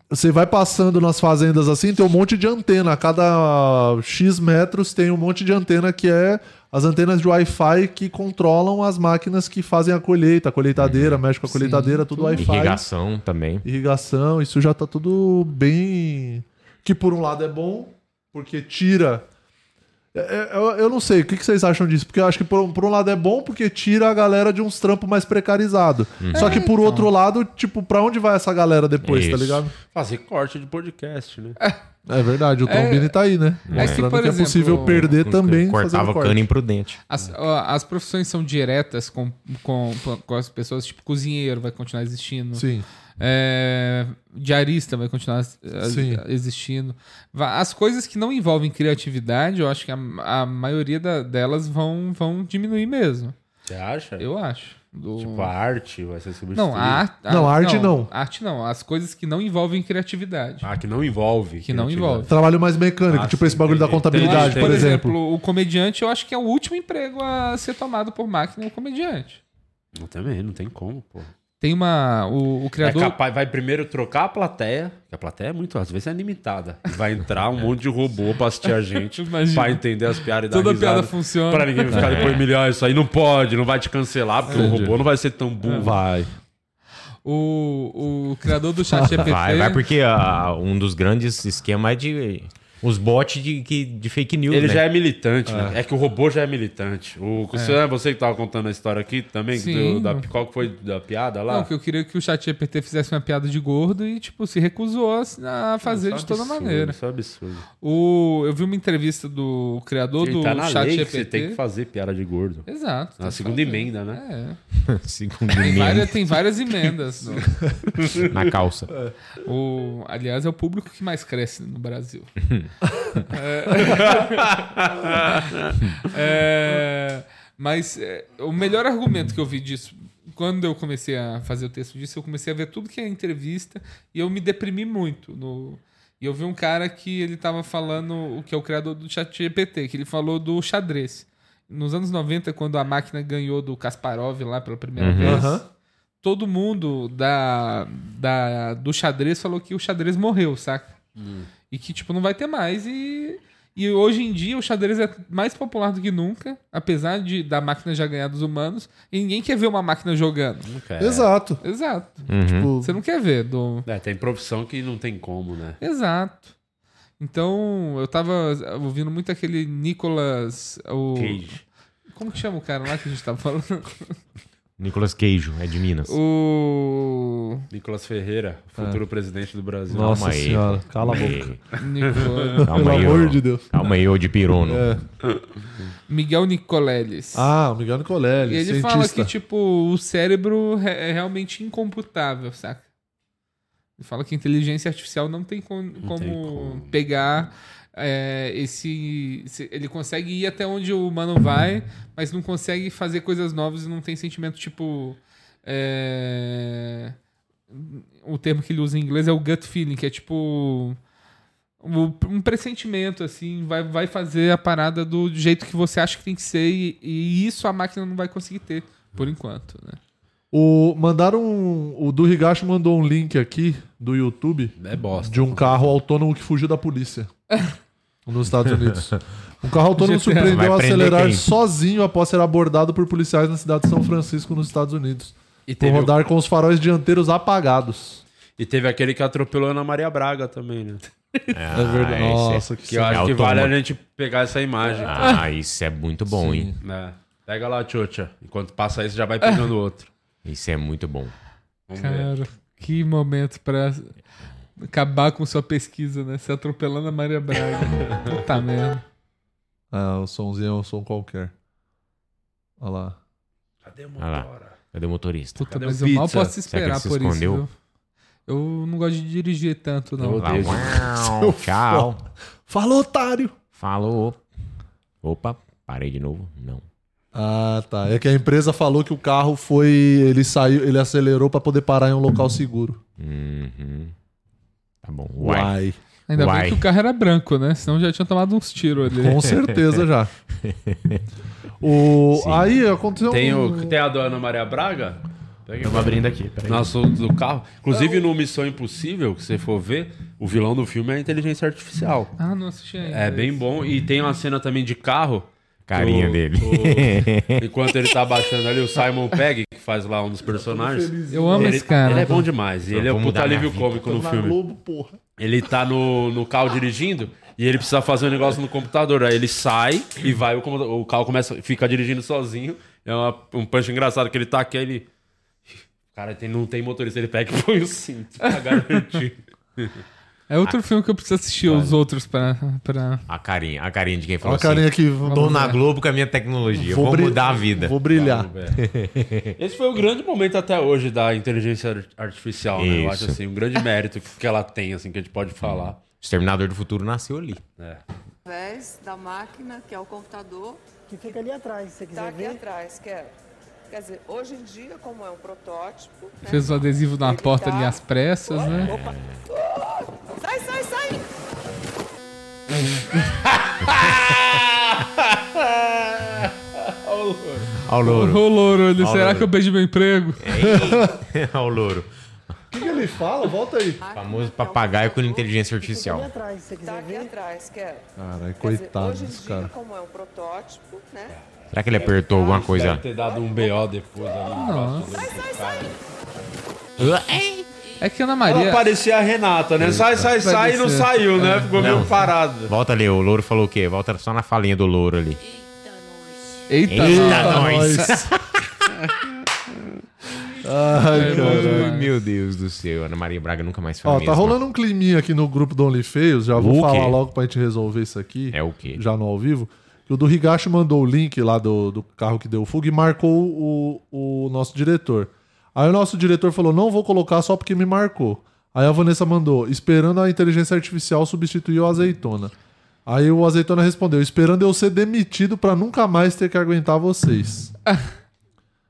Speaker 2: você vai passando nas fazendas assim, tem um monte de antena. A cada X metros tem um monte de antena que é as antenas de Wi-Fi que controlam as máquinas que fazem a colheita, a colheitadeira, mexe com a colheitadeira, tudo Wi-Fi
Speaker 3: Irrigação também.
Speaker 2: irrigação, isso já tá tudo bem. Que por um lado é bom, porque tira. É, é, Eu, eu não sei, o que que vocês acham disso? Porque eu acho que por, um- por um lado é bom porque tira a galera de uns trampos mais precarizados. Só que por outro lado, tipo, pra onde vai essa galera depois, tá
Speaker 3: Isso.
Speaker 2: ligado?
Speaker 1: Fazer corte de podcast, né?
Speaker 2: É verdade, o Tom
Speaker 4: É-
Speaker 2: Bini tá aí, né?
Speaker 4: é que,
Speaker 2: Mostrando
Speaker 4: por
Speaker 2: que é
Speaker 4: exemplo,
Speaker 2: possível perder também.
Speaker 3: Cortava
Speaker 2: fazendo
Speaker 3: o
Speaker 2: um corte.
Speaker 3: cano imprudente.
Speaker 4: As, ó, as profissões são diretas com, com, com as pessoas, tipo cozinheiro vai continuar existindo.
Speaker 2: Sim.
Speaker 4: É, diarista vai continuar eh,
Speaker 2: Sim.
Speaker 4: existindo. Va- As coisas que não envolvem criatividade, eu acho que a, a maioria da- delas vão, vão diminuir mesmo.
Speaker 1: Você acha?
Speaker 4: Eu acho. Do-
Speaker 1: Tipo, a arte vai ser substituída.
Speaker 4: Não, ah. a arte.
Speaker 2: Não, a arte não.
Speaker 4: Arte não. As coisas que não envolvem criatividade.
Speaker 1: Ah, que não envolve.
Speaker 4: Que não
Speaker 1: criatividade.
Speaker 4: envolve.
Speaker 2: Trabalho mais mecânico,
Speaker 1: Ah,
Speaker 2: tipo
Speaker 1: sim,
Speaker 2: esse bagulho da
Speaker 1: entendi.
Speaker 4: Eu
Speaker 2: contabilidade,
Speaker 4: acho,
Speaker 2: por exemplo.
Speaker 4: o comediante, eu acho que é o último emprego a ser tomado por máquina, é o comediante.
Speaker 1: Eu também, não tem como, pô.
Speaker 4: Tem uma. O, o criador.
Speaker 1: É capaz, vai primeiro trocar a plateia, que a plateia é muito, às vezes é limitada. E Vai entrar um monte de robô pra assistir a gente,
Speaker 4: Imagina.
Speaker 1: pra entender as piadas e dar
Speaker 4: Toda
Speaker 1: risada.
Speaker 4: piada funciona.
Speaker 1: Pra ninguém ficar depois milhão, isso aí não pode, não vai te cancelar, porque o robô não É. vai ser tão burro.
Speaker 2: Vai.
Speaker 4: O, o criador do chat GPT.
Speaker 3: Vai, vai, porque ah, um dos grandes esquemas é de. Os bots de, que- de fake news.
Speaker 1: Ele
Speaker 3: né?
Speaker 1: já é militante, né? É que o robô já é militante. O, você, é você que tava contando a história aqui também,
Speaker 4: Sim.
Speaker 1: do- da, qual que foi da piada lá?
Speaker 4: Não, que eu queria que o chat GPT fizesse uma piada de gordo e, tipo, se recusou a, a fazer
Speaker 1: Isso é
Speaker 4: de toda
Speaker 1: absurdo,
Speaker 4: maneira.
Speaker 1: Isso é absurdo.
Speaker 4: O, eu vi uma entrevista do criador
Speaker 1: Ele
Speaker 4: do
Speaker 1: tá na
Speaker 4: chat
Speaker 1: lei que
Speaker 4: GPT.
Speaker 1: você tem que fazer piada de gordo.
Speaker 4: Exato. tem
Speaker 1: Na
Speaker 4: que
Speaker 1: segunda
Speaker 4: fazer.
Speaker 1: emenda, né?
Speaker 4: tá É.
Speaker 3: Segundo
Speaker 4: Tem
Speaker 3: meme,
Speaker 4: várias, tem várias emendas. no-
Speaker 3: na calça.
Speaker 4: O, aliás, é o público que mais cresce no Brasil. É, é, mas é, o melhor argumento que eu vi disso, quando eu comecei a fazer o texto disso, eu comecei a ver tudo que é entrevista e eu me deprimi muito. No, e eu vi um cara que ele tava falando, o que é o criador do ChatGPT, que ele falou do xadrez. Nos anos 90, quando a máquina ganhou do Kasparov lá pela primeira vez
Speaker 2: Aham.
Speaker 4: todo mundo da, da- do xadrez falou que o xadrez morreu, saca? E que, tipo, não vai ter mais. E, e hoje em dia o xadrez é mais popular do que nunca, apesar de da máquina já ganhar dos humanos, e ninguém quer ver uma máquina jogando.
Speaker 1: Cara,
Speaker 2: Exato.
Speaker 4: Exato.
Speaker 2: Tipo,
Speaker 4: Você não quer ver do.
Speaker 1: É, tem profissão que não tem como, né?
Speaker 4: Exato. Então, eu tava ouvindo muito aquele Nicolas. O...
Speaker 1: Cage.
Speaker 4: Como que chama o cara lá que a gente tava falando?
Speaker 5: Nicolas Queijo, é de Minas.
Speaker 4: O.
Speaker 1: Nicolas Ferreira, futuro presidente do Brasil.
Speaker 5: Nossa Calma aí. senhora, cala a
Speaker 1: Ei.
Speaker 5: boca.
Speaker 4: Nicolas.
Speaker 5: Calma aí, ô. É, Calma aí, ô de pirono.
Speaker 2: É.
Speaker 4: Miguel Nicoleles.
Speaker 2: Ah, o Miguel Nicolelli,
Speaker 4: E ele
Speaker 2: cientista.
Speaker 4: fala que, tipo, o cérebro é é realmente incomputável, saca? Ele fala que a inteligência artificial não tem com- como né? pegar é, esse, esse- Ele consegue ir até onde o humano vai, mas não consegue fazer coisas novas e não tem sentimento, tipo. é, O termo que ele usa em inglês é o gut feeling, que é tipo. Um um pressentimento, assim, vai, vai fazer a parada do jeito que você acha que tem que ser, e, e isso a máquina não vai conseguir ter, por enquanto, né?
Speaker 2: O, mandaram um- o do Higashi mandou um link aqui do YouTube
Speaker 4: Né?
Speaker 1: É
Speaker 2: de um carro autônomo que fugiu da polícia nos Estados Unidos. Um carro autônomo
Speaker 4: GTA.
Speaker 2: surpreendeu
Speaker 4: Vai
Speaker 2: a
Speaker 4: prender
Speaker 2: acelerar
Speaker 4: quem?
Speaker 2: sozinho após ser abordado por policiais na cidade de São Francisco, nos Estados Unidos.
Speaker 1: E
Speaker 2: por
Speaker 1: teve o-
Speaker 2: rodar com os faróis dianteiros apagados.
Speaker 1: E teve aquele que atropelou a Ana Maria Braga também, né?
Speaker 5: É
Speaker 4: Ah,
Speaker 5: verdade. esse é-
Speaker 2: Nossa,
Speaker 1: que eu acho que
Speaker 5: automo-
Speaker 1: vale a gente pegar essa imagem.
Speaker 5: Ah, isso é muito bom, hein?
Speaker 1: É. Pega lá, Tchotcha. Enquanto passa isso, já vai pegando outro.
Speaker 5: Isso é muito bom.
Speaker 1: Vamos ver.
Speaker 4: Cara, que momento pra acabar com sua pesquisa, né? Se atropelando a Maria Braga. Puta merda.
Speaker 2: Ah, o somzinho é um som qualquer. Olha lá.
Speaker 5: Olha lá. Cadê o É motorista?
Speaker 4: Puta, mas eu mal posso esperar por isso. viu? Eu não gosto de dirigir tanto, não.
Speaker 5: Eu odeio. Uau,
Speaker 4: Seu
Speaker 5: tchau.
Speaker 4: fo-
Speaker 2: Falou, otário!
Speaker 5: Falou. Opa, parei de novo. Não.
Speaker 2: Ah, tá. É que a empresa falou que o carro foi. Ele saiu, ele acelerou pra poder parar em um local seguro.
Speaker 5: Uhum. Tá bom.
Speaker 2: Uai.
Speaker 4: Ainda
Speaker 2: Uai.
Speaker 4: bem que o carro era branco, né? Senão já tinha tomado uns tiros ali.
Speaker 2: Com certeza já. O...
Speaker 1: Sim.
Speaker 2: Aí aconteceu
Speaker 1: Tem,
Speaker 2: um...
Speaker 1: o, tem a do Ana Maria Braga? Pega
Speaker 6: Eu vou abrindo aqui, peraí.
Speaker 1: No assunto do carro. Inclusive, no Missão Impossível, que você for ver, o vilão do filme é a inteligência artificial.
Speaker 4: Ah, não assisti ainda.
Speaker 1: É bem bom. E tem uma cena também de carro.
Speaker 5: Carinha
Speaker 1: O-
Speaker 5: dele.
Speaker 1: o- enquanto ele tá baixando ali, o Simon Pegg, que faz lá um dos personagens.
Speaker 4: Eu amo
Speaker 1: Ele-
Speaker 4: esse cara.
Speaker 1: Ele é bom demais. E
Speaker 4: Eu
Speaker 1: ele é
Speaker 4: vou
Speaker 1: um puta
Speaker 4: mudar minha
Speaker 1: alívio
Speaker 4: vida.
Speaker 1: cômico no
Speaker 4: Tô na
Speaker 1: filme.
Speaker 4: Globo,
Speaker 2: porra.
Speaker 1: Ele tá no, no carro dirigindo e ele precisa fazer um negócio no computador. Aí ele sai e vai, o, computa- o carro começa, fica dirigindo sozinho. É uma- um punch engraçado que ele tá aqui, aí ele. Cara, tem- não tem motorista, ele pega e põe o cinto pra garantir.
Speaker 4: É outro filme que eu preciso assistir
Speaker 1: é
Speaker 4: os outros pra. pra...
Speaker 5: A carinha, a carinha de quem falou
Speaker 4: a carinha
Speaker 5: assim,
Speaker 4: que-
Speaker 5: Tô
Speaker 4: Vamos
Speaker 5: na
Speaker 4: ver.
Speaker 5: Globo com a minha tecnologia. Vou,
Speaker 1: bri-
Speaker 5: mudar a vida.
Speaker 1: vou brilhar. Esse foi o grande momento até hoje da inteligência ar- artificial, né? Eu acho
Speaker 5: Isso.
Speaker 1: assim, um grande mérito que ela tem, assim, que a gente pode falar. É.
Speaker 5: Exterminador do Futuro nasceu ali.
Speaker 4: Hum.
Speaker 8: através da máquina, que é o computador. Que fica ali atrás, se você quiser ver. Tá aqui atrás, quer. Quer dizer, hoje em dia, como é um protótipo... né,
Speaker 4: Fez o adesivo na
Speaker 8: ele
Speaker 4: porta
Speaker 8: tá-
Speaker 4: ali às pressas, né?
Speaker 8: Opa! Sai, sai, sai!
Speaker 11: Olha
Speaker 5: Olha o louro.
Speaker 4: Ô, louro, ele,
Speaker 5: Ó o
Speaker 4: será
Speaker 5: louro.
Speaker 4: que eu perdi meu emprego?
Speaker 5: Olha o louro.
Speaker 2: O que, que ele fala? Volta aí.
Speaker 5: Famoso papagaio com inteligência artificial.
Speaker 8: atrás, se você quiser ver. Tá aqui atrás, quer.
Speaker 5: Caralho,
Speaker 8: Quer dizer,
Speaker 5: coitado
Speaker 8: hoje em
Speaker 5: desse
Speaker 8: dia,
Speaker 5: cara.
Speaker 8: como é um protótipo, né?
Speaker 5: Será que ele apertou alguma coisa?
Speaker 1: Deve ter dado um BO depois ali.
Speaker 4: Nossa.
Speaker 1: Sai, sai, sai.
Speaker 4: É que a Ana Maria.
Speaker 1: Ela parecia a Renata, né? Sai, sai, sai e não
Speaker 4: Parecia.
Speaker 1: saiu, né? Ficou meio
Speaker 5: É. Não.
Speaker 1: parado.
Speaker 5: Volta ali, o louro falou o quê? Volta só na falinha do louro ali.
Speaker 4: Eita,
Speaker 5: nós!
Speaker 2: Ai,
Speaker 5: Ai,
Speaker 2: cara.
Speaker 5: meu Deus do céu. Ana Maria Braga nunca mais foi a
Speaker 2: Ó, tá
Speaker 5: mesma.
Speaker 2: rolando um climinha aqui no grupo do OnlyFeios, já vou
Speaker 5: O quê?
Speaker 2: falar logo pra gente resolver isso aqui.
Speaker 5: É o quê?
Speaker 2: Já no ao vivo. Que o do Higashi mandou o link lá do, do carro que deu fuga e marcou o, o nosso diretor. Aí o nosso diretor falou: não vou colocar só porque me marcou. Aí a Vanessa mandou: esperando a inteligência artificial substituir o azeitona. Aí o azeitona respondeu: esperando eu ser demitido pra nunca mais ter que aguentar vocês.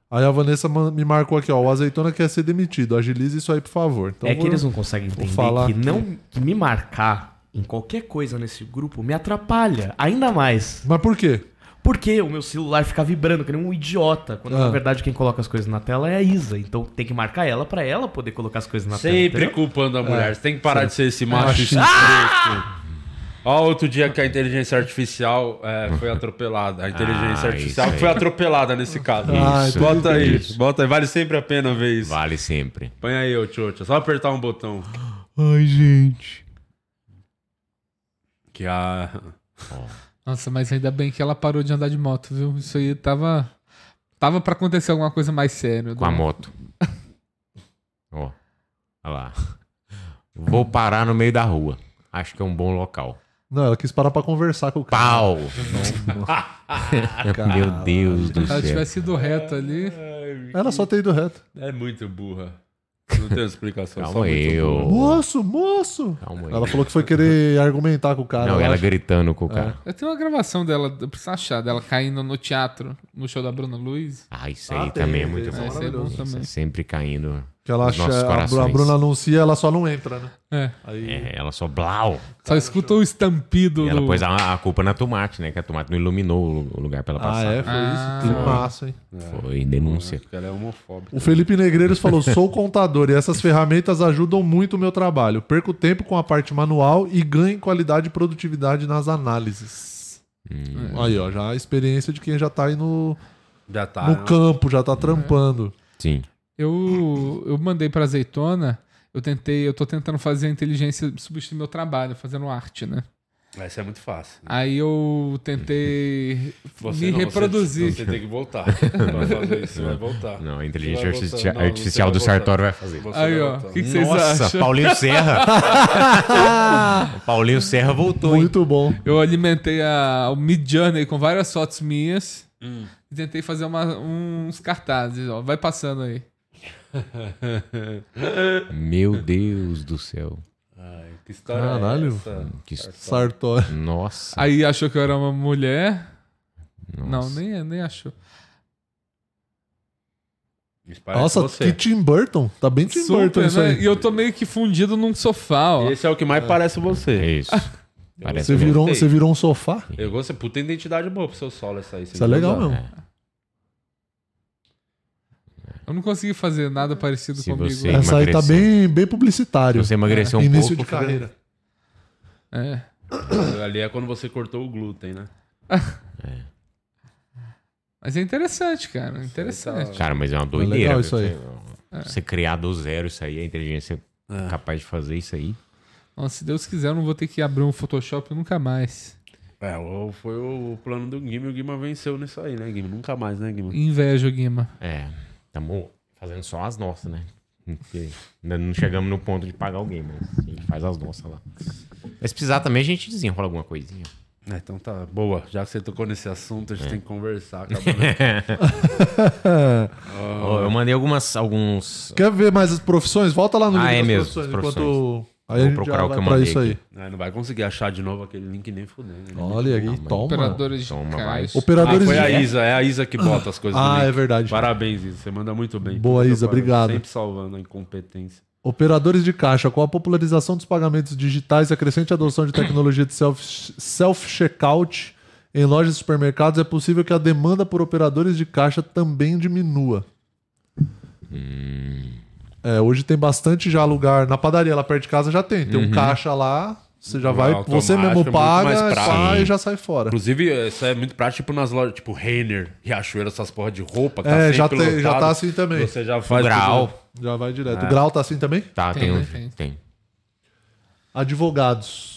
Speaker 2: Aí a Vanessa man- me marcou aqui, ó. O azeitona quer ser demitido. Agilize isso aí, por favor. Então
Speaker 6: é
Speaker 2: vou-
Speaker 6: que eles não conseguem
Speaker 2: vou
Speaker 6: entender
Speaker 2: falar
Speaker 6: que,
Speaker 2: aqui.
Speaker 6: não que me marcar em qualquer coisa nesse grupo me atrapalha ainda mais.
Speaker 2: Mas por quê?
Speaker 6: Porque o meu celular fica vibrando, que nem um idiota. Quando
Speaker 2: Ah.
Speaker 6: na verdade quem coloca as coisas na tela é a Isa. Então tem que marcar ela pra ela poder colocar as coisas na tela.
Speaker 1: Sempre
Speaker 6: entendeu?
Speaker 1: culpando a mulher.
Speaker 6: É.
Speaker 1: Você tem que parar
Speaker 6: Sim.
Speaker 1: de ser esse macho
Speaker 6: Machista.
Speaker 1: escroto. Ah! Ó, outro dia que a inteligência artificial é, foi atropelada. A inteligência
Speaker 5: Ah,
Speaker 1: artificial
Speaker 5: isso aí.
Speaker 1: foi atropelada nesse caso.
Speaker 5: Ah, Isso.
Speaker 1: Bota aí,
Speaker 5: isso.
Speaker 1: bota aí. Vale sempre a pena ver isso.
Speaker 5: Vale sempre.
Speaker 1: Põe aí, ô Tchotcha. Só apertar um botão.
Speaker 5: Ai, gente.
Speaker 1: Que a.
Speaker 4: Nossa, mas ainda bem que ela parou de andar de moto, viu? Isso aí tava Tava pra acontecer alguma coisa mais séria.
Speaker 5: Com a moto. Ó. Olha lá. Vou parar no meio da rua. Acho que é um bom local.
Speaker 2: Não, ela quis parar pra conversar com o cara.
Speaker 5: Pau!
Speaker 2: Caralho.
Speaker 5: Meu Deus do
Speaker 4: Se ela
Speaker 5: céu.
Speaker 4: tivesse ido reto ali.
Speaker 2: Ela só tem ido reto.
Speaker 1: É muito burra. Não tem explicação.
Speaker 5: Calma
Speaker 1: só muito
Speaker 5: aí,
Speaker 1: burra.
Speaker 5: ô.
Speaker 2: Moço, moço!
Speaker 5: Calma aí.
Speaker 2: Ela falou que foi querer argumentar com o cara.
Speaker 5: Não,
Speaker 2: eu
Speaker 5: ela
Speaker 2: acho.
Speaker 5: gritando com o cara.
Speaker 4: Eu tenho uma gravação dela, eu preciso achar, dela caindo no teatro, no show da Bruna Luiz.
Speaker 5: Ah, isso aí também é muito bom.
Speaker 4: Esse é bom
Speaker 5: Isso,
Speaker 4: também.
Speaker 5: Sempre caindo.
Speaker 2: Que ela
Speaker 5: nos nossos
Speaker 2: acha, a Bru- a
Speaker 5: corações.
Speaker 2: Bruna anuncia, ela só não entra, né?
Speaker 4: É.
Speaker 2: Aí-
Speaker 5: É, ela só blau.
Speaker 4: Só escuta o estampido.
Speaker 5: E ela
Speaker 4: do-
Speaker 5: pôs a, a culpa na Tomate, né? Que a Tomate não iluminou o lu- o lugar pra ela
Speaker 2: Ah,
Speaker 5: passar.
Speaker 2: é? Foi
Speaker 4: Ah.
Speaker 2: isso? Climaço, hein?
Speaker 5: Foi denúncia.
Speaker 1: Ela é homofóbica.
Speaker 2: O Felipe Negreiros falou: sou contador e essas ferramentas ajudam muito o meu trabalho. Perco tempo com a parte manual e ganho em qualidade e produtividade nas análises.
Speaker 5: Hum.
Speaker 2: Aí, ó, já a experiência de quem já tá aí no,
Speaker 1: Já tá,
Speaker 2: no
Speaker 1: né?
Speaker 2: campo, já tá trampando.
Speaker 5: Sim.
Speaker 4: Eu, eu mandei pra azeitona, eu tentei, eu tô tentando fazer a inteligência substituir meu trabalho, fazendo arte, né?
Speaker 1: Essa é muito fácil.
Speaker 4: Aí eu tentei
Speaker 1: Você
Speaker 4: me
Speaker 1: não, você-
Speaker 4: reproduzir.
Speaker 1: você tem que voltar. Vai fazer isso, vai voltar.
Speaker 5: Não, a inteligência
Speaker 1: Vai voltar.
Speaker 5: artificial-
Speaker 1: Não, você
Speaker 5: artificial
Speaker 1: vai
Speaker 5: do
Speaker 1: voltar.
Speaker 5: Sartori vai fazer.
Speaker 1: Você
Speaker 4: Aí,
Speaker 1: vai
Speaker 4: ó,
Speaker 1: voltar.
Speaker 4: o que, que vocês
Speaker 5: Nossa,
Speaker 4: acham?
Speaker 5: Paulinho Serra. o Paulinho Serra voltou, hein?
Speaker 2: Muito bom.
Speaker 4: Eu alimentei a, o Mid Journey com várias fotos minhas
Speaker 1: Hum.
Speaker 4: e tentei fazer uma- uns cartazes, ó. Vai passando aí.
Speaker 5: Meu Deus do céu.
Speaker 1: Ai, que história é
Speaker 2: Caralho.
Speaker 1: essa?
Speaker 5: Que
Speaker 2: Sartori.
Speaker 5: Nossa.
Speaker 4: Aí achou que eu era uma mulher. Não,
Speaker 5: Nossa.
Speaker 4: nem, nem achou.
Speaker 1: Isso parece
Speaker 2: Nossa,
Speaker 1: você.
Speaker 2: que Tim Burton. Tá bem Tim Burton
Speaker 4: Super,
Speaker 2: isso
Speaker 4: né?
Speaker 2: aí.
Speaker 4: E eu tô meio que fundido num sofá, ó.
Speaker 1: Esse é o que mais parece você.
Speaker 5: É isso. Parece
Speaker 2: Ah, Você virou,
Speaker 1: gostei.
Speaker 2: você virou um sofá?
Speaker 1: Eu gosto, puta identidade boa pro seu solo essa aí. você
Speaker 2: Isso é
Speaker 1: viu,
Speaker 2: legal
Speaker 1: Zé?
Speaker 2: mesmo.
Speaker 4: Eu não consegui fazer nada parecido
Speaker 5: Se
Speaker 4: comigo.
Speaker 5: você- é
Speaker 2: Essa aí tá
Speaker 5: emagreceu.
Speaker 2: bem, bem publicitário.
Speaker 5: Se você emagreceu um
Speaker 2: Início
Speaker 5: pouco,
Speaker 2: de
Speaker 5: fica-
Speaker 2: carreira.
Speaker 4: É.
Speaker 1: Ali é quando você cortou o glúten, né?
Speaker 4: Mas é interessante, cara. Interessante.
Speaker 5: Cara, mas é uma
Speaker 2: É
Speaker 5: doideira.
Speaker 2: legal
Speaker 5: viu?
Speaker 2: isso aí. É.
Speaker 5: Você criar do zero isso aí, a inteligência capaz de fazer isso aí.
Speaker 4: Nossa, se Deus quiser, eu não vou ter que abrir um Photoshop nunca mais.
Speaker 1: É, o- foi o plano do Guima e o Guima venceu nisso aí, né, Guima? Nunca mais, né, Guima?
Speaker 4: Inveja, Guima.
Speaker 5: É, estamos fazendo só as nossas, né? Porque ainda não chegamos no ponto de pagar alguém, mas a gente faz as nossas lá. Mas se precisar também, a gente desenrola alguma coisinha.
Speaker 1: É, então tá, boa. Já que você tocou nesse assunto, a gente tem que conversar. acabou, né?
Speaker 4: Ah.
Speaker 5: Ó, eu mandei algumas, alguns...
Speaker 2: Quer ver mais as profissões? Volta lá no
Speaker 5: Ah,
Speaker 2: link
Speaker 5: é
Speaker 2: das
Speaker 5: mesmo,
Speaker 2: profissões,
Speaker 5: as profissões.
Speaker 2: enquanto. Aí
Speaker 5: Vou
Speaker 2: a gente
Speaker 5: procurar
Speaker 2: já
Speaker 5: o que
Speaker 2: vai
Speaker 5: eu
Speaker 2: pra
Speaker 5: mandei
Speaker 2: isso aí.
Speaker 5: aqui.
Speaker 1: Ah, não vai conseguir achar de novo aquele link nem fudendo. né?
Speaker 2: Olha aí, toma.
Speaker 4: Operadores de
Speaker 5: Toma,
Speaker 4: caixa.
Speaker 5: vai.
Speaker 1: Ah,
Speaker 2: Operadores
Speaker 1: foi a
Speaker 2: de...
Speaker 1: Isa, é a Isa que bota as coisas. no
Speaker 2: Ah,
Speaker 1: link.
Speaker 2: é verdade.
Speaker 1: Parabéns, Isa. Você manda muito bem.
Speaker 2: Boa,
Speaker 1: Seu
Speaker 2: Isa,
Speaker 1: parabéns.
Speaker 2: obrigado.
Speaker 1: Sempre salvando a incompetência.
Speaker 2: Operadores de caixa, com a popularização dos pagamentos digitais e a crescente adoção de tecnologia de self- self-checkout em lojas e supermercados, é possível que a demanda por operadores de caixa também diminua.
Speaker 1: Hum.
Speaker 2: É, hoje tem bastante já lugar. Na padaria lá perto de casa já tem. Tem um caixa lá, você já vai,
Speaker 1: Uhum. Automático,
Speaker 2: você
Speaker 1: é
Speaker 2: mesmo
Speaker 1: muito
Speaker 2: paga
Speaker 1: mais prático.
Speaker 2: pá, e já sai fora.
Speaker 1: Inclusive, isso é muito prático, tipo nas lojas, tipo Renner, Riachuelo, essas porra de roupa que tá
Speaker 2: É,
Speaker 1: sempre
Speaker 2: já, tem- já
Speaker 1: lotado.
Speaker 2: tá assim também.
Speaker 1: Você já faz...
Speaker 5: Grau.
Speaker 2: Já vai direto.
Speaker 1: É.
Speaker 2: O grau tá assim também?
Speaker 5: Tá,
Speaker 4: Tem,
Speaker 5: tem, um-
Speaker 4: né?
Speaker 5: tem,
Speaker 4: Tem.
Speaker 2: Advogados.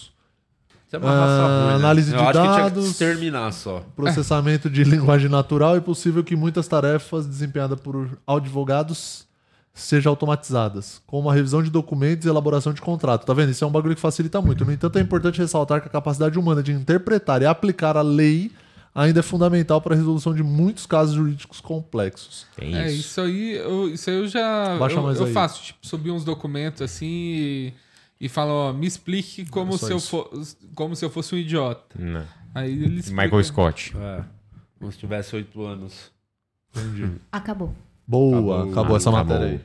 Speaker 1: Você é uma raça
Speaker 2: Ah,
Speaker 1: ruim, né?
Speaker 2: análise de
Speaker 1: Eu acho que tinha
Speaker 2: dados.
Speaker 1: que exterminar só.
Speaker 2: processamento de linguagem natural é possível que muitas tarefas desempenhadas por advogados sejam automatizadas, como a revisão de documentos e elaboração de contrato. Tá vendo? Isso é um bagulho que facilita muito. No entanto, é importante ressaltar que a capacidade humana de interpretar e aplicar a lei ainda é fundamental para a resolução de muitos casos jurídicos complexos.
Speaker 5: Tem
Speaker 4: É,
Speaker 5: isso.
Speaker 4: isso aí, eu, isso aí eu já.
Speaker 2: Baixa
Speaker 4: eu,
Speaker 2: mais
Speaker 4: eu
Speaker 2: aí.
Speaker 4: faço, tipo, subir uns documentos assim e, e falo, ó, me explique como, se eu, fo- como se eu fosse um idiota.
Speaker 5: Não.
Speaker 4: Aí ele explica.
Speaker 5: Michael Scott.
Speaker 1: É, como se tivesse oito anos.
Speaker 12: Acabou.
Speaker 2: Boa, acabou,
Speaker 1: Acabou.
Speaker 2: essa
Speaker 5: Acabou.
Speaker 2: matéria aí.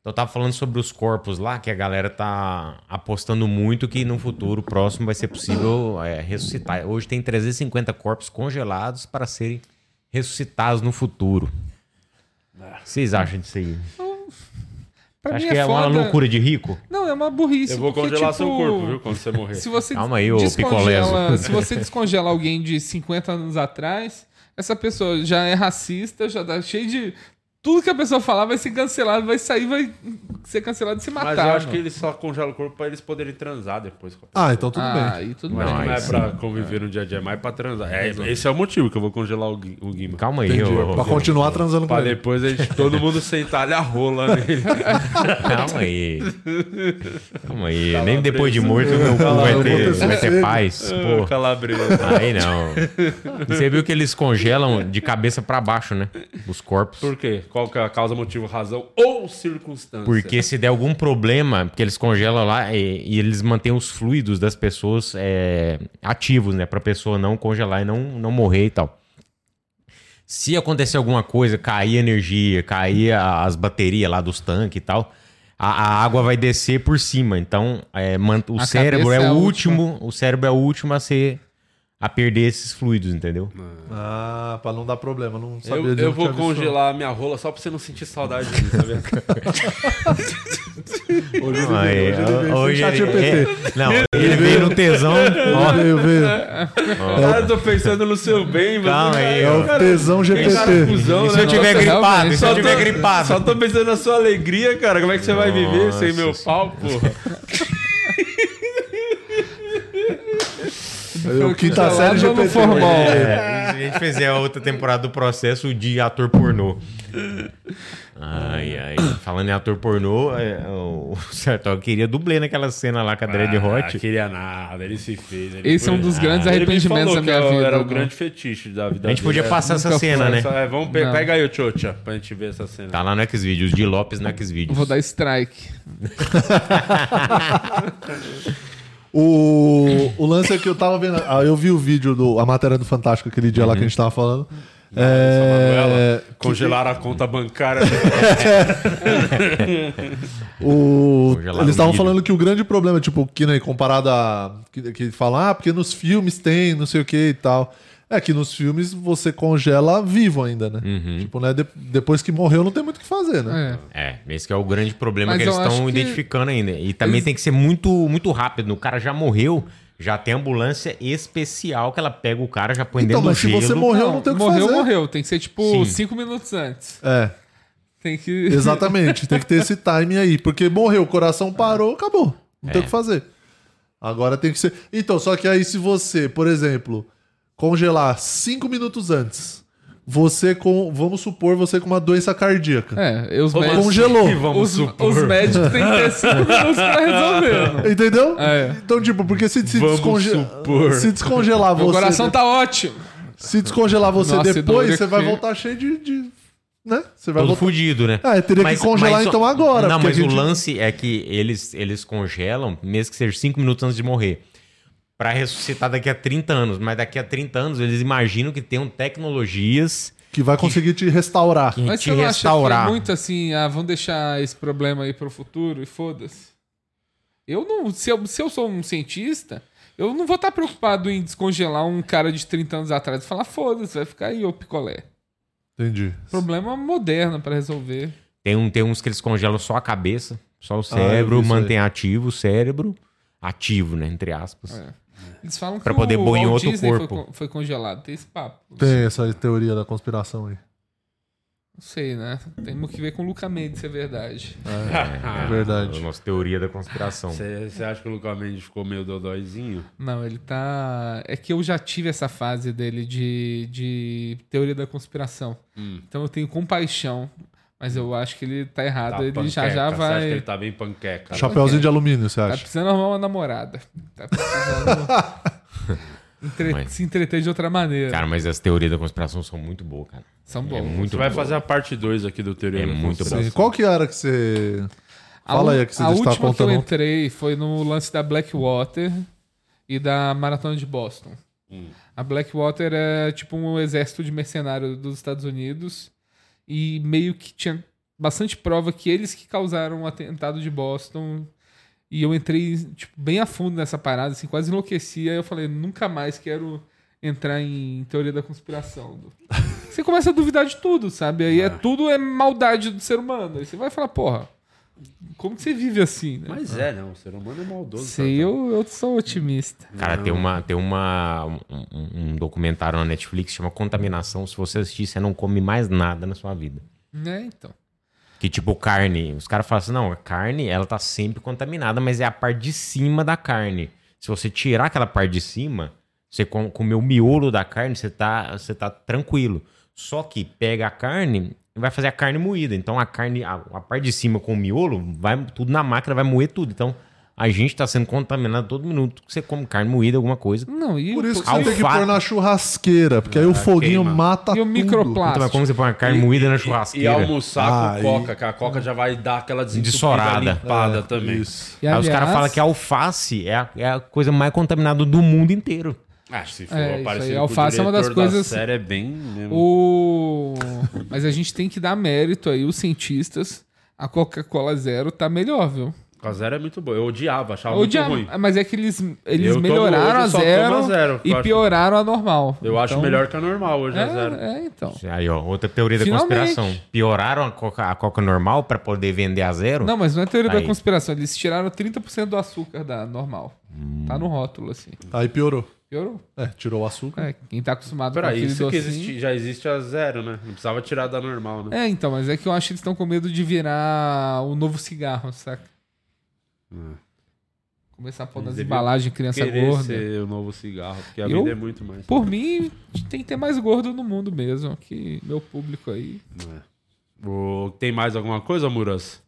Speaker 5: Então, Eu tava falando sobre os corpos lá, que a galera tá apostando muito que no futuro próximo vai ser possível é, ressuscitar. Hoje tem 350 corpos congelados para serem ressuscitados no futuro.
Speaker 4: Ah.
Speaker 5: O que Vocês acham disso aí?
Speaker 4: Pra
Speaker 5: Acho
Speaker 4: mim
Speaker 5: que é, uma
Speaker 4: foda.
Speaker 5: loucura de rico?
Speaker 4: Não, é uma burrice.
Speaker 1: Eu vou
Speaker 4: porque,
Speaker 1: congelar
Speaker 4: tipo,
Speaker 1: seu corpo, viu? Quando você morrer.
Speaker 4: Se você
Speaker 5: Calma aí, ô
Speaker 4: descongela,
Speaker 5: picolézo.
Speaker 4: se você descongela alguém de 50 anos atrás, essa pessoa já é racista, já tá cheio de Tudo que a pessoa falar vai ser cancelado, vai sair, vai ser cancelado e se matar.
Speaker 1: Mas eu acho
Speaker 4: mano.
Speaker 1: que ele só congela o corpo pra eles poderem transar depois. com a
Speaker 4: Ah,
Speaker 1: pessoa.
Speaker 4: então tudo Ah, bem. aí tudo
Speaker 1: não
Speaker 4: bem.
Speaker 1: acho que não é
Speaker 4: Aí
Speaker 1: pra
Speaker 4: sim.
Speaker 1: conviver no dia a dia, é mais pra transar. É,
Speaker 4: Exato.
Speaker 1: esse é o motivo que eu vou congelar o, Gui- o Guima. Calma
Speaker 3: aí, Entendi. ô- Pra continuar transando com
Speaker 2: Uhum.
Speaker 1: pra
Speaker 3: ele.
Speaker 1: depois a gente, todo mundo sentar a rola né? nele.
Speaker 3: Calma aí. Calma aí. Nem depois de morto meu cu vai ter, vai ter paz. Pô.
Speaker 1: Calabreso.
Speaker 3: Aí não. E Você viu que eles congelam de cabeça pra baixo, né? Os corpos.
Speaker 1: Por quê? Qual que é a causa, motivo, razão ou circunstância?
Speaker 3: Porque se der algum problema, porque eles congelam lá e, e eles mantêm os fluidos das pessoas é, ativos, né? Pra pessoa não congelar e não, não morrer e tal. Se acontecer alguma coisa, cair a energia, cair a- as baterias lá dos tanques e tal, a, a água vai descer por cima. Então, é, man- o
Speaker 4: A
Speaker 3: cérebro é
Speaker 4: cabeça
Speaker 3: o
Speaker 4: é a
Speaker 3: último, o cérebro é o último a ser a perder esses fluidos, entendeu?
Speaker 2: Ah, pra não dar problema, não sabia
Speaker 1: Eu,
Speaker 2: de um
Speaker 1: eu
Speaker 2: onde
Speaker 1: vou
Speaker 2: tinha visto, não.
Speaker 1: congelar a minha rola só pra você não sentir saudade de mim, tá sabe?
Speaker 3: Hoje ele Não, veio, é, hoje ele veio, hoje sem ele- ChatGPT. é, não, ele veio no tesão, ó.
Speaker 1: Ele
Speaker 3: Veio, veio. Ó.
Speaker 1: Cara, eu tô pensando no seu bem, mano.
Speaker 3: Calma aí,
Speaker 1: Cara,
Speaker 3: ó.
Speaker 1: cara,
Speaker 2: Tesão
Speaker 1: que
Speaker 2: GPT.
Speaker 1: cara cuzão,
Speaker 2: E se
Speaker 1: né?
Speaker 2: eu tiver
Speaker 1: Nossa,
Speaker 2: gripado?
Speaker 1: realmente.
Speaker 2: E se eu
Speaker 1: Só
Speaker 2: tiver
Speaker 1: tô-
Speaker 2: gripado?
Speaker 1: Só tô pensando na sua alegria, cara. Como é que você vai viver sem meu
Speaker 4: Nossa
Speaker 1: pau, porra?
Speaker 2: Eu, quinta série GPT.
Speaker 1: Tá
Speaker 3: É, se a gente fizer a outra temporada do processo de ator pornô. Ai, ai. Falando em ator pornô, é, o Sertog queria dublê naquela cena lá com a Dread Hot.
Speaker 1: Ah, queria nada, ele se fez. ele Ah,
Speaker 4: Esse é um dos grandes arrependimentos
Speaker 1: Ele me
Speaker 4: da
Speaker 1: falou
Speaker 4: minha
Speaker 1: que
Speaker 4: vida,
Speaker 1: Era o
Speaker 4: né?
Speaker 1: grande fetiche da vida
Speaker 3: A gente podia
Speaker 1: dele.
Speaker 3: passar essa
Speaker 1: Nunca
Speaker 3: cena,
Speaker 1: foi.
Speaker 3: né?
Speaker 1: Só- é, vamos pe
Speaker 4: Não.
Speaker 1: pega aí o Tchotcha pra gente ver essa cena.
Speaker 3: Tá lá no Xvideos, de Lopes no Xvideos.
Speaker 4: Vou dar strike.
Speaker 2: O, o lance é que eu tava vendo. ah, Eu vi o vídeo do. A matéria do Fantástico aquele dia lá que a gente tava falando.
Speaker 1: Uhum.
Speaker 2: É,
Speaker 1: Ela congelaram a conta bancária.
Speaker 2: O,
Speaker 1: Congelar
Speaker 2: eles
Speaker 1: o
Speaker 2: estavam
Speaker 1: milho.
Speaker 2: falando que o grande problema, tipo, que né, comparado a. Que, que fala, ah, porque nos filmes tem, não sei o que e tal. É que nos filmes você congela vivo ainda, né?
Speaker 1: Uhum.
Speaker 2: Tipo, né? de- depois que morreu, não tem muito o que fazer, né?
Speaker 3: É, esse que é o grande problema
Speaker 2: Mas
Speaker 3: que eles
Speaker 2: eu acho
Speaker 3: estão
Speaker 2: que-
Speaker 3: identificando ainda. E também
Speaker 2: Eles-
Speaker 3: tem que ser muito, muito rápido. O cara já morreu, já tem ambulância especial que ela pega o cara, já põe
Speaker 2: Então,
Speaker 1: Então,
Speaker 3: dentro do gelo.
Speaker 4: É. Morreu, morreu. Tem que ser tipo
Speaker 3: Sim.
Speaker 4: 5 minutos antes.
Speaker 2: É.
Speaker 4: Tem que.
Speaker 2: Exatamente, tem que ter esse timing aí. Porque morreu, o coração parou, acabou. Não
Speaker 3: É.
Speaker 2: tem o que fazer. Agora tem que ser. Então, só que aí, se você, por exemplo, congelar cinco minutos antes, você com. Vamos supor você com uma doença cardíaca.
Speaker 4: É, os médicos-
Speaker 2: Congelou.
Speaker 4: que vamos Os- supor? os médicos têm que ter cinco minutos pra
Speaker 3: É.
Speaker 4: resolver.
Speaker 2: Entendeu? Então, tipo, porque se, se,
Speaker 4: Vamos
Speaker 2: desconge-
Speaker 4: supor.
Speaker 2: se descongelar você.
Speaker 4: Meu coração tá ótimo.
Speaker 2: Se descongelar você
Speaker 4: Nossa,
Speaker 2: depois,
Speaker 4: dura
Speaker 2: você vai
Speaker 4: que-
Speaker 2: voltar cheio de. de- né? Você vai
Speaker 3: Todo
Speaker 2: voltar.
Speaker 3: fudido, né?
Speaker 2: Ah, eu teria que congelar
Speaker 3: o-
Speaker 2: então agora,
Speaker 3: Não,
Speaker 2: porque
Speaker 3: mas
Speaker 2: a gente-
Speaker 3: o lance é que eles, eles congelam, mesmo que seja 5 minutos antes de morrer, Pra ressuscitar daqui a 30 anos. Mas daqui a 30 anos eles imaginam que tenham tecnologias
Speaker 2: Que vai conseguir te restaurar.
Speaker 3: que
Speaker 4: Mas
Speaker 3: te
Speaker 4: você não acha
Speaker 3: restaurar.
Speaker 4: que é muito assim, ah, vamos deixar esse problema aí pro futuro e foda-se? Eu não. Se eu, se eu sou um cientista, eu não vou estar preocupado em descongelar um cara de 30 anos atrás e falar, foda-se, vai ficar aí, ô picolé.
Speaker 2: Entendi.
Speaker 4: Problema moderno pra resolver.
Speaker 3: Tem, um, tem uns que eles congelam só a cabeça, só o
Speaker 4: Ah, eu
Speaker 3: cérebro,
Speaker 4: vi isso aí.
Speaker 3: mantém ativo o cérebro. Ativo, né? Entre aspas.
Speaker 4: É. Eles falam
Speaker 3: Pra
Speaker 4: que
Speaker 3: poder
Speaker 4: o
Speaker 3: pôr em
Speaker 4: Walt
Speaker 3: outro
Speaker 4: Disney foi
Speaker 3: corpo.
Speaker 4: con- Foi, congelado, tem esse papo.
Speaker 2: Tem essa teoria da conspiração aí.
Speaker 4: Não sei, né? Temos que ver com o Luca Mendes, se é verdade.
Speaker 1: Ah,
Speaker 2: É, é verdade.
Speaker 3: Nossa teoria da conspiração.
Speaker 1: Você você acha que o Lucas Mendes ficou meio dodóizinho?
Speaker 4: Não, ele tá. É que eu já tive essa fase dele de, de teoria da conspiração.
Speaker 1: Hum.
Speaker 4: Então eu tenho compaixão, mas eu acho que ele tá errado.
Speaker 1: Tá
Speaker 4: ele já
Speaker 1: panqueca.
Speaker 4: já
Speaker 1: Você
Speaker 4: vai.
Speaker 1: acha que ele tá bem panqueca?
Speaker 4: Tá
Speaker 2: Chapeuzinho de alumínio, você
Speaker 4: Tá
Speaker 2: acha?
Speaker 4: precisando arrumar uma namorada. Tá precisando. entre-
Speaker 3: Mas-
Speaker 4: Se entreter de outra maneira.
Speaker 3: Cara, mas as teorias da conspiração são muito boas, cara.
Speaker 4: São
Speaker 3: É
Speaker 4: boas.
Speaker 3: muito
Speaker 1: Você vai
Speaker 3: boa.
Speaker 1: fazer a parte 2 aqui do Teoria
Speaker 3: É
Speaker 1: da
Speaker 3: muito
Speaker 1: Conspiração.
Speaker 2: Sim. Qual que era que você.
Speaker 4: A
Speaker 2: Fala
Speaker 4: u-
Speaker 2: aí a que você
Speaker 4: a
Speaker 2: está
Speaker 4: última que eu
Speaker 2: apontando.
Speaker 4: entrei foi no lance da Blackwater e da Maratona de Boston. A Blackwater é tipo um exército de mercenário dos Estados Unidos e meio que tinha bastante prova que eles que causaram o atentado de Boston. E eu entrei tipo, bem a fundo nessa parada, assim, quase enlouqueci. Aí eu falei, nunca mais quero entrar em teoria da conspiração. Você começa a duvidar de tudo, sabe?
Speaker 2: Ah.
Speaker 4: Aí é tudo é maldade do ser humano. Aí você vai falar, porra, como que você vive assim, né?
Speaker 1: Mas é, não. O ser humano é maldoso.
Speaker 4: Sei, eu, eu sou otimista.
Speaker 3: Cara, tem, uma, tem uma, um- um, um documentário na Netflix que chama Contaminação. Se você assistir, você não come mais nada na sua vida.
Speaker 4: Né, então.
Speaker 5: Que tipo carne, os caras falam assim, não, a carne ela tá sempre contaminada, mas é a parte de cima da carne. Se você tirar aquela parte de cima, você com, comer o miolo da carne, você tá, você tá tranquilo. Só que pega a carne e vai fazer a carne moída. Então a carne, a, a parte de cima com o miolo, vai tudo na máquina, vai moer tudo. Então a gente tá sendo contaminado todo minuto que você come carne moída, alguma coisa.
Speaker 4: Não, e
Speaker 2: Por isso que você tem tá que pôr na churrasqueira, porque
Speaker 1: Ah,
Speaker 2: aí o foguinho
Speaker 5: queima.
Speaker 2: mata
Speaker 4: E o
Speaker 2: tudo.
Speaker 4: microplástico?
Speaker 5: Então, mas como você põe a carne
Speaker 1: E-
Speaker 5: moída na
Speaker 1: e- E
Speaker 5: churrasqueira?
Speaker 1: almoçar
Speaker 5: Ah,
Speaker 1: com
Speaker 5: e-
Speaker 1: coca, que a coca já vai dar aquela desentupida,
Speaker 5: Dessorada.
Speaker 1: limpada também.
Speaker 5: Aí os caras falam que a alface é a, é a coisa mais contaminada do mundo inteiro.
Speaker 1: Ah, se for
Speaker 4: É, isso
Speaker 1: parecido
Speaker 4: aí,
Speaker 1: com o
Speaker 4: alface é uma das
Speaker 1: diretor da
Speaker 4: coisas.
Speaker 1: série, é bem mesmo.
Speaker 4: O... Mas a gente tem que dar mérito aí, os cientistas. A Coca-Cola Zero tá melhor, viu?
Speaker 1: A zero é muito boa. Eu odiava, achava Tá
Speaker 4: O
Speaker 1: muito
Speaker 4: dia-
Speaker 1: ruim.
Speaker 4: Mas é que eles, eles
Speaker 1: Eu tomo
Speaker 4: melhoraram
Speaker 1: hoje,
Speaker 4: a
Speaker 1: só tomo
Speaker 4: zero,
Speaker 1: a zero,
Speaker 4: e
Speaker 1: eu acho.
Speaker 4: pioraram a normal.
Speaker 1: Eu acho melhor que a normal hoje, a
Speaker 4: Então- É,
Speaker 1: zero.
Speaker 4: É, então.
Speaker 5: Aí, ó, outra teoria da
Speaker 4: Finalmente.
Speaker 5: conspiração. Pioraram a coca, a coca normal pra poder vender a zero?
Speaker 4: Não, mas não é teoria
Speaker 5: Aí.
Speaker 4: da conspiração. Eles tiraram 30% do açúcar da normal. Tá no rótulo, assim.
Speaker 2: Aí piorou.
Speaker 4: Piorou.
Speaker 2: É, tirou o açúcar.
Speaker 4: É, quem tá
Speaker 2: um
Speaker 4: acostumado
Speaker 1: Peraí,
Speaker 4: com aquele
Speaker 1: isso que
Speaker 4: docinho-
Speaker 1: existe- já existe a zero, né? Não precisava tirar da normal, né?
Speaker 4: É, então, mas é que eu acho que eles estão com medo de virar o novo cigarro, saca?
Speaker 5: Hum.
Speaker 4: Começar a pôr nas
Speaker 1: Devia
Speaker 4: embalagens
Speaker 2: É,
Speaker 4: criança
Speaker 1: querer
Speaker 4: gorda.
Speaker 1: ser o novo cigarro, porque a
Speaker 4: Eu-
Speaker 1: vida é muito mais.
Speaker 4: Por mim, tem que ter mais gordo no mundo mesmo, que meu público aí.
Speaker 1: O- Tem mais alguma coisa, Muras?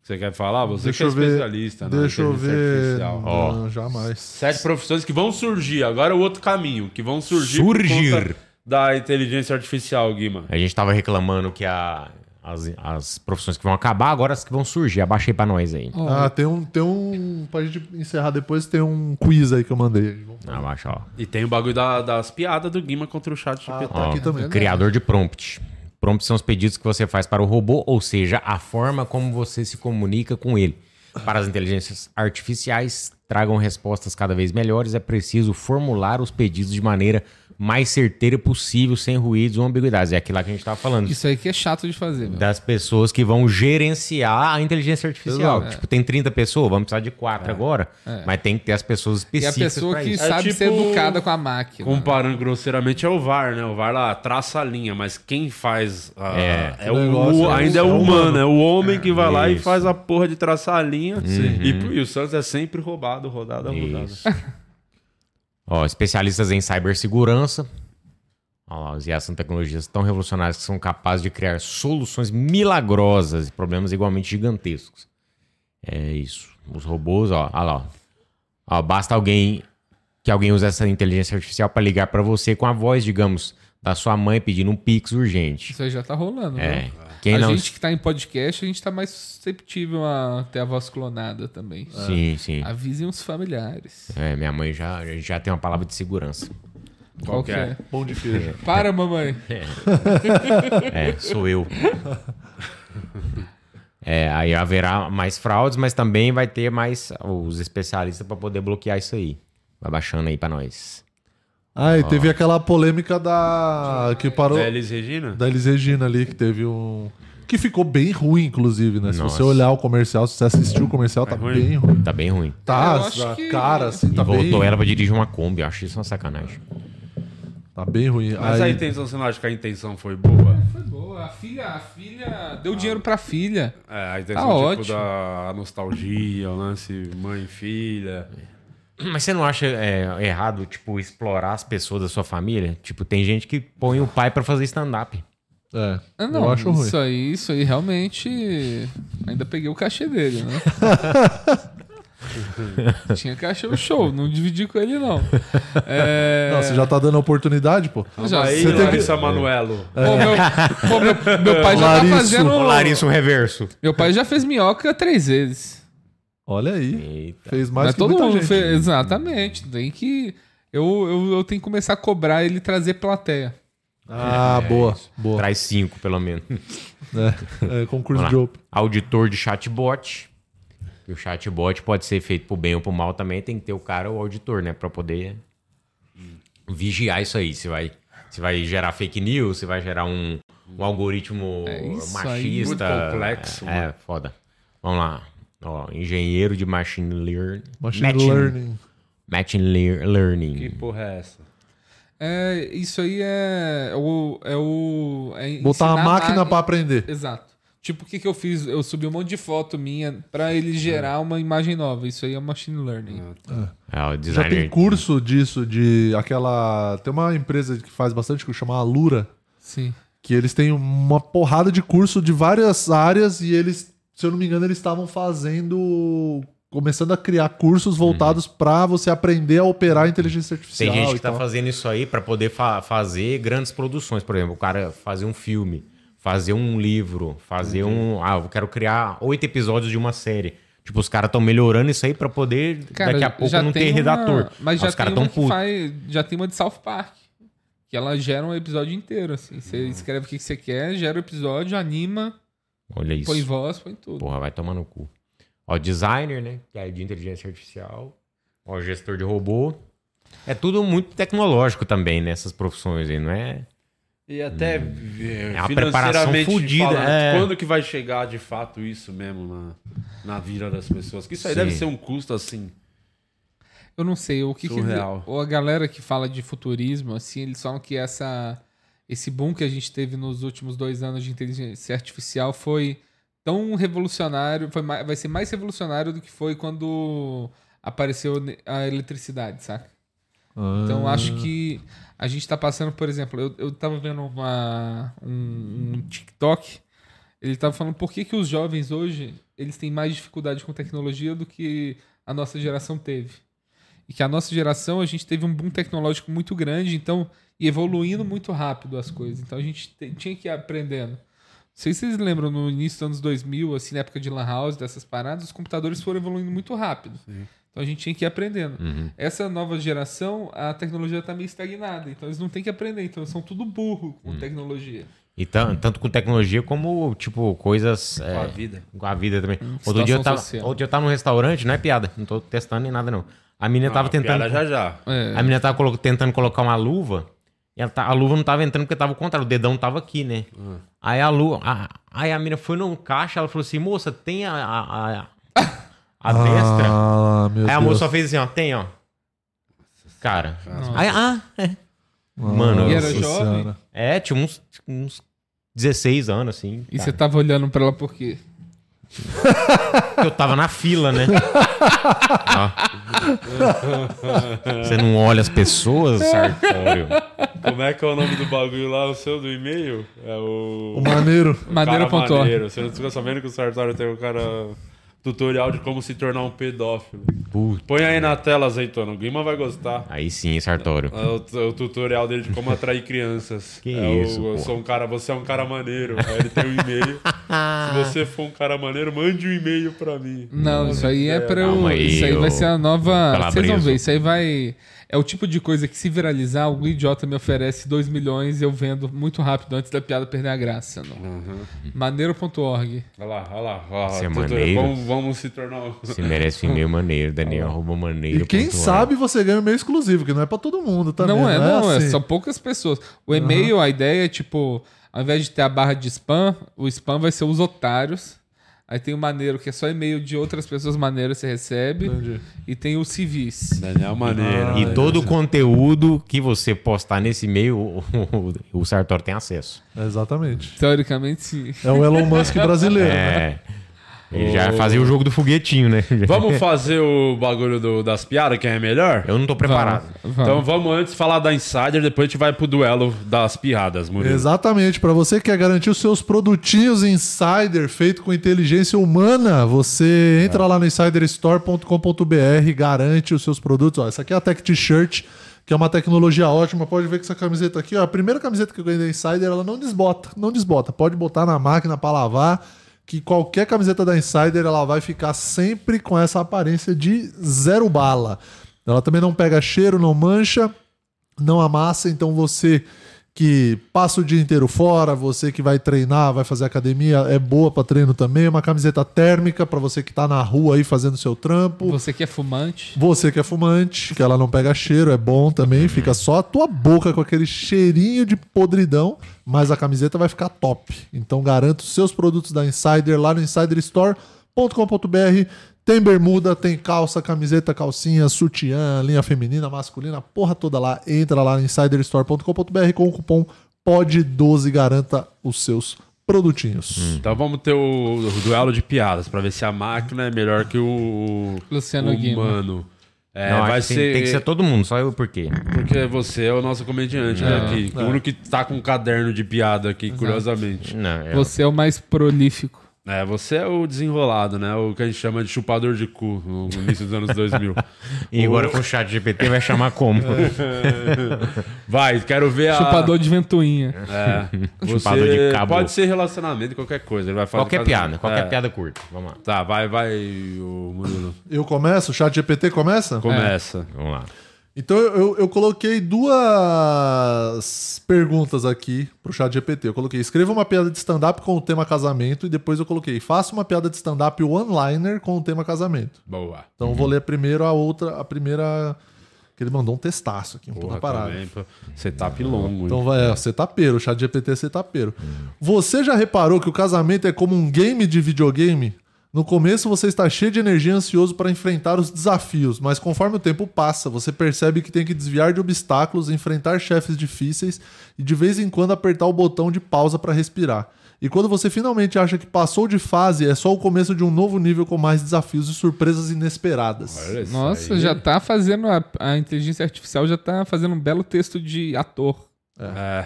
Speaker 1: que Você quer falar? Você
Speaker 2: Deixa
Speaker 1: que é
Speaker 2: eu ver-
Speaker 1: especialista, né?
Speaker 2: deixa eu
Speaker 1: Inteligência
Speaker 2: ver.
Speaker 1: artificial. Ó,
Speaker 2: Não, jamais.
Speaker 1: Sete profissões que vão surgir. Agora é o outro caminho, que vão surgir. por
Speaker 5: Surgir.
Speaker 1: conta Da inteligência artificial, Guima.
Speaker 5: A gente tava reclamando que a- as, as profissões que vão acabar, agora as que vão surgir. Abaixa aí pra nós aí.
Speaker 2: Ah, tem um, tem um. Pra gente encerrar depois, tem um quiz aí que eu mandei.
Speaker 5: Abaixa, ó.
Speaker 1: E tem o bagulho da- das piadas do Guima contra o chat
Speaker 2: Ah, tá
Speaker 1: GPT.
Speaker 5: Ó,
Speaker 2: né?
Speaker 5: o Criador de prompt. Prompts são os pedidos que você faz para o robô, ou seja, a forma como você se comunica com ele. Para as inteligências artificiais tragam respostas cada vez melhores, é preciso formular os pedidos de maneira mais certeira possível, sem ruídos ou ambiguidades. É aquilo lá que a gente estava falando.
Speaker 4: Isso aí que é chato de fazer, meu.
Speaker 5: Das pessoas que vão gerenciar a inteligência artificial.
Speaker 4: Exato.
Speaker 5: Tipo, tem 30 pessoas, vamos precisar de 4 agora.
Speaker 4: É.
Speaker 5: Mas tem que ter as
Speaker 4: E
Speaker 5: pessoas
Speaker 4: a
Speaker 5: específicas.
Speaker 4: pessoa
Speaker 5: pra
Speaker 4: que
Speaker 5: isso. um
Speaker 4: sabe ser
Speaker 1: tipo-
Speaker 4: educada com a máquina.
Speaker 1: Comparando grosseiramente é o VAR, né? O VAR lá traça a linha, mas quem faz a-
Speaker 5: É.
Speaker 1: é,
Speaker 5: O
Speaker 1: o,
Speaker 5: negócio
Speaker 1: o-
Speaker 5: é
Speaker 1: ainda é
Speaker 5: o
Speaker 1: o humano, é o homem
Speaker 5: É,
Speaker 1: que vai lá e
Speaker 5: isso.
Speaker 1: faz a porra de traçar a linha.
Speaker 5: Sim.
Speaker 1: E, e o Santos é sempre roubado, rodada, rodada. É
Speaker 5: Ó, especialistas em cibersegurança. Olha lá, os IAs são tecnologias tão revolucionárias que são capazes de criar soluções milagrosas e problemas igualmente gigantescos. É isso. Os robôs, ó, olha lá. ó. Ó, basta alguém que alguém use essa inteligência artificial para ligar para você com a voz, digamos, da sua mãe pedindo um pix urgente.
Speaker 4: Isso aí já tá rolando,
Speaker 5: É.
Speaker 4: né?
Speaker 5: Quem
Speaker 4: a
Speaker 5: não-
Speaker 4: gente que tá em podcast, a gente tá mais susceptível a ter a voz clonada também.
Speaker 5: Sim, sim.
Speaker 4: Avisem os familiares.
Speaker 5: É, minha mãe já, a gente já tem uma palavra de segurança.
Speaker 4: Qual que é?
Speaker 2: Pão de queijo.
Speaker 4: Para, mamãe.
Speaker 5: É, É, sou eu. É, aí haverá mais fraudes, mas também vai ter mais os especialistas para poder bloquear isso aí. Vai baixando aí para nós.
Speaker 2: Ah, e
Speaker 5: Ó.
Speaker 2: teve aquela polêmica da. Que parou.
Speaker 1: Da Elis Regina?
Speaker 2: Da Elis Regina ali, que teve um. Que ficou bem ruim, inclusive, né? Se
Speaker 5: Nossa.
Speaker 2: você olhar o comercial, se você assistir o comercial, tá bem ruim.
Speaker 5: Tá bem ruim.
Speaker 2: Tá,
Speaker 5: Eu acho
Speaker 2: a
Speaker 5: que-
Speaker 2: cara, assim,
Speaker 5: E
Speaker 2: tá
Speaker 5: voltou
Speaker 2: bem.
Speaker 5: ela pra dirigir uma Kombi, eu acho isso uma sacanagem.
Speaker 2: Tá bem ruim.
Speaker 1: Mas a intenção, você não acha que a intenção foi boa?
Speaker 4: Foi boa. A filha, a filha deu dinheiro pra filha.
Speaker 1: É, a
Speaker 4: tá
Speaker 1: intenção tipo
Speaker 4: ótimo.
Speaker 1: da nostalgia, o lance mãe e filha.
Speaker 5: Mas você não acha é, errado, tipo, explorar as pessoas da sua família? Tipo, tem gente que põe o pai pra fazer stand-up.
Speaker 2: É,
Speaker 4: Ah, não, isso aí, isso aí realmente. Ainda peguei o cachê dele, né? Tinha cachê o show, não dividi com ele, não. É...
Speaker 2: Não, você já tá dando a oportunidade, pô.
Speaker 4: Já.
Speaker 1: Aí,
Speaker 4: Você tem que-
Speaker 1: Larissa Manuelo.
Speaker 4: Pô, meu, pô, meu- meu pai já tá fazendo.
Speaker 5: reverso.
Speaker 4: Meu pai já fez minhoca três vezes.
Speaker 2: Olha aí. Fez mais
Speaker 4: Mas
Speaker 2: que
Speaker 4: todo
Speaker 2: muita
Speaker 4: mundo
Speaker 2: gente.
Speaker 4: fez. Exatamente. Tem que. Eu, eu, eu tenho que começar a cobrar ele trazer plateia.
Speaker 2: Ah,
Speaker 5: É,
Speaker 2: boa,
Speaker 5: isso.
Speaker 2: boa.
Speaker 5: Traz cinco, pelo menos.
Speaker 2: É, é, concurso
Speaker 5: Vamos lá.
Speaker 2: de open.
Speaker 5: Auditor de chatbot. E o chatbot pode ser feito pro bem ou pro mal também. Tem que ter o cara, o auditor, né? Pra poder vigiar isso aí. Se vai, se vai gerar fake news, se vai gerar um, um algoritmo
Speaker 1: É, isso aí,
Speaker 5: machista.
Speaker 1: muito complexo,
Speaker 5: É,
Speaker 1: mano.
Speaker 5: foda. Vamos lá. Ó, engenheiro de machine learning.
Speaker 2: Machine learning.
Speaker 5: Machine lear- learning.
Speaker 1: Que porra é essa?
Speaker 4: É, isso aí é, o. É o é
Speaker 2: Botar
Speaker 4: ensinar
Speaker 2: a máquina pra aprender.
Speaker 4: Exato. Tipo, o que, que eu fiz? Eu subi um monte de foto minha pra
Speaker 2: É.
Speaker 4: ele gerar uma imagem nova. Isso aí é machine learning.
Speaker 5: É, o
Speaker 2: Já tem
Speaker 5: designer.
Speaker 2: curso disso, de aquela. Tem uma empresa que faz bastante que chama Alura.
Speaker 4: Sim.
Speaker 2: Que eles têm uma porrada de curso de várias áreas e eles, se eu não me engano, eles estavam fazendo. começando a criar cursos voltados pra você aprender a operar inteligência artificial.
Speaker 5: Uhum. Tem gente
Speaker 2: e
Speaker 5: que tá
Speaker 2: tal.
Speaker 5: fazendo isso aí pra poder fa- fazer grandes produções. Por exemplo, o cara fazer um filme, fazer um livro, fazer um. Ah, eu quero criar oito episódios de uma série. Tipo, os caras estão melhorando isso aí pra poder
Speaker 4: Cara,
Speaker 5: daqui a pouco
Speaker 4: já
Speaker 5: não ter
Speaker 4: tem uma-
Speaker 5: redator. Ah,
Speaker 4: Mas já
Speaker 5: os caras
Speaker 4: tem
Speaker 5: tão
Speaker 4: uma que
Speaker 5: putos.
Speaker 4: faz, já tem uma de South Park. Que ela gera um episódio inteiro, assim.
Speaker 5: Ah.
Speaker 4: Você escreve o que que você quer, gera o episódio, anima,
Speaker 5: Olha isso.
Speaker 4: põe voz, põe tudo.
Speaker 5: Porra, vai tomar no cu. Ó, designer, né? Que é de inteligência artificial. Ó, gestor de robô. É tudo muito tecnológico também, né? Essas profissões aí, não é?
Speaker 1: E até
Speaker 5: Hum.
Speaker 1: eh,
Speaker 5: É uma preparação
Speaker 1: financeiramente
Speaker 5: fodida,
Speaker 1: falando,
Speaker 5: é.
Speaker 1: quando que vai chegar de fato isso mesmo na, na vida das pessoas? Que isso aí
Speaker 4: Sim.
Speaker 1: deve ser um custo assim.
Speaker 4: Eu não sei, o que, que
Speaker 1: Surreal.
Speaker 4: ou a galera que fala de futurismo, assim, eles falam que essa esse boom que a gente teve nos últimos dois anos de inteligência artificial foi tão revolucionário, foi mais, vai ser mais revolucionário do que foi quando apareceu ne- a eletricidade, saca?
Speaker 2: Ah.
Speaker 4: Então acho que a gente tá passando, por exemplo, eu, eu tava vendo uma, um, um TikTok, ele tava falando por que, que os jovens hoje eles têm mais dificuldade com tecnologia do que a nossa geração teve. E que a nossa geração, a gente teve um boom tecnológico muito grande, então, e evoluindo muito rápido as coisas. Então a gente te- tinha que ir aprendendo. Não sei se vocês lembram, no início dos anos 2000, assim, na época de Lan House, dessas paradas, os computadores foram evoluindo muito rápido. Então a gente tinha que ir aprendendo.
Speaker 5: Uhum.
Speaker 4: Essa nova geração, a tecnologia está meio estagnada, então eles não têm que aprender, então eles são tudo burro
Speaker 1: Uhum.
Speaker 4: com tecnologia.
Speaker 5: E tan- tanto com tecnologia como, tipo, coisas. Com
Speaker 1: a vida.
Speaker 5: Com a vida também. outro,
Speaker 1: situação
Speaker 5: dia eu tava,
Speaker 1: social.
Speaker 5: outro dia eu tava num restaurante, não é piada. Não tô testando nem nada, não. A menina
Speaker 1: Não,
Speaker 5: tava tentando.
Speaker 1: Ah, piada já, já. É.
Speaker 5: A menina tava colo- tentando colocar uma luva. E ela tá- a luva não tava entrando porque tava o contrário. O dedão tava aqui, né?
Speaker 1: Hum.
Speaker 5: Aí a luva. a- aí a menina foi num caixa, ela falou assim: moça, tem a. a, a- a destra.
Speaker 2: Ah, meu
Speaker 5: aí a
Speaker 2: Deus.
Speaker 5: moça só fez assim, ó, tem, ó. Cara. Aí, ah, é.
Speaker 2: Nossa
Speaker 5: Mano,
Speaker 4: E era jovem? senhora.
Speaker 5: É, tinha uns, uns 16 anos, assim.
Speaker 4: E
Speaker 5: cara.
Speaker 4: você tava olhando pra ela por quê?
Speaker 5: Eu tava na fila, né? Ó. Você não olha as pessoas, Sartório?
Speaker 1: Como é que é o nome do bagulho lá, o seu do e-mail? É o.
Speaker 2: O maneiro.
Speaker 1: O cara
Speaker 2: Maneiro.org.
Speaker 1: maneiro. Você não fica sabendo que o Sartório tem um cara. Tutorial de como se tornar um pedófilo.
Speaker 5: Puta.
Speaker 1: Põe aí na tela, azeitona. O Guima vai gostar.
Speaker 5: Aí sim, Sartório.
Speaker 1: É o, t- o tutorial dele de como atrair crianças.
Speaker 5: Que
Speaker 1: É o-
Speaker 5: isso,
Speaker 1: eu
Speaker 5: porra.
Speaker 1: sou um cara, você é um cara maneiro. Aí ele tem um e-mail. Se você for um cara maneiro, mande um e-mail pra mim.
Speaker 4: Não, isso aí é pra eu.
Speaker 5: Calma aí,
Speaker 4: Isso aí
Speaker 5: ô
Speaker 4: vai ser a nova. Vocês vão
Speaker 5: Calabreso.
Speaker 4: ver, isso aí vai. É o tipo de coisa que se viralizar, algum idiota me oferece 2 milhões e eu vendo muito rápido antes da piada perder a graça. não. Maneiro.org.
Speaker 1: Olha lá, olha lá. Olha lá
Speaker 5: Você é
Speaker 1: tutorial.
Speaker 5: maneiro.
Speaker 1: Vamos, vamos se tornar. um-
Speaker 5: Você merece um e-mail maneiro, Daniel arroba maneiro.
Speaker 2: E quem
Speaker 5: ponto org.
Speaker 2: sabe você ganha um e-mail exclusivo, que não é pra todo mundo também.
Speaker 4: não é,
Speaker 2: né?
Speaker 4: não,
Speaker 2: Assim.
Speaker 4: é só poucas pessoas. O e-mail, a ideia é tipo, ao invés de ter a barra de spam, o spam vai ser os otários. Aí tem o maneiro, que é só e-mail de outras pessoas maneiras que você recebe. E tem o civis.
Speaker 1: Daniel
Speaker 10: Ah.
Speaker 1: Maneiro.
Speaker 5: E todo o conteúdo que você postar nesse e-mail, o, o, o Sartório tem acesso.
Speaker 2: Exatamente.
Speaker 4: Teoricamente, sim.
Speaker 2: É o Elon Musk brasileiro.
Speaker 5: É. Ele já
Speaker 1: Ô.
Speaker 5: fazia o jogo do foguetinho, né?
Speaker 1: Vamos fazer o bagulho do- das piadas, que é melhor?
Speaker 5: Eu não tô preparado.
Speaker 1: Vamos, vamos. Então vamos antes falar da Insider, depois a gente vai pro duelo das piadas, Murilo.
Speaker 2: Exatamente. Pra você que quer garantir os seus produtinhos insider feito com inteligência humana, você entra lá no insiderstore.com.br, garante os seus produtos. Ó, essa aqui é a Tech T-shirt, que é uma tecnologia ótima. Pode ver que essa camiseta aqui, ó, a primeira camiseta que eu ganhei da Insider, ela não desbota, não desbota. Pode botar na máquina pra lavar. Que qualquer camiseta da Insider ela vai ficar sempre com essa aparência de zero bala. Ela também não pega cheiro, não mancha não amassa, então você que passa o dia inteiro fora, você que vai treinar, vai fazer academia, é boa pra treino também, É uma camiseta térmica pra você que tá na rua aí fazendo seu trampo.
Speaker 4: Você que é fumante.
Speaker 2: Você que é fumante, que ela não pega cheiro, é bom também, fica só a tua boca com aquele cheirinho de podridão, mas a camiseta vai ficar top. Então garanto os seus produtos da Insider lá no insiderstore.com.br. Tem bermuda, tem calça, camiseta, calcinha, sutiã, linha feminina, masculina, a porra toda lá. Entra lá em insiderstore.com.br com o cupom POD12 garanta os seus produtinhos.
Speaker 1: Então vamos ter o, o duelo de piadas pra ver se a máquina é melhor que o
Speaker 4: Luciano Guima.
Speaker 1: humano. É,
Speaker 5: Não,
Speaker 1: vai
Speaker 5: acho que
Speaker 1: ser,
Speaker 5: tem- Tem que ser todo mundo, só eu por quê?
Speaker 1: Porque você é o nosso comediante né,
Speaker 4: Não,
Speaker 1: aqui.
Speaker 4: não.
Speaker 1: O único que tá com um caderno de piada aqui,
Speaker 4: é. Exato.
Speaker 1: curiosamente.
Speaker 4: Você é o mais prolífico.
Speaker 1: É, você é o desenrolado, né? O que a gente chama de chupador de cu no início dos anos 2000.
Speaker 5: E agora
Speaker 1: O-
Speaker 5: com o chat GPT vai chamar como?
Speaker 1: Vai, quero ver a...
Speaker 4: Chupador de ventoinha.
Speaker 1: É.
Speaker 5: Chupador
Speaker 1: Você-
Speaker 5: de cabo.
Speaker 1: Pode ser relacionamento, qualquer coisa. Ele vai falar de
Speaker 5: Qualquer
Speaker 1: casamento.
Speaker 5: piada, qualquer piada curta. Vamos lá.
Speaker 1: Tá, vai, vai, o Murilo.
Speaker 2: Eu começo? O chat GPT começa?
Speaker 1: Começa.
Speaker 4: É.
Speaker 5: Vamos lá.
Speaker 2: Então eu, eu- eu coloquei duas perguntas aqui pro chat GPT. Eu coloquei, escreva uma piada de stand-up com o tema casamento e depois eu coloquei, faça uma piada de stand-up one-liner com o tema casamento.
Speaker 1: Boa.
Speaker 2: Então eu vou ler primeiro a outra, a primeira... Que ele mandou um testaço aqui, um puta
Speaker 4: Tá
Speaker 1: Porra,
Speaker 2: parada.
Speaker 1: também, pô. Setup longo.
Speaker 2: Então
Speaker 1: hein?
Speaker 2: vai, é, setapeiro, o chat GPT é setapeiro. Você já reparou que o casamento é como um game de videogame? No começo você está cheio de energia e ansioso para enfrentar os desafios, mas conforme o tempo passa, você percebe que tem que desviar de obstáculos, enfrentar chefes difíceis e de vez em quando apertar o botão de pausa para respirar. E quando você finalmente acha que passou de fase, é só o começo de um novo nível com mais desafios e surpresas inesperadas.
Speaker 4: Nossa, já tá fazendo. A, a inteligência artificial já tá fazendo um belo texto de ator.
Speaker 1: É.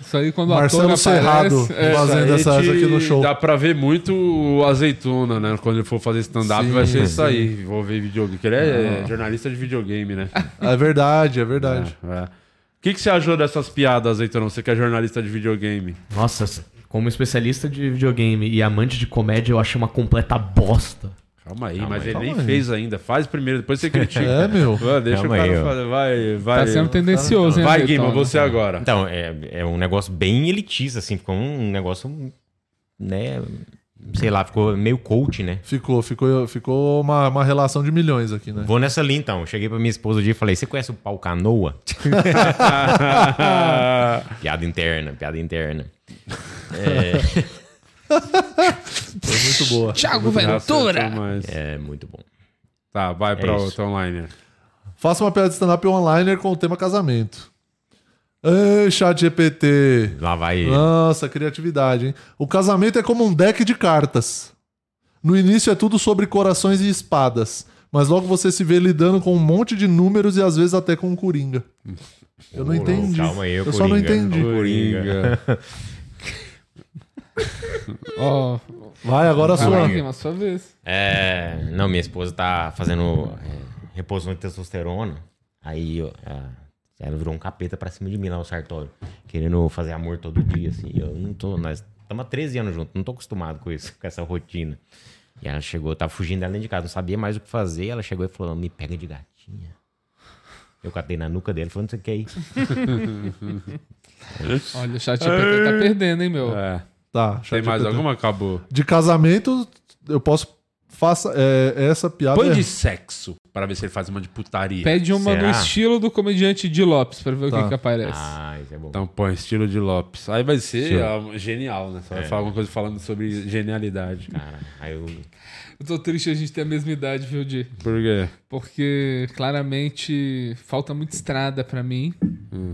Speaker 4: Isso aí quando o
Speaker 2: Marcelo
Speaker 4: ator aparece, é,
Speaker 2: Serrado fazendo
Speaker 1: Aí
Speaker 2: essa, essa aqui no
Speaker 1: te-
Speaker 2: show.
Speaker 1: Dá pra ver muito o azeitona, né? Quando ele for fazer stand-up,
Speaker 2: Sim,
Speaker 1: vai ser isso
Speaker 2: sim.
Speaker 1: aí. Vou ver videogame. Porque ele é
Speaker 2: Ah.
Speaker 1: jornalista de videogame, né?
Speaker 2: É verdade, é verdade.
Speaker 1: É, é. O que, que você achou dessas piadas, azeitona? Você que é jornalista de videogame.
Speaker 13: Nossa, como especialista de videogame e amante de comédia, eu achei uma completa bosta.
Speaker 1: Calma aí, mas ele
Speaker 13: calma
Speaker 1: nem
Speaker 13: aí.
Speaker 1: fez ainda. Faz primeiro, depois você critica.
Speaker 13: É, meu.
Speaker 1: Vai, deixa
Speaker 5: Calma
Speaker 1: o cara
Speaker 5: aí, ó.
Speaker 1: fazer. Vai, vai.
Speaker 4: Tá
Speaker 5: hein?
Speaker 1: Vai, Guima, você agora.
Speaker 5: Então, é, é um negócio bem elitista, assim. Ficou um negócio, né? Sei lá, ficou meio coach, né?
Speaker 2: Ficou, ficou, ficou uma, uma relação de milhões aqui, né?
Speaker 5: Vou nessa linha, então. Cheguei pra minha esposa um dia e falei, você conhece o pau canoa? piada interna, piada interna. É...
Speaker 2: Foi muito boa.
Speaker 4: Thiago Ventura!
Speaker 5: É, muito bom.
Speaker 1: Tá, vai pra
Speaker 2: isso.
Speaker 1: outra online.
Speaker 2: Faça uma piada de stand-up online com o tema casamento. Ai, chat GPT.
Speaker 5: Lá vai ele.
Speaker 2: Nossa, criatividade, hein? O casamento é como um deck de cartas. No início é tudo sobre corações e espadas, mas logo você se vê lidando com um monte de números e às vezes até com um coringa. Eu não
Speaker 5: Ô,
Speaker 2: entendi.
Speaker 5: Calma aí,
Speaker 2: eu
Speaker 5: o
Speaker 2: só não
Speaker 5: Coringa.
Speaker 2: entendi.
Speaker 5: O Coringa.
Speaker 4: Ó.
Speaker 2: Vai, agora a
Speaker 4: Vai,
Speaker 2: sua.
Speaker 4: Guima, sua vez.
Speaker 5: É, não, minha esposa tá fazendo é, reposição de testosterona. Aí ó, a- ela virou um capeta pra cima de mim lá, o Sartório. Querendo fazer amor todo dia, assim. Eu não tô. Nós estamos há 13 anos juntos, não tô acostumado com isso, com essa rotina. E ela chegou, eu tava fugindo dela dentro de casa, não sabia mais o que fazer. Ela chegou e falou: me pega de gatinha. Eu catei na nuca dele, falando: você quer ir?
Speaker 4: Olha, o chat GPT tá perdendo, hein, meu?
Speaker 1: É.
Speaker 2: Tá,
Speaker 1: Tem
Speaker 2: chat
Speaker 1: mais
Speaker 2: GPT.
Speaker 1: alguma? Acabou.
Speaker 2: De casamento, eu posso. Faça é, essa piada.
Speaker 1: Põe
Speaker 2: é-
Speaker 1: de sexo pra ver se ele faz uma de putaria.
Speaker 4: Pede uma
Speaker 1: Será?
Speaker 4: no estilo do comediante de Lopes pra ver o
Speaker 1: Tá.
Speaker 4: que, que aparece.
Speaker 5: Ah, isso é bom.
Speaker 1: Então põe estilo de Lopes. Aí vai ser
Speaker 5: Estilo.
Speaker 1: ah, genial, né? Você vai
Speaker 5: É.
Speaker 1: falar alguma coisa falando sobre genialidade.
Speaker 5: Cara, aí eu.
Speaker 4: Eu tô triste a gente ter a mesma idade, viu, Di?
Speaker 1: Por quê?
Speaker 4: Porque claramente falta muita estrada pra mim.
Speaker 3: Hum.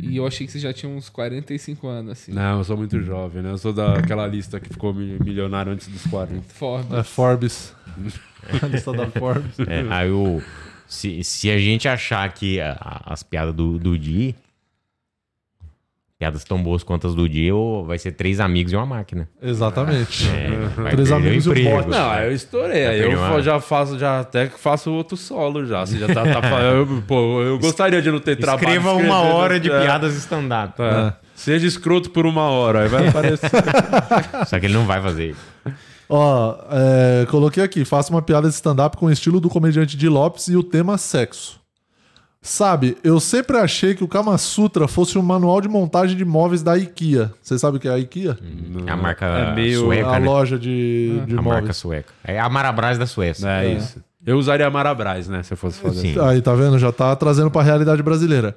Speaker 4: E eu achei que você já tinha uns 45 anos, assim.
Speaker 1: Não, eu sou muito jovem, né? Eu sou daquela lista que ficou mi- milionário antes dos 40.
Speaker 4: Forbes.
Speaker 2: É, Forbes. A lista da Forbes.
Speaker 5: É, aí o. Se, se a gente achar que a- a- as piadas do, do Di. Piadas tão boas quanto as do Di, ou vai ser três amigos e uma máquina.
Speaker 2: Exatamente.
Speaker 5: É, vai
Speaker 2: Três
Speaker 5: perder o
Speaker 2: amigos e um
Speaker 5: emprego.
Speaker 2: bote.
Speaker 1: Não, é aí eu estourei. Aí
Speaker 5: Vai
Speaker 1: eu
Speaker 5: perder uma-
Speaker 1: já faço, já até que faço outro solo já. Você já tá, tá falando. eu- Pô, eu gostaria de não ter trabalho.
Speaker 5: Escreva uma
Speaker 1: escrevendo-
Speaker 5: hora de
Speaker 1: É.
Speaker 5: piadas stand-up.
Speaker 1: É. Seja escroto por uma hora, aí vai aparecer.
Speaker 5: É. Só que ele não vai fazer isso.
Speaker 2: Ó, é, coloquei aqui, faça uma piada de stand-up com o estilo do comediante de Lopes e o tema sexo. Sabe, eu sempre achei que o Kama Sutra fosse um manual de montagem de móveis da IKEA. Você sabe o que é a IKEA?
Speaker 5: É a marca
Speaker 1: É meio-
Speaker 5: sueca.
Speaker 2: a
Speaker 5: né?
Speaker 2: loja de, de
Speaker 5: a
Speaker 2: móveis.
Speaker 5: marca sueca. É a Marabras da Suécia.
Speaker 1: É, isso. Eu usaria a Marabras, né? Se eu fosse fazer.
Speaker 5: Sim.
Speaker 2: Aí, tá vendo? Já tá trazendo pra realidade brasileira.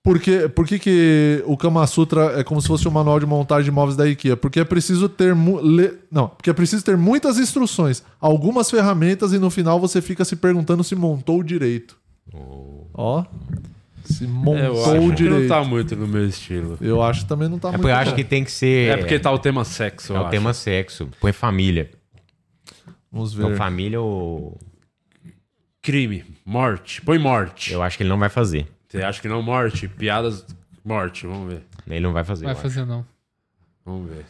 Speaker 2: Porque, por que, que o Kama Sutra é como se fosse um manual de montagem de móveis da IKEA? Porque é preciso ter mu- le- não, porque é preciso ter muitas instruções, algumas ferramentas e no final você fica se perguntando se montou direito.
Speaker 3: Oh.
Speaker 2: Ó, se
Speaker 1: É, eu
Speaker 2: montou
Speaker 1: acho que
Speaker 2: direito.
Speaker 1: não tá muito no meu estilo.
Speaker 2: Eu acho que também não tá
Speaker 3: É
Speaker 2: muito.
Speaker 3: porque eu acho
Speaker 2: bom.
Speaker 3: que tem que ser.
Speaker 1: É porque tá o tema sexo,
Speaker 3: É
Speaker 1: eu
Speaker 3: o
Speaker 1: acho. Hum.
Speaker 3: tema sexo. Põe família.
Speaker 2: Vamos
Speaker 1: ver.
Speaker 3: Então, família ou.
Speaker 1: Crime. Morte. Põe morte.
Speaker 3: Eu acho que ele não vai fazer.
Speaker 1: Você acha que não morte? Piadas morte, vamos ver.
Speaker 3: Ele não vai fazer.
Speaker 4: Vai
Speaker 3: eu
Speaker 4: fazer
Speaker 3: acho.
Speaker 4: não.
Speaker 1: Vamos ver.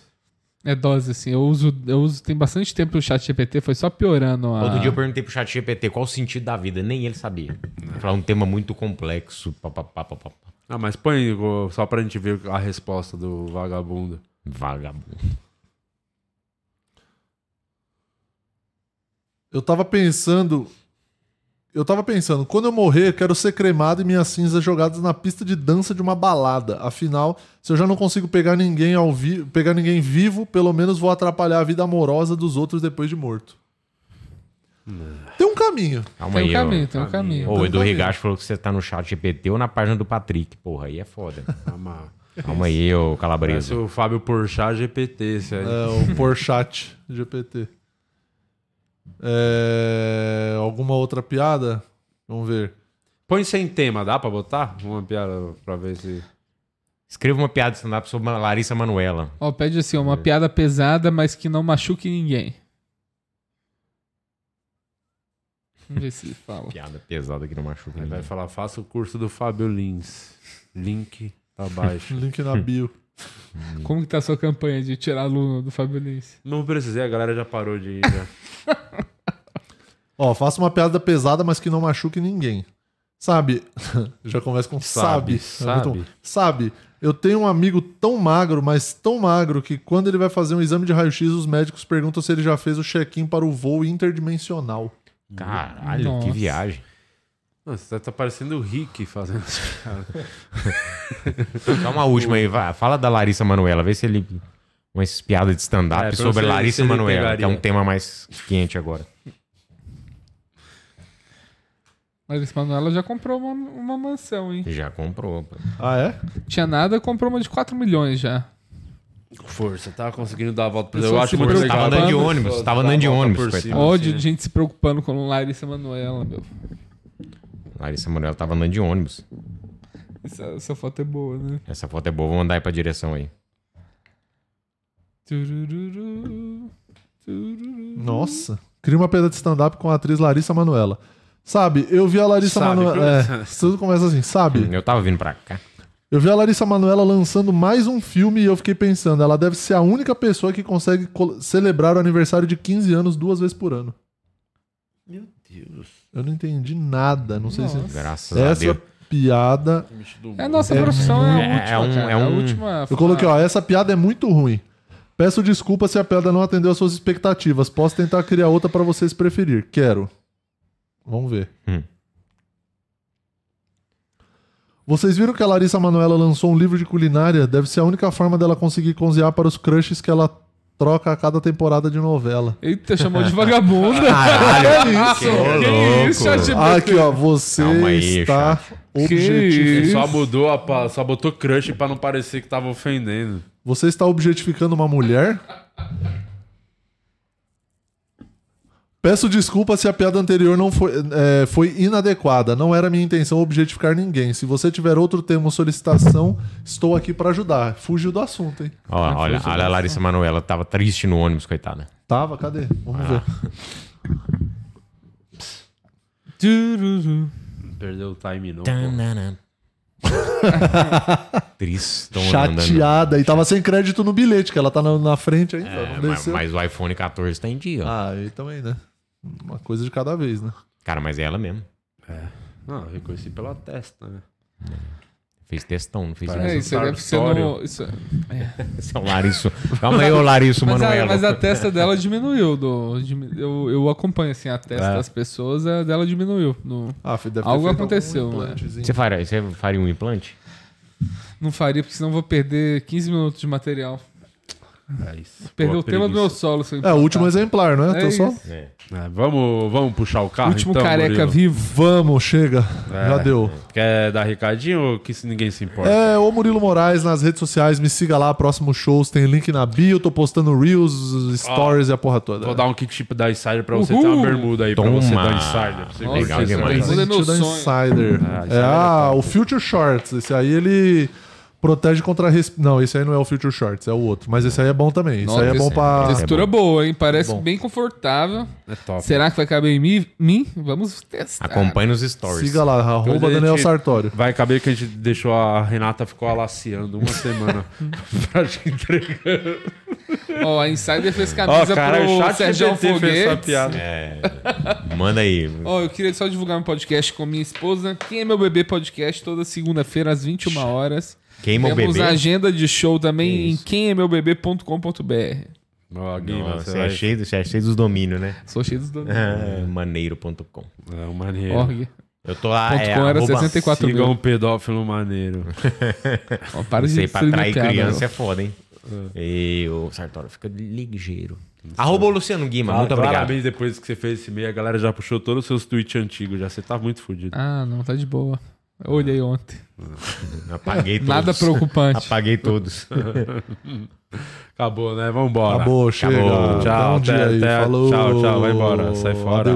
Speaker 4: É dose, assim. Eu uso, eu uso tem bastante tempo o chat GPT, foi só piorando a...
Speaker 3: Outro
Speaker 2: Ah.
Speaker 3: dia eu perguntei pro chat GPT qual o sentido da vida. Nem ele sabia. Ele falou um tema muito complexo. Pá, pá, pá, pá, pá.
Speaker 1: Ah, mas põe Igor, só pra gente ver a resposta do vagabundo.
Speaker 3: Vagabundo.
Speaker 2: Eu tava pensando. Eu tava pensando, quando eu morrer, quero ser cremado e minhas cinzas jogadas na pista de dança de uma balada. Afinal, se eu já não consigo pegar ninguém ao vi pegar ninguém vivo, pelo menos vou atrapalhar a vida amorosa dos outros depois de morto. Tem um caminho.
Speaker 3: Calma aí, ó.
Speaker 4: um
Speaker 3: Ô, o Edu Rigacho falou que você tá no chat GPT ou na página do Patrick. Porra, aí é foda.
Speaker 1: Calma,
Speaker 3: Calma aí,
Speaker 1: Tá
Speaker 3: ô
Speaker 1: Parece
Speaker 3: Calabreso.
Speaker 1: o Fábio Porchat GPT, esse aí.
Speaker 2: É, o Porchat GPT. É, Alguma outra piada? Vamos ver.
Speaker 1: Põe sem tema, dá pra botar? Uma piada pra ver se...
Speaker 3: Escreva uma piada de stand-up sobre a Larissa Manuela.
Speaker 4: Ó, pede assim, ó, uma piada pesada, mas que não machuque ninguém. Vamos ver se fala.
Speaker 3: Piada pesada que não machuca.
Speaker 1: Aí
Speaker 3: né? ninguém.
Speaker 1: vai falar, faça o curso do Fábio Lins. Link tá abaixo.
Speaker 2: Link na bio.
Speaker 4: Como que tá a sua campanha de tirar aluno do Fábio Lins?
Speaker 1: Não precisei, a galera já parou de ir. né? Já.
Speaker 2: Ó, faça uma piada pesada, mas que não machuque ninguém. Sabe? Já começa com sabe.
Speaker 1: Sabe,
Speaker 2: É muito
Speaker 1: sabe.
Speaker 2: bom. Sabe, eu tenho um amigo tão magro, mas tão magro, que quando ele vai fazer um exame de raio-x, os médicos perguntam se ele já fez o check-in para o voo interdimensional.
Speaker 3: Caralho, que viagem.
Speaker 1: Nossa, tá parecendo o Rick fazendo essa piada.
Speaker 3: Só uma última aí. vai. Fala da Larissa Manuela. Vê se ele... Uma piada de stand-up
Speaker 1: É, pra
Speaker 3: sobre
Speaker 1: você- se
Speaker 3: Larissa
Speaker 1: ele
Speaker 3: Manuela, que é um
Speaker 1: pegaria.
Speaker 3: tema mais quente agora.
Speaker 4: Larissa Manoela já comprou uma, uma mansão, hein?
Speaker 3: Já comprou. pô.
Speaker 2: Ah, é?
Speaker 4: Tinha nada, comprou uma de 4 milhões já.
Speaker 1: Força, tá conseguindo dar a volta por
Speaker 4: Eu
Speaker 1: Eu
Speaker 4: só
Speaker 1: acho
Speaker 4: se
Speaker 1: muito
Speaker 4: preocupa-
Speaker 1: legal.
Speaker 4: Tava andando de
Speaker 3: ônibus, tava andando de ônibus, coitado.
Speaker 4: Ódio
Speaker 1: assim,
Speaker 4: de
Speaker 1: né?
Speaker 4: gente se preocupando com Larissa Manoela, meu.
Speaker 3: Larissa Manuela tava andando de ônibus.
Speaker 4: Essa, essa foto é boa, né?
Speaker 3: Essa foto é boa, vou mandar aí pra direção aí.
Speaker 4: Turururu, turururu.
Speaker 2: Nossa. Cria uma piada de stand-up com a atriz Larissa Manuela. Sabe, eu vi a Larissa
Speaker 3: Sabe,
Speaker 2: Manuela.
Speaker 3: começa-
Speaker 2: É, tudo começa assim, sabe?
Speaker 3: Hum, Eu tava vindo pra cá.
Speaker 2: Eu vi a Larissa Manoela lançando mais um filme e eu fiquei pensando, ela deve ser a única pessoa que consegue col- celebrar o aniversário de 15 anos duas vezes por ano.
Speaker 1: Meu Deus.
Speaker 2: Eu não entendi nada, não sei se
Speaker 3: Nossa. Graças
Speaker 2: essa
Speaker 3: a Deus.
Speaker 2: piada
Speaker 4: É, nossa profissão é,
Speaker 2: muito-
Speaker 4: a última, cara. É, a última.
Speaker 2: Eu coloquei, ó, essa piada é muito ruim. Peço desculpa se a piada não atendeu às suas expectativas. Posso tentar criar outra pra vocês preferir. Quero. Vamos ver. Vocês viram que a Larissa Manoela lançou um livro de culinária? Deve ser a única forma dela conseguir cozinhar para os crushes que ela troca a cada temporada de novela.
Speaker 4: Eita, chamou de vagabunda.
Speaker 2: Caralho, que
Speaker 4: que isso,
Speaker 2: louco. Ah,
Speaker 4: chat
Speaker 2: Aqui, ó, você está é
Speaker 1: Ele só
Speaker 2: objetificando.
Speaker 1: mudou, a pa- só botou crush pra não parecer que tava ofendendo.
Speaker 2: Você está objetificando uma mulher? Peço desculpa se a piada anterior não foi, é, foi inadequada. Não era minha intenção objetificar ninguém. Se você tiver outro tema ou solicitação, estou aqui para ajudar. Fugiu do assunto, hein?
Speaker 3: Ó, olha,
Speaker 2: fugiu do
Speaker 3: olha a Larissa Manuela, tava triste no ônibus, coitada.
Speaker 2: Tava? Cadê? Vamos ver.
Speaker 4: Tururu.
Speaker 1: Perdeu o time, não.
Speaker 3: Tanana.
Speaker 1: pô.
Speaker 3: Tristão
Speaker 2: Chateada. E tava sem crédito no bilhete, que ela tá na, na frente ainda.
Speaker 3: É,
Speaker 2: não
Speaker 3: mas,
Speaker 2: desceu.
Speaker 3: mas o iPhone 14 tá em dia. ó.
Speaker 2: Ah, aí também, né? Uma coisa de cada vez, né?
Speaker 3: Cara, mas é ela mesmo.
Speaker 1: Não, eu reconheci pela testa, né? um
Speaker 3: Fez testão, não fez
Speaker 4: É, isso aí deve ser no. Isso é.
Speaker 3: Esse é o Larisso. Calma aí, ô Larisso
Speaker 4: mas,
Speaker 3: Manuela.
Speaker 4: A, mas a testa dela diminuiu. Do, dimi- eu, eu acompanho assim, a testa
Speaker 3: É.
Speaker 4: das pessoas, a dela diminuiu. No,
Speaker 2: ah, deve ter
Speaker 4: algo
Speaker 2: feito
Speaker 4: aconteceu.
Speaker 2: algum
Speaker 4: né?
Speaker 2: implantezinho.
Speaker 3: Você faria, você faria um implante?
Speaker 4: Não faria, porque senão eu vou perder 15 minutos de material.
Speaker 1: É isso.
Speaker 4: Perdeu
Speaker 1: Boa
Speaker 4: o tema do
Speaker 1: preguiça.
Speaker 4: meu solo. seu
Speaker 2: É, o último
Speaker 4: empatado.
Speaker 2: exemplar, não é? Teu solo?
Speaker 1: É. É, vamos, vamos puxar o carro.
Speaker 4: Último
Speaker 1: então,
Speaker 4: careca
Speaker 1: Murilo?
Speaker 4: vivo.
Speaker 2: Vamos, chega.
Speaker 1: É.
Speaker 2: Já deu.
Speaker 1: Quer dar recadinho ou que se- ninguém se importa?
Speaker 2: É, o Murilo Moraes nas redes sociais, me siga lá, próximos shows, tem link na bio, tô postando Reels, Stories e a porra toda.
Speaker 1: Vou dar um kit da Insider pra você. Tem
Speaker 2: Uhul!
Speaker 1: uma bermuda aí
Speaker 2: Toma!
Speaker 1: pra você da Insider. Pra você
Speaker 2: Nossa,
Speaker 1: pegar.
Speaker 2: esse
Speaker 1: Tem
Speaker 2: presente
Speaker 1: bermuda
Speaker 2: da
Speaker 1: um no sonho.
Speaker 2: é um Insider.
Speaker 1: Ah,
Speaker 2: É, ah, o Future Shorts. Esse aí ele protege contra. Resp... Não, esse aí não é o Future Shorts, é o outro. Mas esse aí é bom também. Esse aí é bom pra.
Speaker 4: Textura boa, hein? Parece
Speaker 2: É bom.
Speaker 4: bem confortável.
Speaker 1: É top. Ah,
Speaker 4: Será que vai caber em mim? mim? Vamos testar.
Speaker 2: Siga lá, arroba
Speaker 1: Depois é a
Speaker 2: Daniel Sartório.
Speaker 1: Vai caber que a gente deixou a Renata ficou alaciando uma semana pra gente entregar.
Speaker 4: Ó, a Insider fez camisa
Speaker 1: Ó, cara, o
Speaker 4: pro
Speaker 1: chat
Speaker 4: Sérgio
Speaker 1: GPT fez essa
Speaker 4: Foguetes.
Speaker 1: piada.
Speaker 3: É. Manda aí.
Speaker 4: Ó, eu queria só divulgar meu podcast com minha esposa. Quem é meu bebê podcast toda segunda-feira às 21 horas.
Speaker 3: Quem é meu
Speaker 4: Temos
Speaker 3: bebê?
Speaker 4: agenda de show também em é quemeubebê.com.br.
Speaker 1: Ó,
Speaker 3: Não,
Speaker 1: Guima,
Speaker 3: Você é, cheio, você é cheio dos domínios, né?
Speaker 4: Sou cheio dos domínios.
Speaker 3: Ah, maneiro.com.
Speaker 1: É, Ah, o maneiro.
Speaker 4: Org.
Speaker 3: Eu tô lá.
Speaker 4: Ponto
Speaker 3: É,
Speaker 4: com era
Speaker 3: arroba-
Speaker 4: 64
Speaker 1: Siga
Speaker 4: mil.
Speaker 1: um pedófilo maneiro.
Speaker 4: para né?
Speaker 3: Isso aí pra atrair
Speaker 4: piada,
Speaker 3: criança
Speaker 4: não.
Speaker 3: é foda, hein? E o Sartório fica ligeiro. Arroba o Luciano Guima,
Speaker 1: Fala-
Speaker 3: muito obrigado.
Speaker 1: Parabéns depois que você fez esse meio, a galera já puxou todos os seus tweets antigos, já você tá muito fudido.
Speaker 4: Ah, não, tá de boa. Eu
Speaker 3: Ah.
Speaker 4: olhei ontem.
Speaker 3: É
Speaker 1: Apaguei todos.
Speaker 4: Nada preocupante.
Speaker 3: Apaguei todos.
Speaker 1: Acabou, né? Vambora.
Speaker 2: Acabou, chega.
Speaker 1: Acabou.
Speaker 2: Dá
Speaker 1: Tchau,
Speaker 2: um
Speaker 1: até,
Speaker 2: dia aí.
Speaker 1: até-
Speaker 2: Falou.
Speaker 1: Tchau, tchau, vai embora. Sai fora.